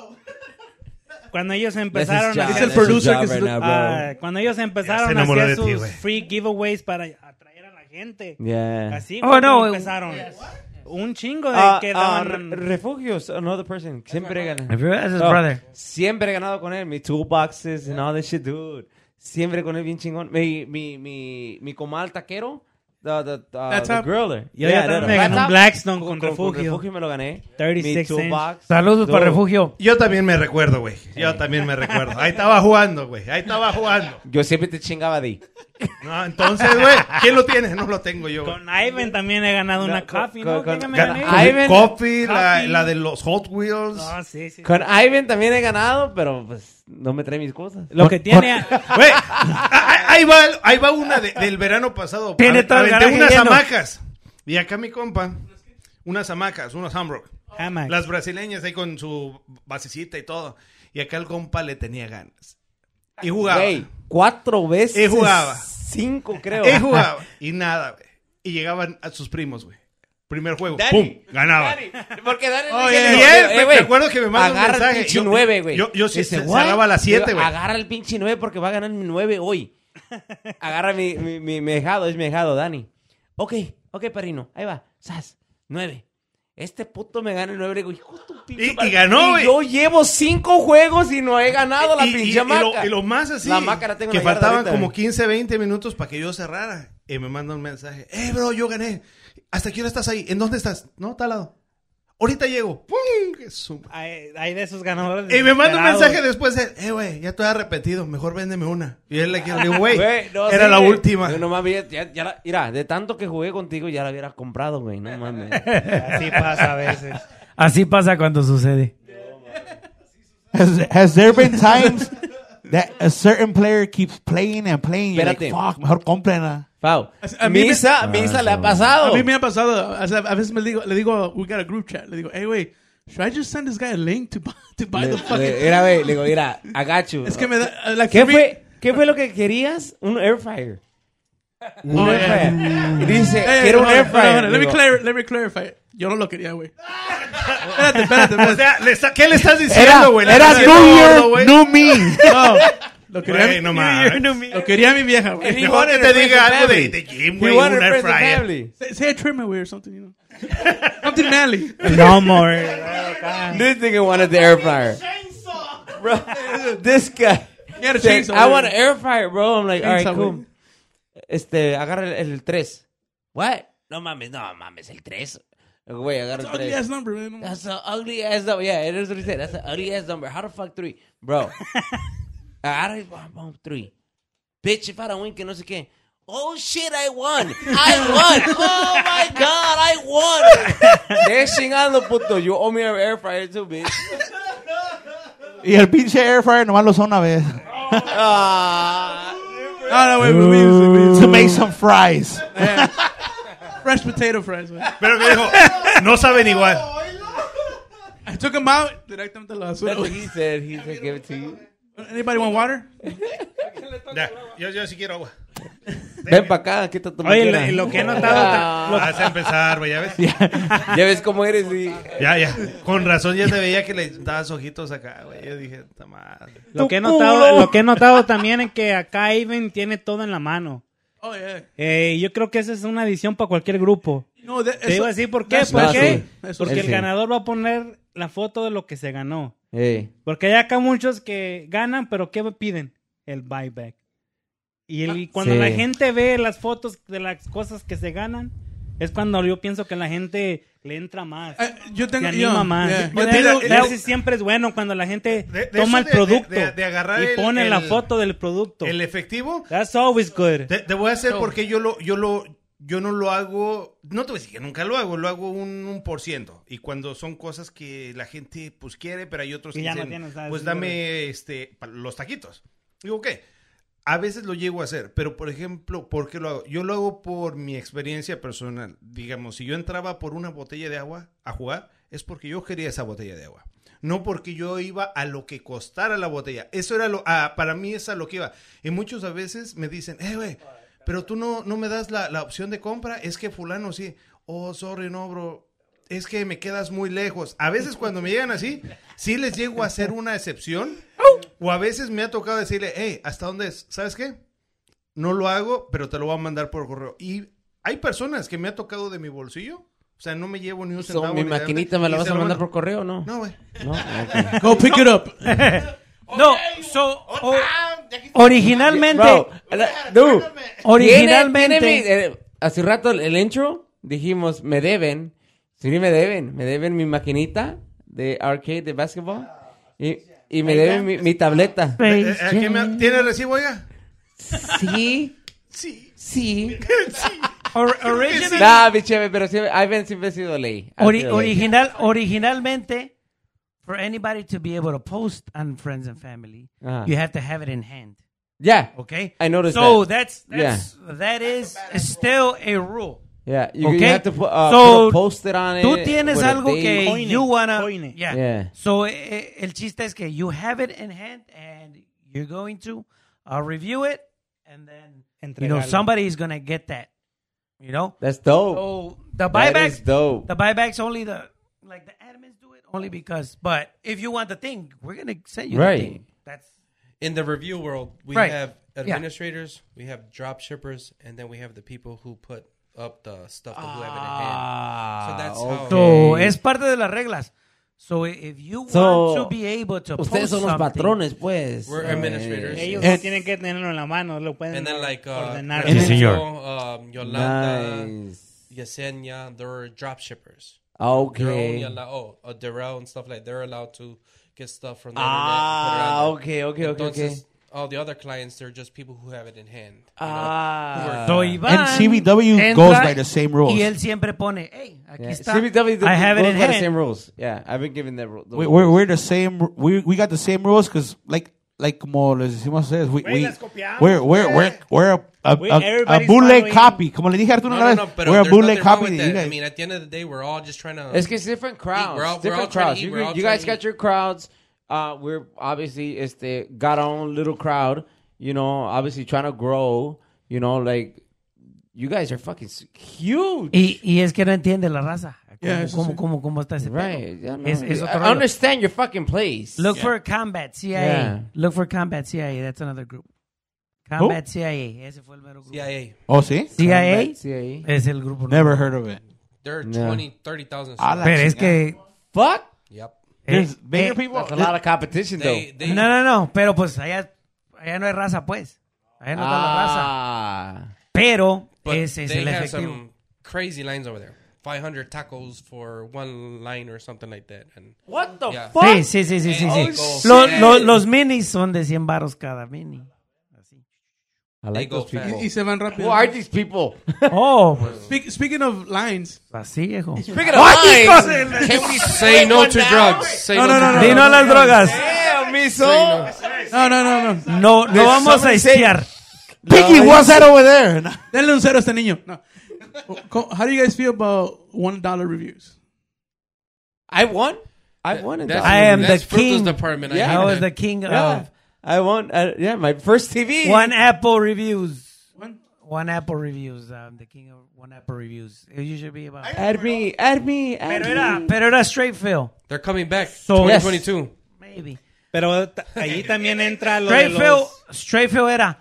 Cuando ellos empezaron a job, hacer. that's his producer job que right se- now, bro. Ah, cuando ellos empezaron a enamoró de hacer ti, sus güey. free giveaways para atraer a la gente. Yeah. Así Oh, fue no, como it- empezaron. Un chingo de Ah, que ah, daban- re- refugios, another person. Siempre he ganado. If you're as his No, brother. Siempre he ganado con él. Mis toolboxes and all that shit, dude. Siempre con él bien chingón. Mi, mi, mi, mi comal taquero. The, the, uh, That's the up. griller. Yo ya también me gané un That's up. Blackstone con Con- con refugio. refugio me lo gané. 36 mi toolbox. Saludos para Dude. refugio. Yo también me recuerdo, güey. Yo también me recuerdo. Ahí estaba jugando, güey. Ahí estaba jugando. Yo siempre te chingaba de ahí. No, entonces, güey, ¿quién lo tiene? No lo tengo yo. güey. Con Ivan también he ganado una No, coffee, con- ¿no? con- ¿Qué me con- gané? con- Ivan- Coffee, la, Coffee. la de los Hot Wheels. No, sí, sí. Con Ivan también he ganado, pero pues no me trae mis cosas. Lo que tiene... Güey, a- a- Ah, ahí va, ahí va una de- del verano pasado. Tiene A- todo el aventé garaje unas lleno. hamacas. Y acá mi compa, unas hamacas, unos hamburg. Hamac. Las brasileñas ahí con su basecita y todo. Y acá el compa le tenía ganas. Y jugaba. Güey, cuatro veces. Y jugaba. Cinco, creo. Y jugaba. Y nada, güey. Y llegaban a sus primos, güey. Primer juego. ¡Pum! Ganaba. Porque Dani Oye, le dice, y él, eh, me- güey, me acuerdo que me manda un agarra mensaje. el pinche Yo- 9, güey. yo- yo sí Dice, se- "What?" cerraba a las siete, Digo, güey. Agarra el pinche 9 porque va a ganar mi 9 hoy. Agarra mi, mi, mi, mi ejado, es mi ejado, Dani. Ok, ok, parino, ahí va. Sas, 9. Este puto me gana el 9, le digo, hijo de tu pinche Y- y madre. ganó, güey. Yo llevo 5 juegos y no he ganado la Y- y- pinche y lo- maca. Y, lo, más así, La maca la tengo en la que yarda faltaban ahorita, como güey. 15, 20 minutos para que yo cerrara. Y me manda un mensaje. Eh, bro, yo gané. ¿Hasta qué hora estás ahí? ¿En dónde estás? No, está al lado. Ahorita llego. ¡Pum! ¡Qué su- Hay, hay de esos ganadores. Y me manda un desesperados. mensaje después de, eh, güey, ya te he arrepentido, mejor véndeme una. Y él le quiere, le digo, güey, Güey, no, era sí, la güey. última. No, no mames, ya, ya la- mira, de tanto que jugué contigo ya la hubieras comprado, güey, no mames. Así pasa a veces. Así pasa cuando sucede. Has, has there been times that a certain player keeps playing and playing? You're like, Espérate. fuck, mejor cómprenla. Pau, A mí me- Ah, misa, misa le ha pasado. A mí me ha pasado, o sea, a veces me digo, le digo, we got a group chat, le digo, hey, wait, should I just send this guy a link to buy, to buy the Le- fucking... le- Era, güey, le digo, mira, agacho. Es que me da, uh, like, ¿Qué for me- fue, ¿Qué fue lo que querías? Un air fryer. Un Oh, air yeah. fryer. Y dice, Eh, quiero no, un air no, fryer. no, no, let, me Digo, clar- let me clarify. Yo no lo quería, güey. espérate, espérate, espérate. O sea, le está- ¿qué le estás Era, diciendo, güey? ¿Le era estás New haciendo Year, gordo, güey? New Me. No, lo quería, Güey, mi- no mames. lo quería mi vieja, güey. He Mejor que wanted te a diga present algo de, family. de Jim, He güey, wanted un a air present fryer. family. Say, say a trimmer, güey, or something, you know. Something manly. No more. acá. This nigga wanted the air fryer. Bro, this guy. He had a said, chainsaw, I güey. want an air fryer, bro. I'm like, alright, Chainsaw, cool. güey. Este, agarra el, el 3. What? No mames, no mames, el 3. Güey, agarra el 3. Ugly ass number, man. That's That's an ugly ass number. Yeah, it is what he said. That's an ugly ass number. How the fuck three? Bro. I don't even want three. Bitch, if I don't win, que no sé qué. Oh shit, I won. I won. Oh my god, I won. They're chingando, puto. You owe me an air fryer too, bitch. Y el pinche air fryer nomás lo usó una vez. Ah. Ah, No, no, wait, wait, wait, wait, wait, To make some fries. Fresh potato fries, güey. Pero me dijo, no saben igual. I took them out. Directamente a la basura, That's what he güey. said. He said, give it to you. Anybody want water? Ya, yo, yo sí quiero agua. Ven para acá, quita tu Oye, maquera. lo, lo que he notado. Vas a empezar, güey, ya ves. Ya ves cómo eres y... Ya, ya. Con razón ya te veía que le dabas ojitos acá, güey. Yo dije, "Ta madre. Lo que, he notado lo que he notado también es que acá Ivan tiene todo en la mano. Oh, yeah. Eh, yo creo que esa es una adición para cualquier grupo. No, de- Te eso- digo así, ¿por qué? eso- ¿Por No, qué? sí. Eso Porque sí. el ganador va a poner la foto de lo que se ganó. Ey. Porque hay acá muchos que ganan, pero ¿qué piden? El buyback. Y, el- y Ah, cuando Sí. la gente ve las fotos de las cosas que se ganan, es cuando yo pienso que la gente le entra más. Eh, yo Se tengo. anima yo- más. yeah. Yo Yo digo, tengo- yo- casi siempre es bueno cuando la gente Pues De- de toma el eso de- de- producto de- de agarrar y el- pone la el- foto del producto. El e- efectivo. That's always good. Te, te voy a hacer porque yo lo, yo lo, yo no lo hago. No te voy a decir que nunca lo hago, lo hago un, un por ciento. Y cuando son cosas que la gente pues quiere, pero hay otros Y que ya no dicen, tienes nada de pues seguro". dame este pa- los taquitos. Digo, ¿qué? A veces lo llego a hacer, pero por ejemplo, ¿por qué lo hago? Yo lo hago por mi experiencia personal. Digamos, si yo entraba por una botella de agua a jugar, es porque yo quería esa botella de agua. No porque yo iba a lo que costara la botella. Eso era lo, ah, para mí es a lo que iba. Y muchos a veces me dicen, eh, güey, pero tú no, no me das la, la opción de compra. Es que fulano sí. Oh, sorry, no, bro. Es que me quedas muy lejos. A veces cuando me llegan así, sí les llego a hacer una excepción. O a veces me ha tocado decirle, hey, ¿hasta dónde es? ¿Sabes qué? No lo hago, pero te lo voy a mandar por correo. Y hay personas que me ha tocado de mi bolsillo. O sea, no me llevo ni un So, centavo. mi ni nada. maquinita me la Y vas se a lo mandar mando. por correo o no? No, güey. No, ok. Go pick it up. No, so, o- originalmente, Bro, la- dude, originalmente, Tiene- tiene mi- eh, hace rato el- el intro dijimos, me deben. Sí, me deben. Me deben mi maquinita de arcade de básquetbol. Y, y me deben mi, mi tableta. Eh, eh, aquí me- ¿Tiene recibo ya? Sí, Sí. sí. or- original- Nah, biche, pero sí, Ivan siempre ha sido ley. Ha ori- sido ley. original, originalmente, for anybody to be able to post on friends and family, Ajá. you have to have it in hand. Yeah. Okay, I noticed So that. that's that's that is still a rule. Yeah. You, you Okay. have to put, uh, So, put a poster on it. Tú tienes with a algo date. que Coine, you wanna, coine. yeah. Yeah. So eh, eh, el chiste es que you have it in hand and you're going to uh, review it and then you know Entregarlo. somebody is gonna get that. You know. That's dope. So the That is buybacks, dope. the buybacks only the like the admins do it only because. But if you want the thing, we're gonna send you Right. the thing. That's in the review world, we Right. have Yeah. administrators, we have drop shippers, and then we have the people who put up the stuff that we have in hand. So that's Ah, how. so es parte de las reglas. So if you want eh, So, to be able to Ustedes post son los something- patrones, pues. We're Eh, administrators. Ellos Eh, no tienen que tenerlo en la mano, lo pueden And then like uh, ordenar. Francisco, señor. um, Yolanda, Nice. Yesenia, they're drop shippers. They're only Okay. allowed. Oh, uh, Darrell and stuff like they're allowed to get stuff from the Ah, internet. and put it okay, okay, on okay, there. okay. Entonces, All the other clients, they're just people who have it in hand. you know? Ah. So Iván And CBW goes by the same rules. Y él siempre pone, hey, aquí Yeah. está. CBW I have it goes in by the hand. same rules. Yeah, I've been given that rule. We, we're, we're the same. We, we got the same rules because, like, like como les decimos ustedes, we, Güey, we, las copiamos, we're, we're, we're, güey. we're a, a, We- a- a everybody's bootleg following- copy. Como le dije a Arturo No, una vez, no, no, pero we're a there's bootleg nothing wrong copy. with that you that. I guys- mean, at the end of the day, we're all just trying to. It's 'cause different crowds. all- we're all different trying crowds. to eat, You, we're all you trying guys to got eat. your crowds. Uh, we're obviously it's the got our own little crowd. You know, obviously trying to grow. You know, like you guys are fucking s- huge. Y, y es que no entiende la raza. ¿Cómo, Yeah, eso cómo, sí. cómo, cómo está ese pedo? Right. Yeah, no, Es- es I- otro I rollo. understand your fucking place. Look for Combat CIA. Yeah. Look for Combat CIA. That's another group. Combat CIA. Ese fue el mero grupo. CIA. Oh, sí? CIA CIA. es el grupo. número- Never heard of it. There are No. twenty, thirty thousand. 20, 30,000 A la Pero es chingada. que... Fuck. Yep. There's eh, bigger eh, people. That's a lot of competition, They, they, No, no, no. Pero pues allá, allá no hay raza, pues. though. Allá no está la raza. Ah. Pero but ese es they el have efectivo. some crazy lines over there. 500 tacos for one line or something like that. And What the Yeah. fuck? Sí, sí, sí, sí, sí. Oh, sí. shit. Lo- lo- los minis son de 100 baros cada mini. I like They go those people. fast. Y, y se van rápido. Who are these people? Oh, pues Speak- speaking of lines, así, hijo. Speaking of lines, can we say no to drugs. Say no, to drugs. Dino las drogas. Damn, Say miso. No, no. no, no, no. No, no vamos a somebody say- esquiar. Piggy, what's that over there? No. Denle un cero a este niño. No. Co- How do you guys feel about one dollar reviews? I won. I won. in That's- that. I am that's the Fruito's king. department. Yeah. I, I hate was that. the king Yeah, of I won. Uh, yeah, my first TV. One Apple Reviews. One. One Apple Reviews, um, the king of One Apple Reviews. It usually be about. Add me, add me, add Pero me. era, pero era straight fill. They're coming back. So- Yes. 2022. Maybe. Pero ta- ahí también entra lo de Straight los... fill, straight fill era.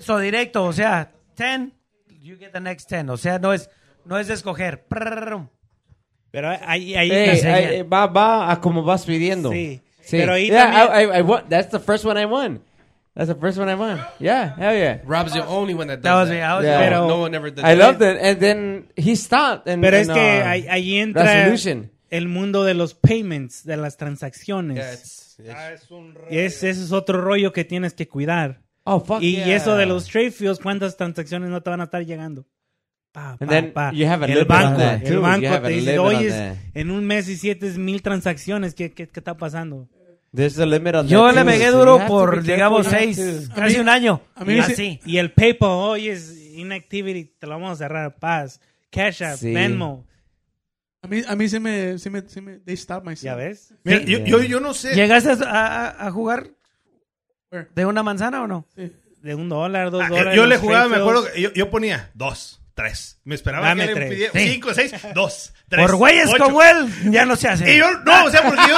So directo, o sea, 10, you get the next 10. O sea, no es, no es de escoger. Prrrrum. Pero ahí, ahí Ey, la señal. ay, eh, va, va a como vas pidiendo. Sí. Sí. Pero ahí Yeah, también- I- I- I won- That's the first one I won. That's the first one I won. Yeah, hell yeah. Rob's the only one that does That was me. that. I was Yeah. Pero- no one ever did I that. loved it. And then he stopped. And, Pero es and, que uh, ahí, ahí entra resolution. el mundo de los payments, de las transacciones. Yeah, it's, it's- Y es, ese es otro rollo que tienes que cuidar. Oh, fuck Y yeah. eso de los trade fields, ¿cuántas transacciones no te van a estar llegando? Pa, And pa, then pa. you have a el limit on banco, that, too. el You banco have a te dice, limit on oye, that." en un mes y siete mil transacciones, ¿qué, qué, qué está pasando? There's a limit on Yo that le too. pegué So you duro have to be por, careful, digamos, you have seis, to- casi un año. a mí Y me se- así. Y el PayPal, oye, es inactivity, te lo vamos a cerrar, paz. Cash App, Sí. Venmo, A mí, a mí se me, se me, se me, they stopped myself. ¿ya ves? Mira, yo, yo, yo no sé. Eh, ¿Llegaste a, a- a jugar Where? de una manzana o no? De un dólar, dos Ah, dólares. yo le los jugaba, trade me fields. acuerdo, que yo, yo ponía dos, tres. Me esperaba Dame que tres. le pidiera Sí. cinco, seis, dos, tres. Por güeyes ocho. como él, ya no se hace. Y yo, no, o sea, porque yo.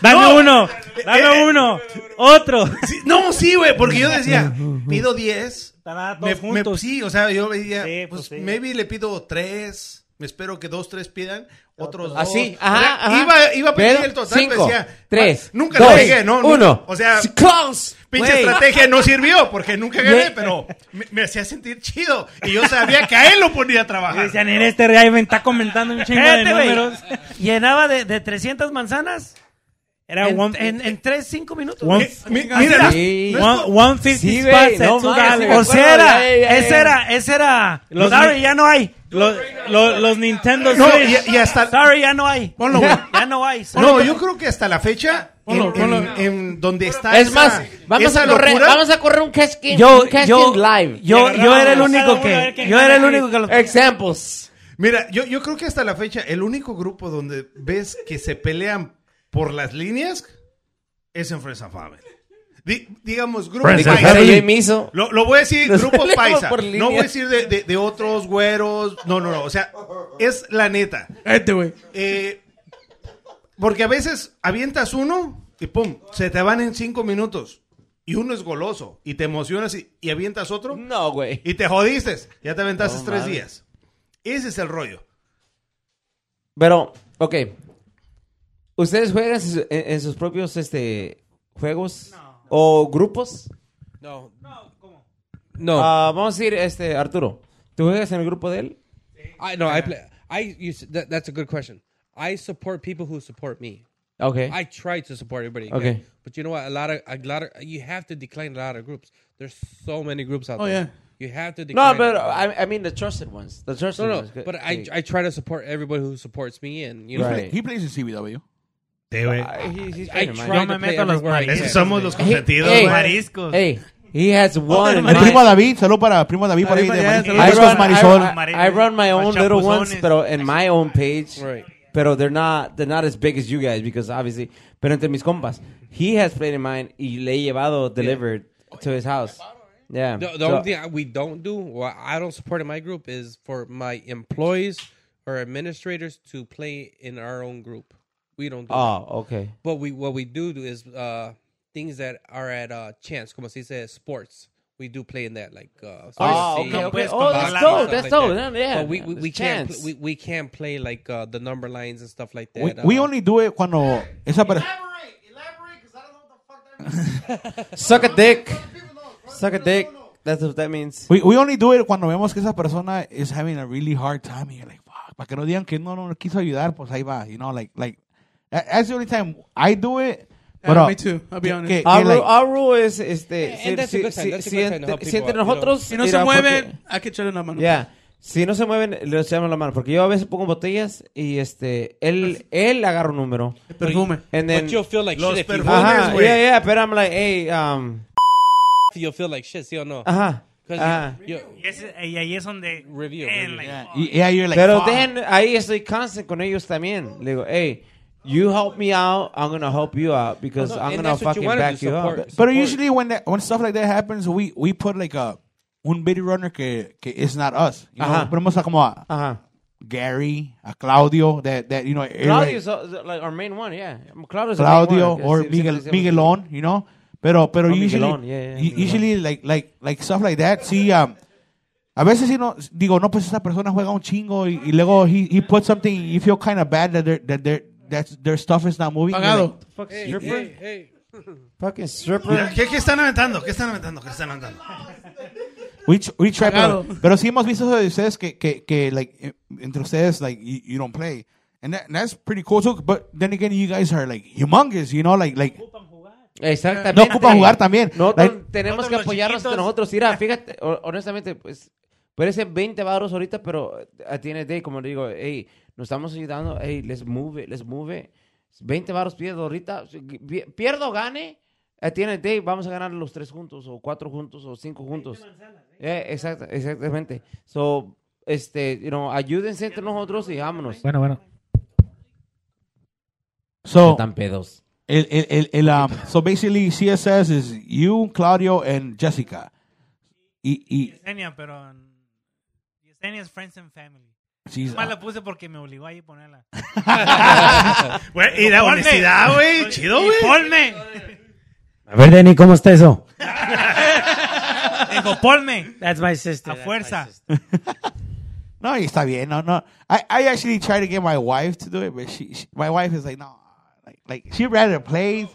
Dame No. uno, dame Eh, uno, otro. Sí, no, sí, güey, porque yo decía, pido diez. Estará todos Me, me- juntos. sí, o sea, yo veía, Sí, pues, pues, sí. maybe le pido tres. Me espero que dos, tres pidan. Otros dos. Así, O sea, Oh. ajá, ajá. Iba, iba a pedir Pero el total, cinco, pero decía, tres, ah, nunca dos, lo llegué, no, no. uno. O sea, close. Pinche Güey. estrategia no sirvió porque nunca gané, Güey. pero me, me hacía sentir chido. Y yo sabía que a él lo ponía a Y trabajar. Decían, en este rey me está comentando un chingo de Cállate, güey. números. Llenaba de, de 300 manzanas Era en, one, en, en 3, 5 minutos. one, Mi- mira, Sí. one- 150 Sí, güey, spots at no two mames, dollars. sí, O sea, era, Ya, ya, ya. ese era, ese era. Los- sorry, ya no hay. Los, los, los Nintendo No, Switch. y, y hasta. Sorry, ya no hay. Ponlo, güey. Ya no hay. sorry. No, yo creo que hasta la fecha, en, Ponlo, ponlo. en- en donde está. Es esa- más, vamos esa a correr, locura, vamos a correr un cash game, yo, un cash yo, game live. yo, yo era el Cada uno único a ver que, quién yo gana era el ahí. único que lo. Examples. Mira, yo, yo creo que hasta la fecha, el único grupo donde ves que se pelean por las líneas es en Friends and Family. Di- digamos, grupo Digo, paisa. pero yo y me hizo. Lo, lo voy a decir Nos grupo peleamos paisa. por No líneas. voy a decir de, de- de otros güeros. No, no, no. O sea, es la neta. Este, güey. Eh, porque a veces avientas uno y pum, se te van en cinco minutos. Y uno es goloso y te emocionas y, y avientas otro No, güey. y te jodiste. Ya te aventaste Oh, No, tres madre. días. Ese es el rollo. Pero, ok. ¿Ustedes juegan sus- en, en sus propios este, juegos? ¿O grupos? no. Uh, No, No. Ah, vamos a decir, este, Arturo, ¿tú juegas en el grupo de él? I no, I play. I you, s- that, that's a good question. I support people who support me. Ah, Ok. I try to support everybody. Okay. But you know what? A lot of a lot of you have to decline a lot of groups. There's so many groups out Oh, there. yeah. You have to decline. No, pero, it. I, I mean, the trusted ones. The trusted no, no. ones. Good- But I sí. I try to support everybody who supports me, and you know Right. He plays in CBW. Ah, he- he's I been in my- try Yo me to play meto a los everywhere I países. can. somos los consentidos. Hey, güey. Mariscos. Hey, he has one. in Mi mind. primo David, saludo para primo David por ahí David, de ya, Mariscos, saludos. I Mariscos run, Marisol. I, I run my own little ones, pero in my own page. Right. Pero they're not they're not as big as you guys because obviously. Pero entre mis compas, he has played in mine y le he llevado delivered to his house. Oh, Yeah. The, the so- only thing I- we don't do, what I don't support in my group, is for my employees or administrators to play in our own group. We don't do that. oh, okay. But we what we do do is uh, things that are at uh, chance, como se dice, sports. We do play in that, like uh, Ah, soccer, okay, okay. boxing, Oh, that's stuff dope, that's that. dope, then, yeah, But we we, there's we can't chance. pl- we, we can't play like uh, the number lines and stuff like that. We, uh, we only do it cuando esa per- Suck a dick. Suck a dick. That's what that means. we, we only do it cuando vemos que esa persona is having a really hard time and you're like fuck para que no digan que no no no quiso ayudar pues ahí va you know like like that- that's the only time I do it Yeah, pero- me too, I'll be que- honest. que- Our, que, like, rule- our Ah, rule is este And that's a good sign, that's a good sign to help entre- si entre people out, you know. nosotros Si no mira, se porque- mueven, hay que echarle la mano. Ya. Si no se mueven, le echamos la mano. Porque yo a veces pongo botellas y este él, él agarra un número. El perfume. And then, but you'll feel like Los shit. If Pues- you, perfumes. ajá, güey. yeah, yeah, pero I'm like, hey, um, you'll feel like shit. See or no? ajá. 'Cause ajá. you, Y, ese- y ahí es donde... Review, Eh, review. like, y- yeah, you're like, Pero fuck. then, ahí estoy constant con ellos también. Le digo, hey, you help me out, I'm gonna help you out because No, no, I'm and gonna that's what you fucking wanna do, back you up. support. But usually when that, when stuff like that happens, we we put like a un video runner que, que is not us. You know, Ajá. ponemos a como a Ajá. Gary, a Claudio, that, that you know, Claudio's uh, like our main one, yeah. Claudio's our main Claudio one. or Sí, Miguel, siempre decimos- Miguelon, you know. Pero, pero Oh, usually, Miguelón, yeah, yeah, u- usually like, like, like stuff like that. Sí, um, a veces sí no, digo, no, pues esta persona juega un chingo y, y luego he, he put something you feel kind of bad that, they're- that, they're- that their stuff is not moving. You're Pagado. like, Hey, hey, hey. Fucking stripper. ¿Qué, qué están aventando? ¿Qué están aventando? ¿Qué están aventando? we, tr- we try, pero, Pagado. pero sí hemos visto eso de ustedes que, que, que like, eh, entre ustedes, like, you, you don't play. And, that, and that's pretty cool too. But then again, you guys are like humongous, you know, like, like, Exactamente. no ocupan jugar también. Nosotros Like, tenemos Nosotros que los apoyarnos entre chiquitos. nosotros. Mira, fíjate, ho- honestamente, pues, parecen 20 barros ahorita, pero eh, a tiene day, como digo, hey, nos estamos ayudando, hey, les move, les move. 20 barros pierdo ahorita, si pi- pierdo o gane, at the end of the day vamos a ganar los tres juntos, o cuatro juntos, o cinco juntos. Eh, exacta- exactamente. So, este, you know, ayúdense entre nosotros y vámonos. Bueno, bueno. so, Están pedos. El, el, el, el, um, so basically, CSS is you, Claudio, and Jessica. Y, y, Yesenia, pero. en- Yesenia es Friends and Family. she's- um, Más la puse porque me obligó ahí a ponerla. Güey, y la Ponme. honestidad, güey. Chido, Y güey. ¡Ponme! A ver, Denny, ¿cómo está eso? Digo, ponme. That's my sister. A fuerza. no, y está bien. No, no. I, I actually tried to get my wife to do it, but she, she- my wife is like, no. Like, like she rather plays,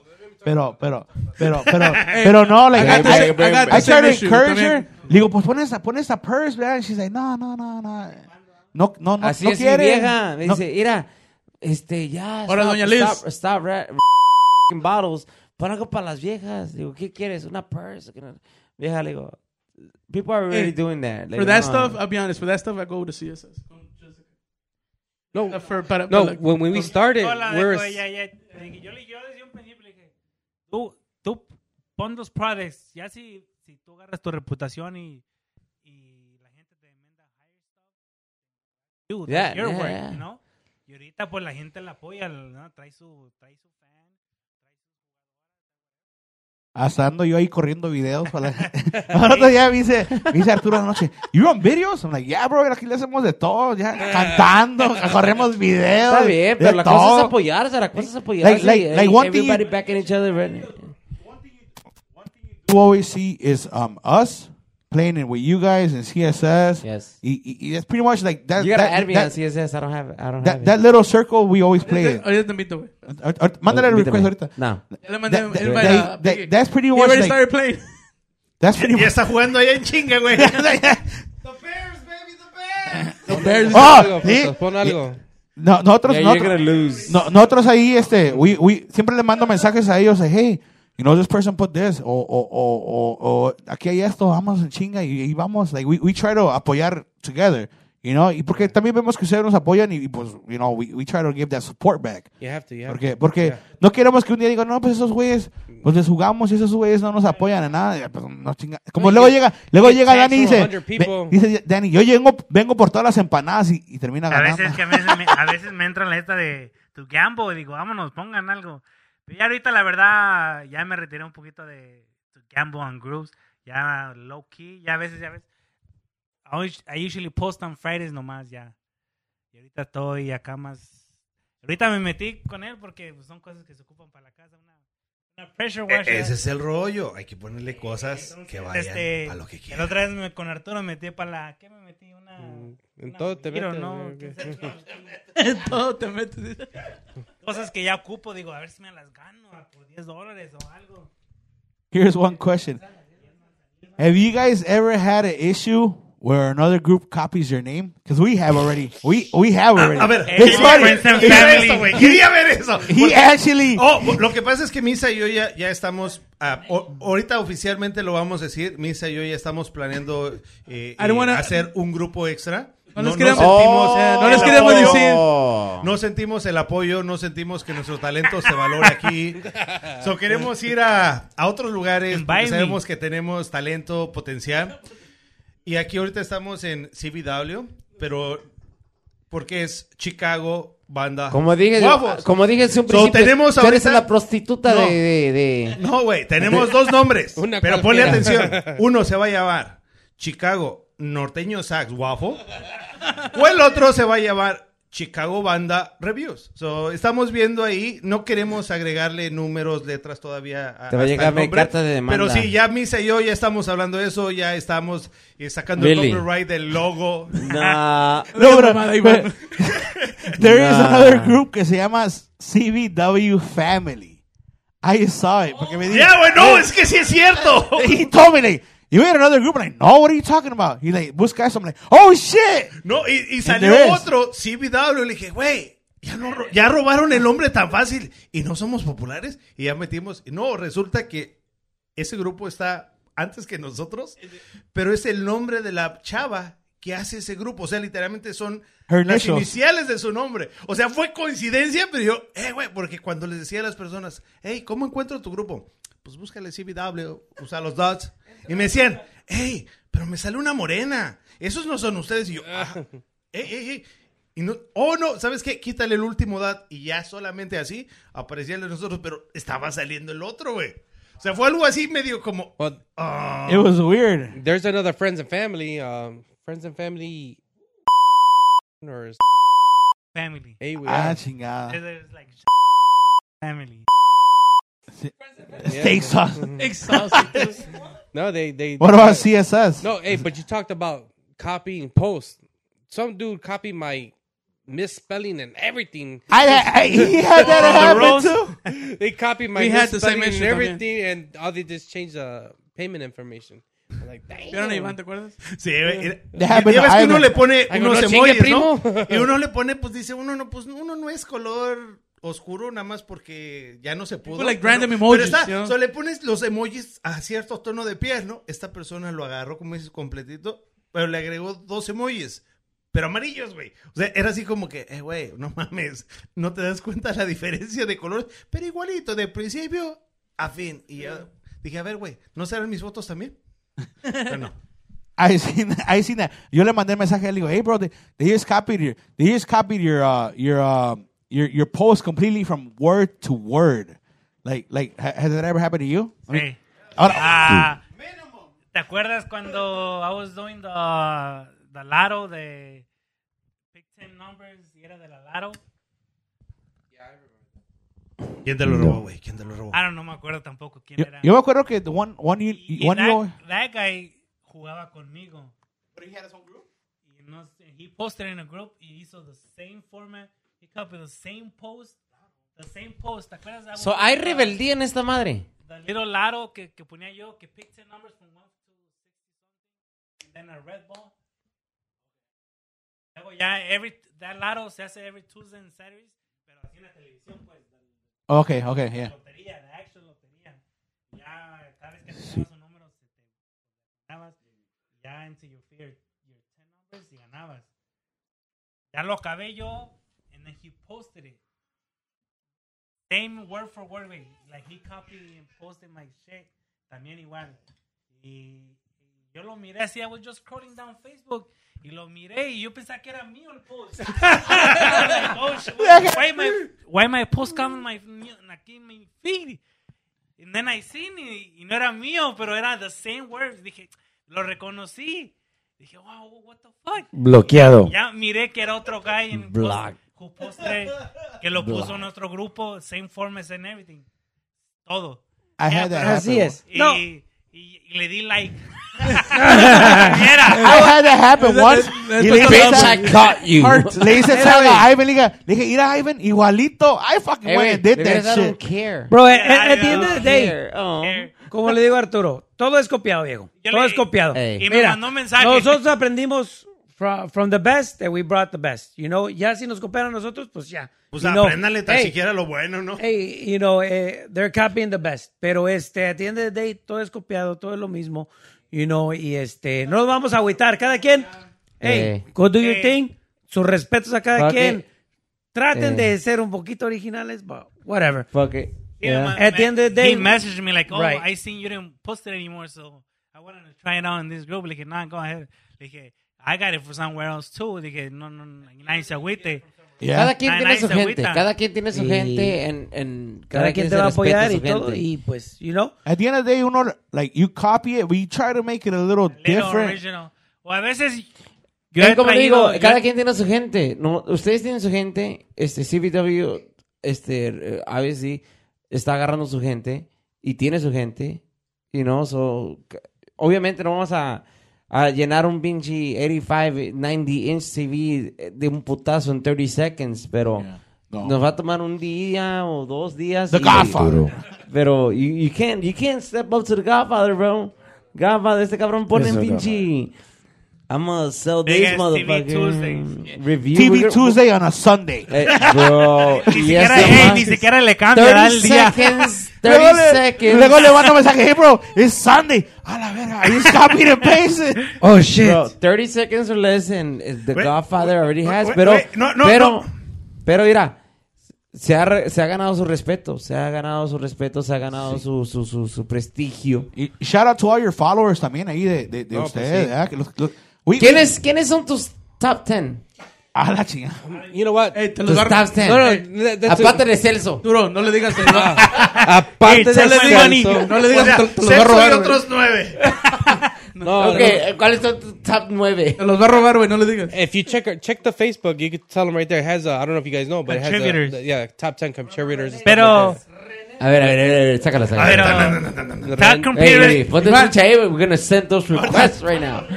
pero, pero, pero, pero, pero no, like, I, got I, the- I got I tried the same to issue encourage también. her. Le digo, pues pon esa, pon esa purse, ¿verdad? And she's like, no, no, no, no. No, no, no, Así no es, mi quiere. vieja. Me No- dice, mira, este, ya. Ahora, stop, doña Liz. Stop, stop ra- ra- bottles. Pon algo para las viejas. Digo, ¿qué quieres? Una purse. Que no- Vieja, le digo, people are already Hey, doing that. Like, Eh, For that no. stuff, uh, I'll be honest. For that stuff, I go to CSS. No, Uh, For, para, no. para- When, when we started, No, la we were dejo, ella, ella. Le- Yo, le- yo desde un principio le dije, tú, tú pon los products. Ya si, si tú agarras tu reputación y, y la gente te demanda higher stuff, do Yeah, that's your yeah, work, yeah. you know? Y ahorita pues la gente la apoya, ¿no? trae su, trae su fan. Hasta ando yo ahí corriendo videos. Para la... El otro día me dice, me dice Arturo anoche, ¿you on videos? I'm like, yeah, bro, aquí le hacemos de todo, ya cantando, corremos videos. Está bien, de pero la cosa todo. es apoyarse, la cosa es apoyarse. Like- like- y- like y one thing- everybody back in each other. right? You always see is um, us playing it with you guys and CSS. Yes. Y, y, y that's pretty much like that. You gotta that, add me that, on CSS. I don't have, I don't have that, it. that little circle, we always play it. Ahorita te invito, güey. Ar- ar- Mándale el request ahorita. No. Ya le mandé That- un that- invite they- a they- Biggie. that's pretty He much already like, started playing. that's pretty Y much. está jugando ahí en chinga, güey. Oh, sí. Fotos, pon algo. No, nosotros, Yeah, you're nosotros, gonna lose. No, nosotros ahí, este, we, we, siempre le mando mensajes a ellos de, hey, you know, this person put this, o, o, o, o, o aquí hay esto, vamos en chinga y, y vamos, like, we, we try to apoyar together, you know, y porque también vemos que ustedes nos apoyan y, y, pues, you know, we, we try to give that support back. You have to. You have Porque, to. porque Yeah. no queremos que un día digan, no, pues esos güeyes, pues les jugamos y esos güeyes no nos apoyan en nada. Ya, pues, no chinga. Como No, luego you get- llega, luego you get llega text Dani y dice, from 100 ve- people. dice, Dani, yo vengo, vengo por todas las empanadas y, y termina A ganando. veces, que a, veces me, a veces me entra la esta de tu gambo y digo, vámonos, pongan algo. Pero ya ahorita, la verdad, ya me retiré un poquito de tu gambo on grooves. Ya low key, ya a veces, ya a veces. I always- I usually post on Fridays nomás ya. Y ahorita estoy acá más. Ahorita me metí con él porque pues, son cosas que se ocupan para la casa. Una, una pressure E- washer. Ese es el rollo. Hay que ponerle cosas que vayan Este, a lo que La quieran. otra vez me- con Arturo me metí para la. ¿Qué me metí? Una. Mm, En una todo te Mojiro, metes, ¿no? güey, ¿Quién sabe qué? Todo te metes. cosas que ya ocupo, digo, a ver si me las gano a por 10 dólares o algo. Here's one question. Have you guys ever had an issue where another group copies your name? Because we have already. We we have already. A ver, It's Eh, funny. friends and quería ver family. eso, güey. Quería ver eso. He actually. Oh, lo que pasa es que Misa y yo ya, ya estamos. ah, o- ahorita oficialmente lo vamos a decir. Misa y yo ya estamos planeando eh, I don't eh, wanna- hacer un grupo extra. No les sentimos, queremos- eh, no les el queremos apoyo, decir. No sentimos el apoyo, no sentimos que nuestro talento se valore aquí. So, queremos ir a, a otros lugares Invite porque me. sabemos que tenemos talento, potencial. Y aquí ahorita estamos en CBW, pero porque es Chicago, banda. Como dije, Guapos. como dije es un So, principio, tenemos tú eres ahorita- la prostituta No. de- de- de... No, güey, tenemos dos nombres. Una pero ponle cualquiera. atención. Uno se va a llamar Chicago Norteño Sax Waffle. O el otro se va a llamar Chicago Banda Reviews. So, estamos viendo ahí, no queremos agregarle números, letras todavía. Te va a hasta llegar el mi nombre, carta de demanda. Pero sí, ya Misa y yo ya estamos hablando de eso, ya estamos eh, sacando Billy. el copyright del logo. Nah. No, pero- pero- There is Nah. another group que se llama CBW Family. I saw it. Porque me dijo, Yeah, güey, no, es que sí es cierto. He told me, like, you made another group. And I no, what are you talking about? He like, busca eso. I'm like, oh, shit. No, y, y salió there is. otro, CBW, le dije, güey, ya, no ro- ya robaron el nombre tan fácil y no somos populares y ya metimos. y No, resulta que ese grupo está antes que nosotros, pero es el nombre de la chava que hace ese grupo. O sea, literalmente son Her las initials. iniciales de su nombre. O sea, fue coincidencia, pero yo, eh, güey, porque cuando les decía a las personas, hey, ¿cómo encuentro tu grupo? Pues búscale CBW, usa los dots. Y me decían, hey, pero me sale una morena. Esos no son ustedes. Y yo, ah, ey, ey, ey. Y no, oh no, ¿sabes qué? Quítale el último dat y ya solamente así aparecía el de nosotros, pero estaba saliendo el otro, güey. O sea, fue algo así medio como. ah. It was weird. There's another friends and family. Um, friends and family. Or is Family. Hey, we Ah, are. It chingada. was like family. Yeah. Steak sauce. Exhausted. No, they they. What about CSS? No, hey, but you talked about copying posts. Some dude copied my misspelling and everything. I, I, he had that happen too. They copied my We had the same misspelling and issue everything, and all they just changed the payment information. I'm like, ¿Vieron a damn. Iván, te acuerdas? Sí, güey. y- Deja, y- pero ya ves que Ivan- uno le pone Ay, unos no chingue, emojis, ¿no? primo. Y uno le pone, pues dice, uno no, pues uno no es color oscuro nada más porque ya no se pudo. People like Pero- random emojis, Pero está, you know? so, le pones los emojis a cierto tono de piel, ¿no? Esta persona lo agarró, como dices, completito, pero le agregó dos emojis. Pero amarillos, güey. O sea, era así como que, eh, güey, no mames, no te das cuenta la diferencia de colores, pero igualito, de principio a fin. Y ya dije, a ver, güey, ¿no serán mis votos también? Pero no. I seen that. I seen that. Yo le mandé el mensaje. Le digo, hey, bro, they, they just copied your, they just copied your, uh, your, um, your, your post completely from word to word. Like, like, ha- has that ever happened to you? I mean, Sí. ahora- Ah, ¿Te acuerdas cuando I was doing the, the lotto de Big Ten Numbers y era de la lotto? ¿Quién te lo robó, güey? ¿Quién te lo Ah, robó? I Ah, don't know, me acuerdo tampoco quién yo, era. yo me acuerdo que the one, one, you, Y one that, you, that guy jugaba conmigo. Y no sé, he posted in a group y hizo the same format. He copied the same post. The same post. ¿Te acuerdas? de So, ¿Hay rebeldía en esta madre? The little laro que, que ponía yo que picked 10 numbers from 1 to 60 something. And then a red ball. Luego ya every, that laro se hace every Tuesday and Saturdays. Pero así en la televisión pues. okay, okay, yeah. Lotería, la action lotería. Ya cada vez que sacabas un número se te ganabas. Ya into your fear, your 10 numbers y ganabas. Ya lo acabé yo. And then he posted it. Same word for word, güey. Like he copied and posted my shit. También igual. Y y yo lo miré así. I was just scrolling down Facebook. Y lo miré y yo pensaba que era mío el post. oh, shit, why, my, why my post coming my, aquí en mi feed? And then I seen it, y no era mío, pero era the same words. Dije, lo reconocí. Dije, wow, what the fuck. Bloqueado. Ya miré que era otro guy en Black. who posted, que lo puso Black. en nuestro grupo, same formats and everything. Todo. I had that happen. Así es. Y, No. y, y le di like. Mira. I had that happen once. Y le hice Bitch, esa- I caught you. le hice esa a Ivan. Le dije, le dije, mira, Ivan, igualito. I fucking Hey, went güey, and did de that veras, I don't shit. care. Bro, at, at- at the end of the day, Care. Oh. como le digo a Arturo, todo es copiado, Diego. Yo Todo le- es copiado. Ey. Y me Mira, mandó un mensaje. nosotros aprendimos from, from the best that we brought the best. You know, ya si nos copiaron a nosotros, pues ya. Pues You know, apréndale tan hey, siquiera lo bueno, ¿no? Hey, you know, eh, they're copying the best. Pero este, at the end of the day, todo es copiado, todo es lo mismo. You know, y este, no nos vamos a agüitar. Cada quien, hey, Eh. go do your Eh. thing. Sus respetos a cada Fuck quien. it. Traten Eh. de ser un poquito originales, but whatever. Fuck it. Yeah, Yeah. man, At the end of the he day- messaged me like, "Oh, Right. I seen you didn't post it anymore, so I wanted to try it out in this group." Like, nah, go ahead. Like, I got it from somewhere else too. Like, no, no, no, nice agüite. Yeah. Cada quien Nadie- tiene nadie su se gente, agüita. cada quien tiene su Sí. gente en, en Cada quien te se va a respeta apoyar su y todo, gente. y pues, you know. At the end of the day, you know, like you copy it, but you try to make it a little, Little different. original. O a veces. yo Es he como traído- digo, yo- cada quien tiene su gente. No, ustedes tienen su gente. Este CBW, este eh, ABC está agarrando su gente y tiene su gente. Y no, so, c- obviamente no vamos a, a llenar un pinche 85, 90 inch TV de un putazo en 30 seconds, pero no. nos va a tomar un día o dos días. The y- Godfather. Pero you, you can't you can't step up to the Godfather, bro. Godfather, este cabrón pone en Eso, pinche. I'm gonna sell Big this ass TV motherfucker. Review. TV Tuesday on a Sunday. Eh, bro. Ni y siquiera, esa ey, más- ni siquiera le cambia da el 30 día. seconds, 30 Luego le, seconds. luego le mando mensaje, hey bro, it's Sunday. A la verga, I just copied and pasted. Oh, shit. Bro, 30 seconds or less and eh, The Wait, Godfather already wait, has. wait, pero, wait, no, no, pero, no. pero mira, se ha, re- se ha ganado su respeto. Se ha ganado su respeto, se ha ganado su, su, su, su prestigio. Y shout out to all your followers también ahí de, de, de No, pues ustedes. sí. ¿verdad? Que los- los- we- ¿Quiénes, ¿Quiénes son tus top 10? A la chinga. You know what? Ey, te los Tus va a- top 10. No, no, that- that's Eh, Aparte de Celso. Duro, no le digas que no. Aparte de No le digas, Celso, no le digas, O sea, te, te los va a Celso robar. y güey. otros nueve. no, ok, no. ¿cuáles son tus top 9? Te los va a robar, güey, no le digas. If you check check the Facebook, you could tell them right there. It has uh, I don't know if you guys know, but it has Contributors. the, the- yeah top ten contributors. and stuff Pero, A ver, a ver, a ver, a ver, sácala, sácala. pero, like that. And- Top Hey, Computers. hey, ponte escucha ahí, we're gonna send those requests right now.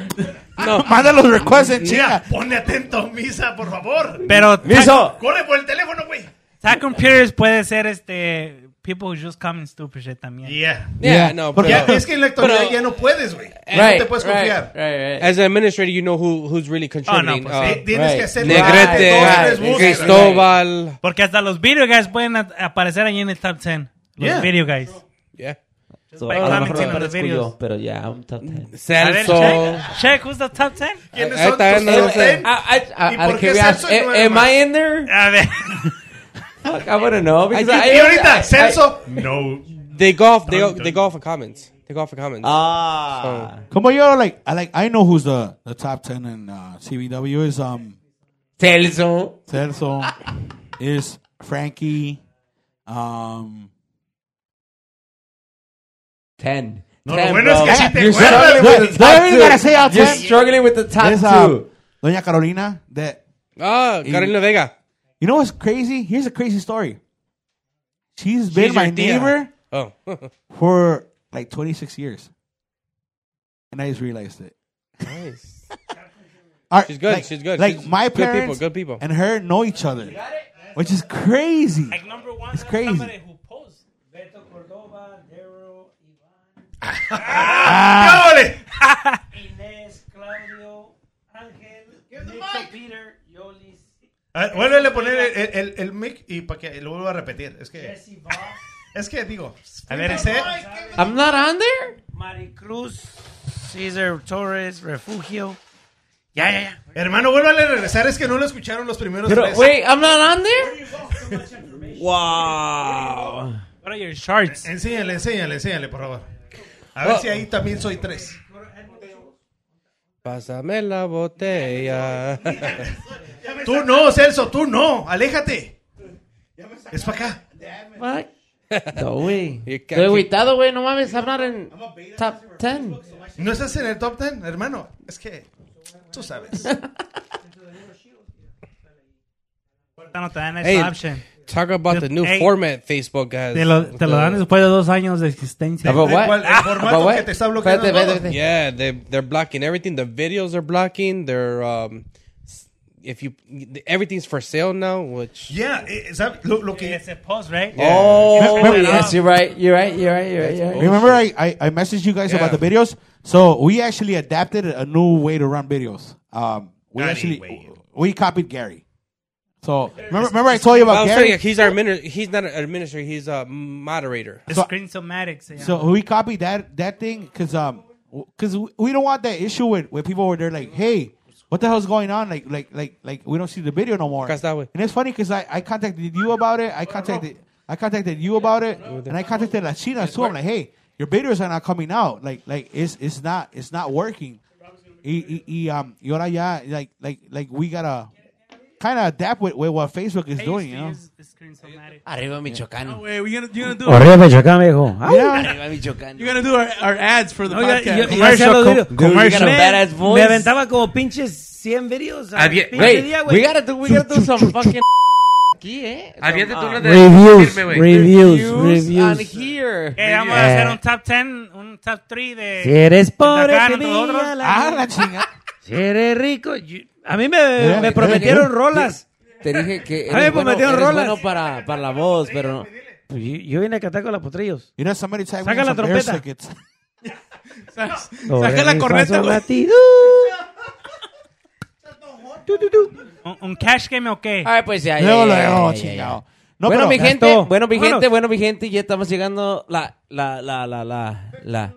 Manda los requests en chinga. Mira, ponle atento, misa, por favor. pero ¡Miso! Corre por el teléfono, güey. Tag Computers puede ser este. People who just come and stupid shit también. Yeah. yeah, Yeah. no, uh, Porque- pero- Ya, es que en la actualidad Pero- ya no puedes, güey. Right, no te puedes right, confiar. right, right. as an administrator, you know who who's really contributing. Oh, pues, uh, Ti- Tienes right. que hacer Negrete, Todos les right, buscan. Cristobal. Porque hasta los video guys pueden a- aparecer ahí en el top 10. Los Yeah. video guys. Yeah. So, by a lo commenting mejor on aparezco the videos. yo, pero ya, I'm top 10. A ver, Celso. check, check, who's the top 10? ¿Quiénes Ahí son está, tus no Ah, lo top sé. ten? eh, A- a- a- ¿Y al por que qué veas, Celso y eh, no am demás? I in there? A ver. Ah. Fuck, I wanna know. because I I- Y ahorita, I- Celso. No. They go off. They go, they go off of comments. They go off of comments. Ah. Como yo, like, I like, I know who's the, the top 10 in uh, CBW is um, Celso. Celso, is Frankie, um, 10. No, lo bueno es que sí te You're struggling acuerdas, güey. with the Why are you top gonna 2. say out You're 10? struggling with the top there's, uh, 2. Doña Carolina. That Ah, Carolina Vega. You know what's crazy? Here's a crazy story. She's been She's your my tía. neighbor Oh, for like 26 years. And I just realized it. nice. All right, She's good, like- she's good. Like She's my good people, parents good people. and her know each other, which is crazy. Like number one, It's that's crazy. somebody who posed. Beto Cordova, Daryl, Iván, ¡Cábale! Inés, Claudio, Ángel, Nico, Peter, Yolis, A ver, Vuelvele a poner el, el, el, el mic y para que lo vuelva a repetir. Es que, Jesse Voss, es que digo. A ver, fíjense, I'm not on there? Maricruz, Cesar Torres, Refugio. Ya, ya, ya. Hermano, vuélvale a regresar. Es que no lo escucharon los primeros Pero, tres. wait, I'm not on there? Wow. What are your charts? Enséñale, enséñale, enséñale, por favor. A ver si ahí también soy tres. Pásame la botella. Tú no, Celso, tú no. Aléjate. Es para acá. Fuck. No, güey. You Estoy can't keep- agüitado, güey. No mames, I'm not in top 10. No estás en el top ten, hermano. Es que tú sabes. Ahorita eh, no te dan Ey, esa opción. Talk about the new Hey. format Facebook has. Te lo, te lo dan después de dos años de existencia. About what? cuál? El Ah, formato about what? que te está bloqueando Espérate, todo. espérate, espérate. Yeah, they they're blocking everything. The videos are blocking. They're um, if you everything's for sale now, which Ya, eh, ¿sabes? Lo, lo que. Ese post, right? Oh, Remember- yes, you're right. You're right. You're right. You're right. You're right. Remember, I, I, I messaged you guys Yeah. about the videos? So we actually adapted a new way to run videos. Um, we Gary actually way. we copied Gary. So remember, remember I told you about I'm Gary? saying he's our mini- he's not an administrator. He's a moderator. So- Screensomatic. se llama. So we copied that that thing because um because we don't want that issue with with people where they're like, hey, what the hell's going on? Like like like like we don't see the video no more. Cause that way. And it's funny because I I contacted you about it. I contacted I contacted you about it, and I contacted La China too. I'm like, hey, your videos are not coming out. Like like it's it's not it's not working. Y, y, y, um, y ahora ya, like, like, like, we gotta, kind of adapt with, with what Facebook is doing, you know? Ah, Arriba Michoacán. No way, we're gonna, you're gonna do Arriba Michoacán, viejo. Ay. Arriba Michoacán. You're gonna do our, our ads for the No, ya- podcast. ya- ya Commercial, hacía los com- videos. commercial. Me- badass Me voice. aventaba como pinches 100 videos. al Había- pinche Güey, día, We gotta do, we gotta do some fucking aquí, eh. Aviéntate Ah. Some, una uh, de Reviews, firme, güey. reviews, on reviews. here. Eh, vamos a Eh. hacer un top 10, un top 3 de. Si eres pobre, acá que nosotros. viva la- Ah, la chingada. Si eres rico. yo- A mí me, Eh, me eh, prometieron eh. rolas. Te dije que A ver, eres pues, bueno, metieron eres rolas. bueno para, para la voz, pero no. Pues Yo, yo vine a cantar con los potrillos. You know, somebody typed Saca in la some air trompeta. tickets. Saca la corneta, güey. ¿Un, un cash game o qué? Ay, pues ya, ya, ya, Luego, ya, luego, ya, ya, chingado. ya. No, bueno, pero- mi gente, Gastó. bueno, mi Vámonos. gente, bueno, mi gente, ya estamos llegando la, la, la, la, la, la.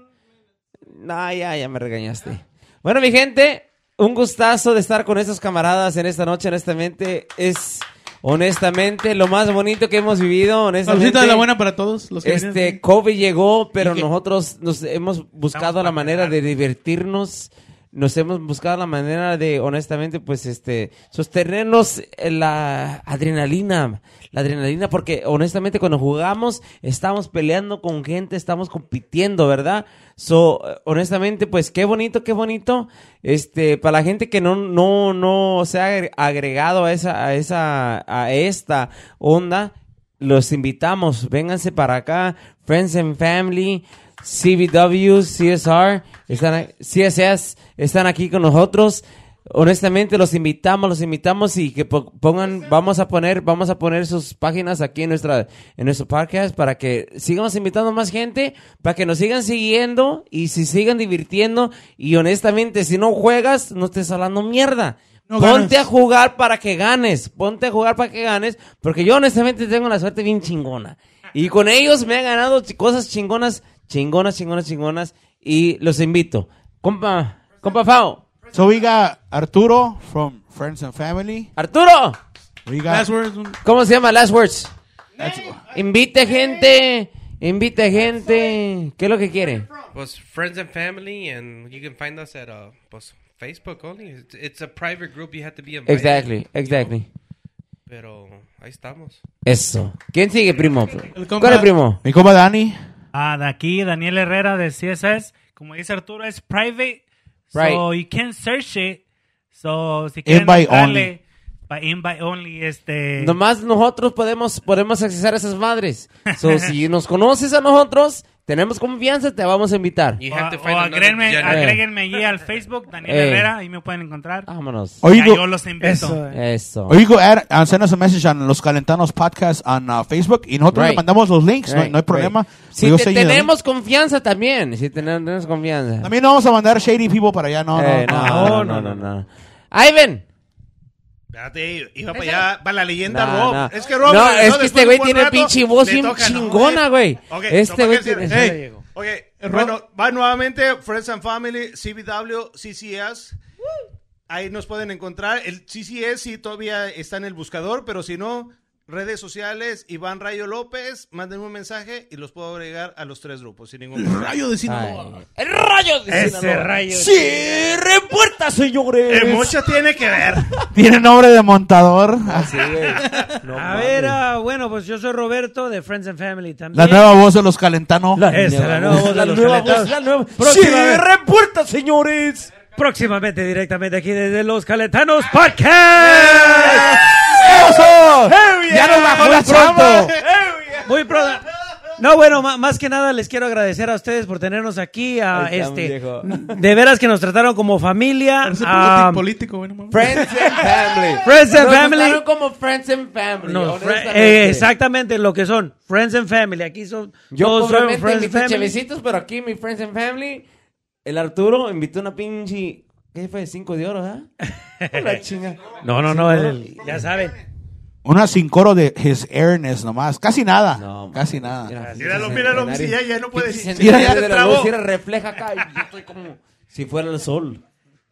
No, ya, ya me regañaste. Bueno, mi gente, un gustazo de estar con estos camaradas en esta noche, honestamente, es honestamente lo más bonito que hemos vivido, honestamente. Saludcita de la buena para todos los que vienen Este, aquí. COVID llegó, pero Y que- nosotros nos hemos buscado la manera de divertirnos. Nos hemos buscado la manera de, honestamente, pues, este, sostenernos eh, la adrenalina. La adrenalina, porque honestamente cuando jugamos estamos peleando con gente, estamos compitiendo, ¿verdad? So, eh, honestamente, pues, qué bonito, qué bonito. Este, para la gente que no, no, no se ha agre- agregado a esa, a esa, a esta onda, los invitamos, vénganse para acá, Friends and Family, CBW, CSR, están, a- CSS, están aquí con nosotros. Honestamente, los invitamos, los invitamos y que po- pongan, vamos a poner, vamos a poner sus páginas aquí en nuestra, en nuestro podcast para que sigamos invitando más gente, para que nos sigan siguiendo y se sigan divirtiendo. Y honestamente, si no juegas, no estés hablando mierda. No Ponte ganas. a jugar para que ganes. Ponte a jugar para que ganes. Porque yo honestamente tengo la suerte bien chingona. Y con ellos me he ganado ch- cosas chingonas, chingonas, chingonas, chingonas. Y los invito. Compa, compa Fao. So we got Arturo from Friends and Family. Arturo, We got Last words, un- ¿cómo se llama? Last Words. Invite gente, invite gente. ¿Qué es lo que quiere? was friends and family, and you can find us at uh, pues, Facebook only. It's, it's a private group. You have to be invited. Exactly, exactly. Pero ahí estamos. Eso. ¿Quién sigue, primo? El compa- ¿Cuál es, primo? mi compa Dani. Ah, de aquí, Daniel Herrera de CSS. Como dice Arturo, es private. So Right. you can search it. So si quieren Invite darle- only. pa- invite only, este. Nomás nosotros podemos, podemos accesar a esas madres. So, si nos conoces a nosotros, tenemos confianza, te vamos a invitar. You o have to o find Ah, oh, another agréguenme, gender. agréguenme allí al Facebook, Daniel Eh. Herrera, ahí me pueden encontrar. Vámonos. Or you Ya yo go, los invito. Eso. eh. Eso. or you go add, uh, send us a message on Los Calentanos Podcast on uh, Facebook y nosotros le Right. mandamos los links. pues, no- Right, no, hay problema. right. Si Yo te sé que- tenemos confianza también. Si te tenemos confianza. También no vamos a mandar shady people para allá. No, Ah, Eh, no, no, no, no, no, no. Ivan. Espérate, iba para allá, para la leyenda No, Rob. no. Es que Rob. No, es regresó que después este de güey un buen tiene rato, pinche voz le bien toca, no, chingona, eh. güey. Ok, Este toca güey que tiene- cierre. Ey. Ey, ok, bueno, va nuevamente Friends and Family, CBW, CCS. Ahí nos pueden encontrar. El CCS sí todavía está en el buscador, pero si no, redes sociales, Iván Rayo López, manden un mensaje y los puedo agregar a los tres grupos sin ningún problema. Eh, Rayo de Sinaloa. Ay. El rayo de Ese Sinaloa. rayo. Cierre puerta, señores. Eh, mucho tiene que ver. Tiene nombre de montador. Sí, güey. No A mames. ver, ah, bueno, pues yo soy Roberto de Friends and Family también. La nueva voz de Los Calentanos. Esa, la nueva voz de La los nueva calentados. voz, la nueva- Próxima vez. Cierre puerta, señores. Próximamente, directamente aquí desde Los Calentanos Podcast. ¡Eso! yeah! ¡Ya nos bajó la pronto! Muy pronto. No, bueno, ma- más que nada les quiero agradecer a ustedes por tenernos aquí. A Ahí estamos, este, viejo. de veras que nos trataron como familia. Parece ah, politi- político, güey, no mames. Friends and family. Friends and Nos family. trataron como friends and family. no, fr- honestamente. eh, exactamente lo que son. Friends and Family. Aquí son Yo todos son obviamente friends and invité family. chevecitos, pero aquí mi friends and family, el Arturo invitó una pinche, ¿qué fue? Cinco de oro, ¿verdad? La chinga. No, no, no. el- el- ya saben. Una sin coro de his airness nomás. Casi nada. No, man. Casi nada. Míralo, míralo, si ya, ya no Ah, puede Pinche decir. centenario Mira, ya de se la trabó. luz, mira, refleja acá. y Yo estoy como si fuera el sol.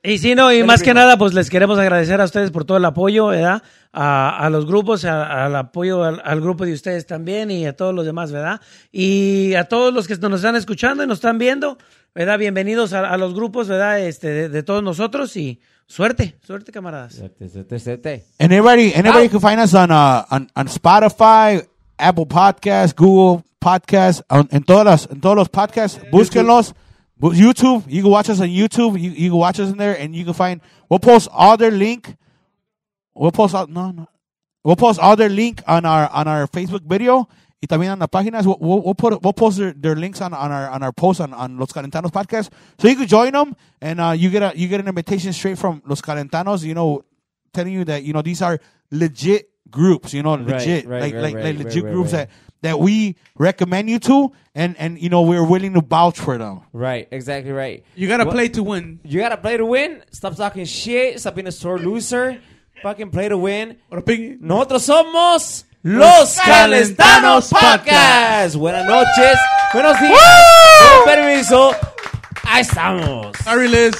Y sí, no, y Dale, más que primo. nada, pues les queremos agradecer a ustedes por todo el apoyo, ¿verdad? A, a los grupos, a- al apoyo al, al grupo de ustedes también y a todos los demás, ¿verdad? Y a todos los que nos están escuchando y nos están viendo, ¿verdad? Bienvenidos a, a los grupos, ¿verdad? Este, de, de todos nosotros y Suerte, suerte, camaradas. Suerte, suerte, suerte. And everybody, and everybody can find us on, uh, on on Spotify, Apple Podcasts, Google Podcasts, on, en todas las, en todos los podcasts. Búsquenlos. Bu- YouTube, you can watch us on YouTube. You, you can watch us in there, and you can find. We'll post all their link. We'll post all no no. We'll post all their link on our on our Facebook video. Y también on the páginas. We'll, we'll, we'll put we'll post their, their links on, on our on our post on, on Los Calentanos podcast. So you can join them, and uh, you get a you get an invitation straight from Los Calentanos. You know, telling you that you know these are legit groups. You know, legit right, right, like like, right, like right, legit right, groups right. that that we recommend you to, and and you know we're willing to vouch for them. Right, exactly right. You gotta What- play to win. You gotta play to win. Stop talking shit. Stop being a sore loser. Fucking play to win. Nosotros somos Los Los Calentanos Calentanos Podcast. Buenas noches. Buenos días. Con permiso. Ahí estamos. Sorry, Liz.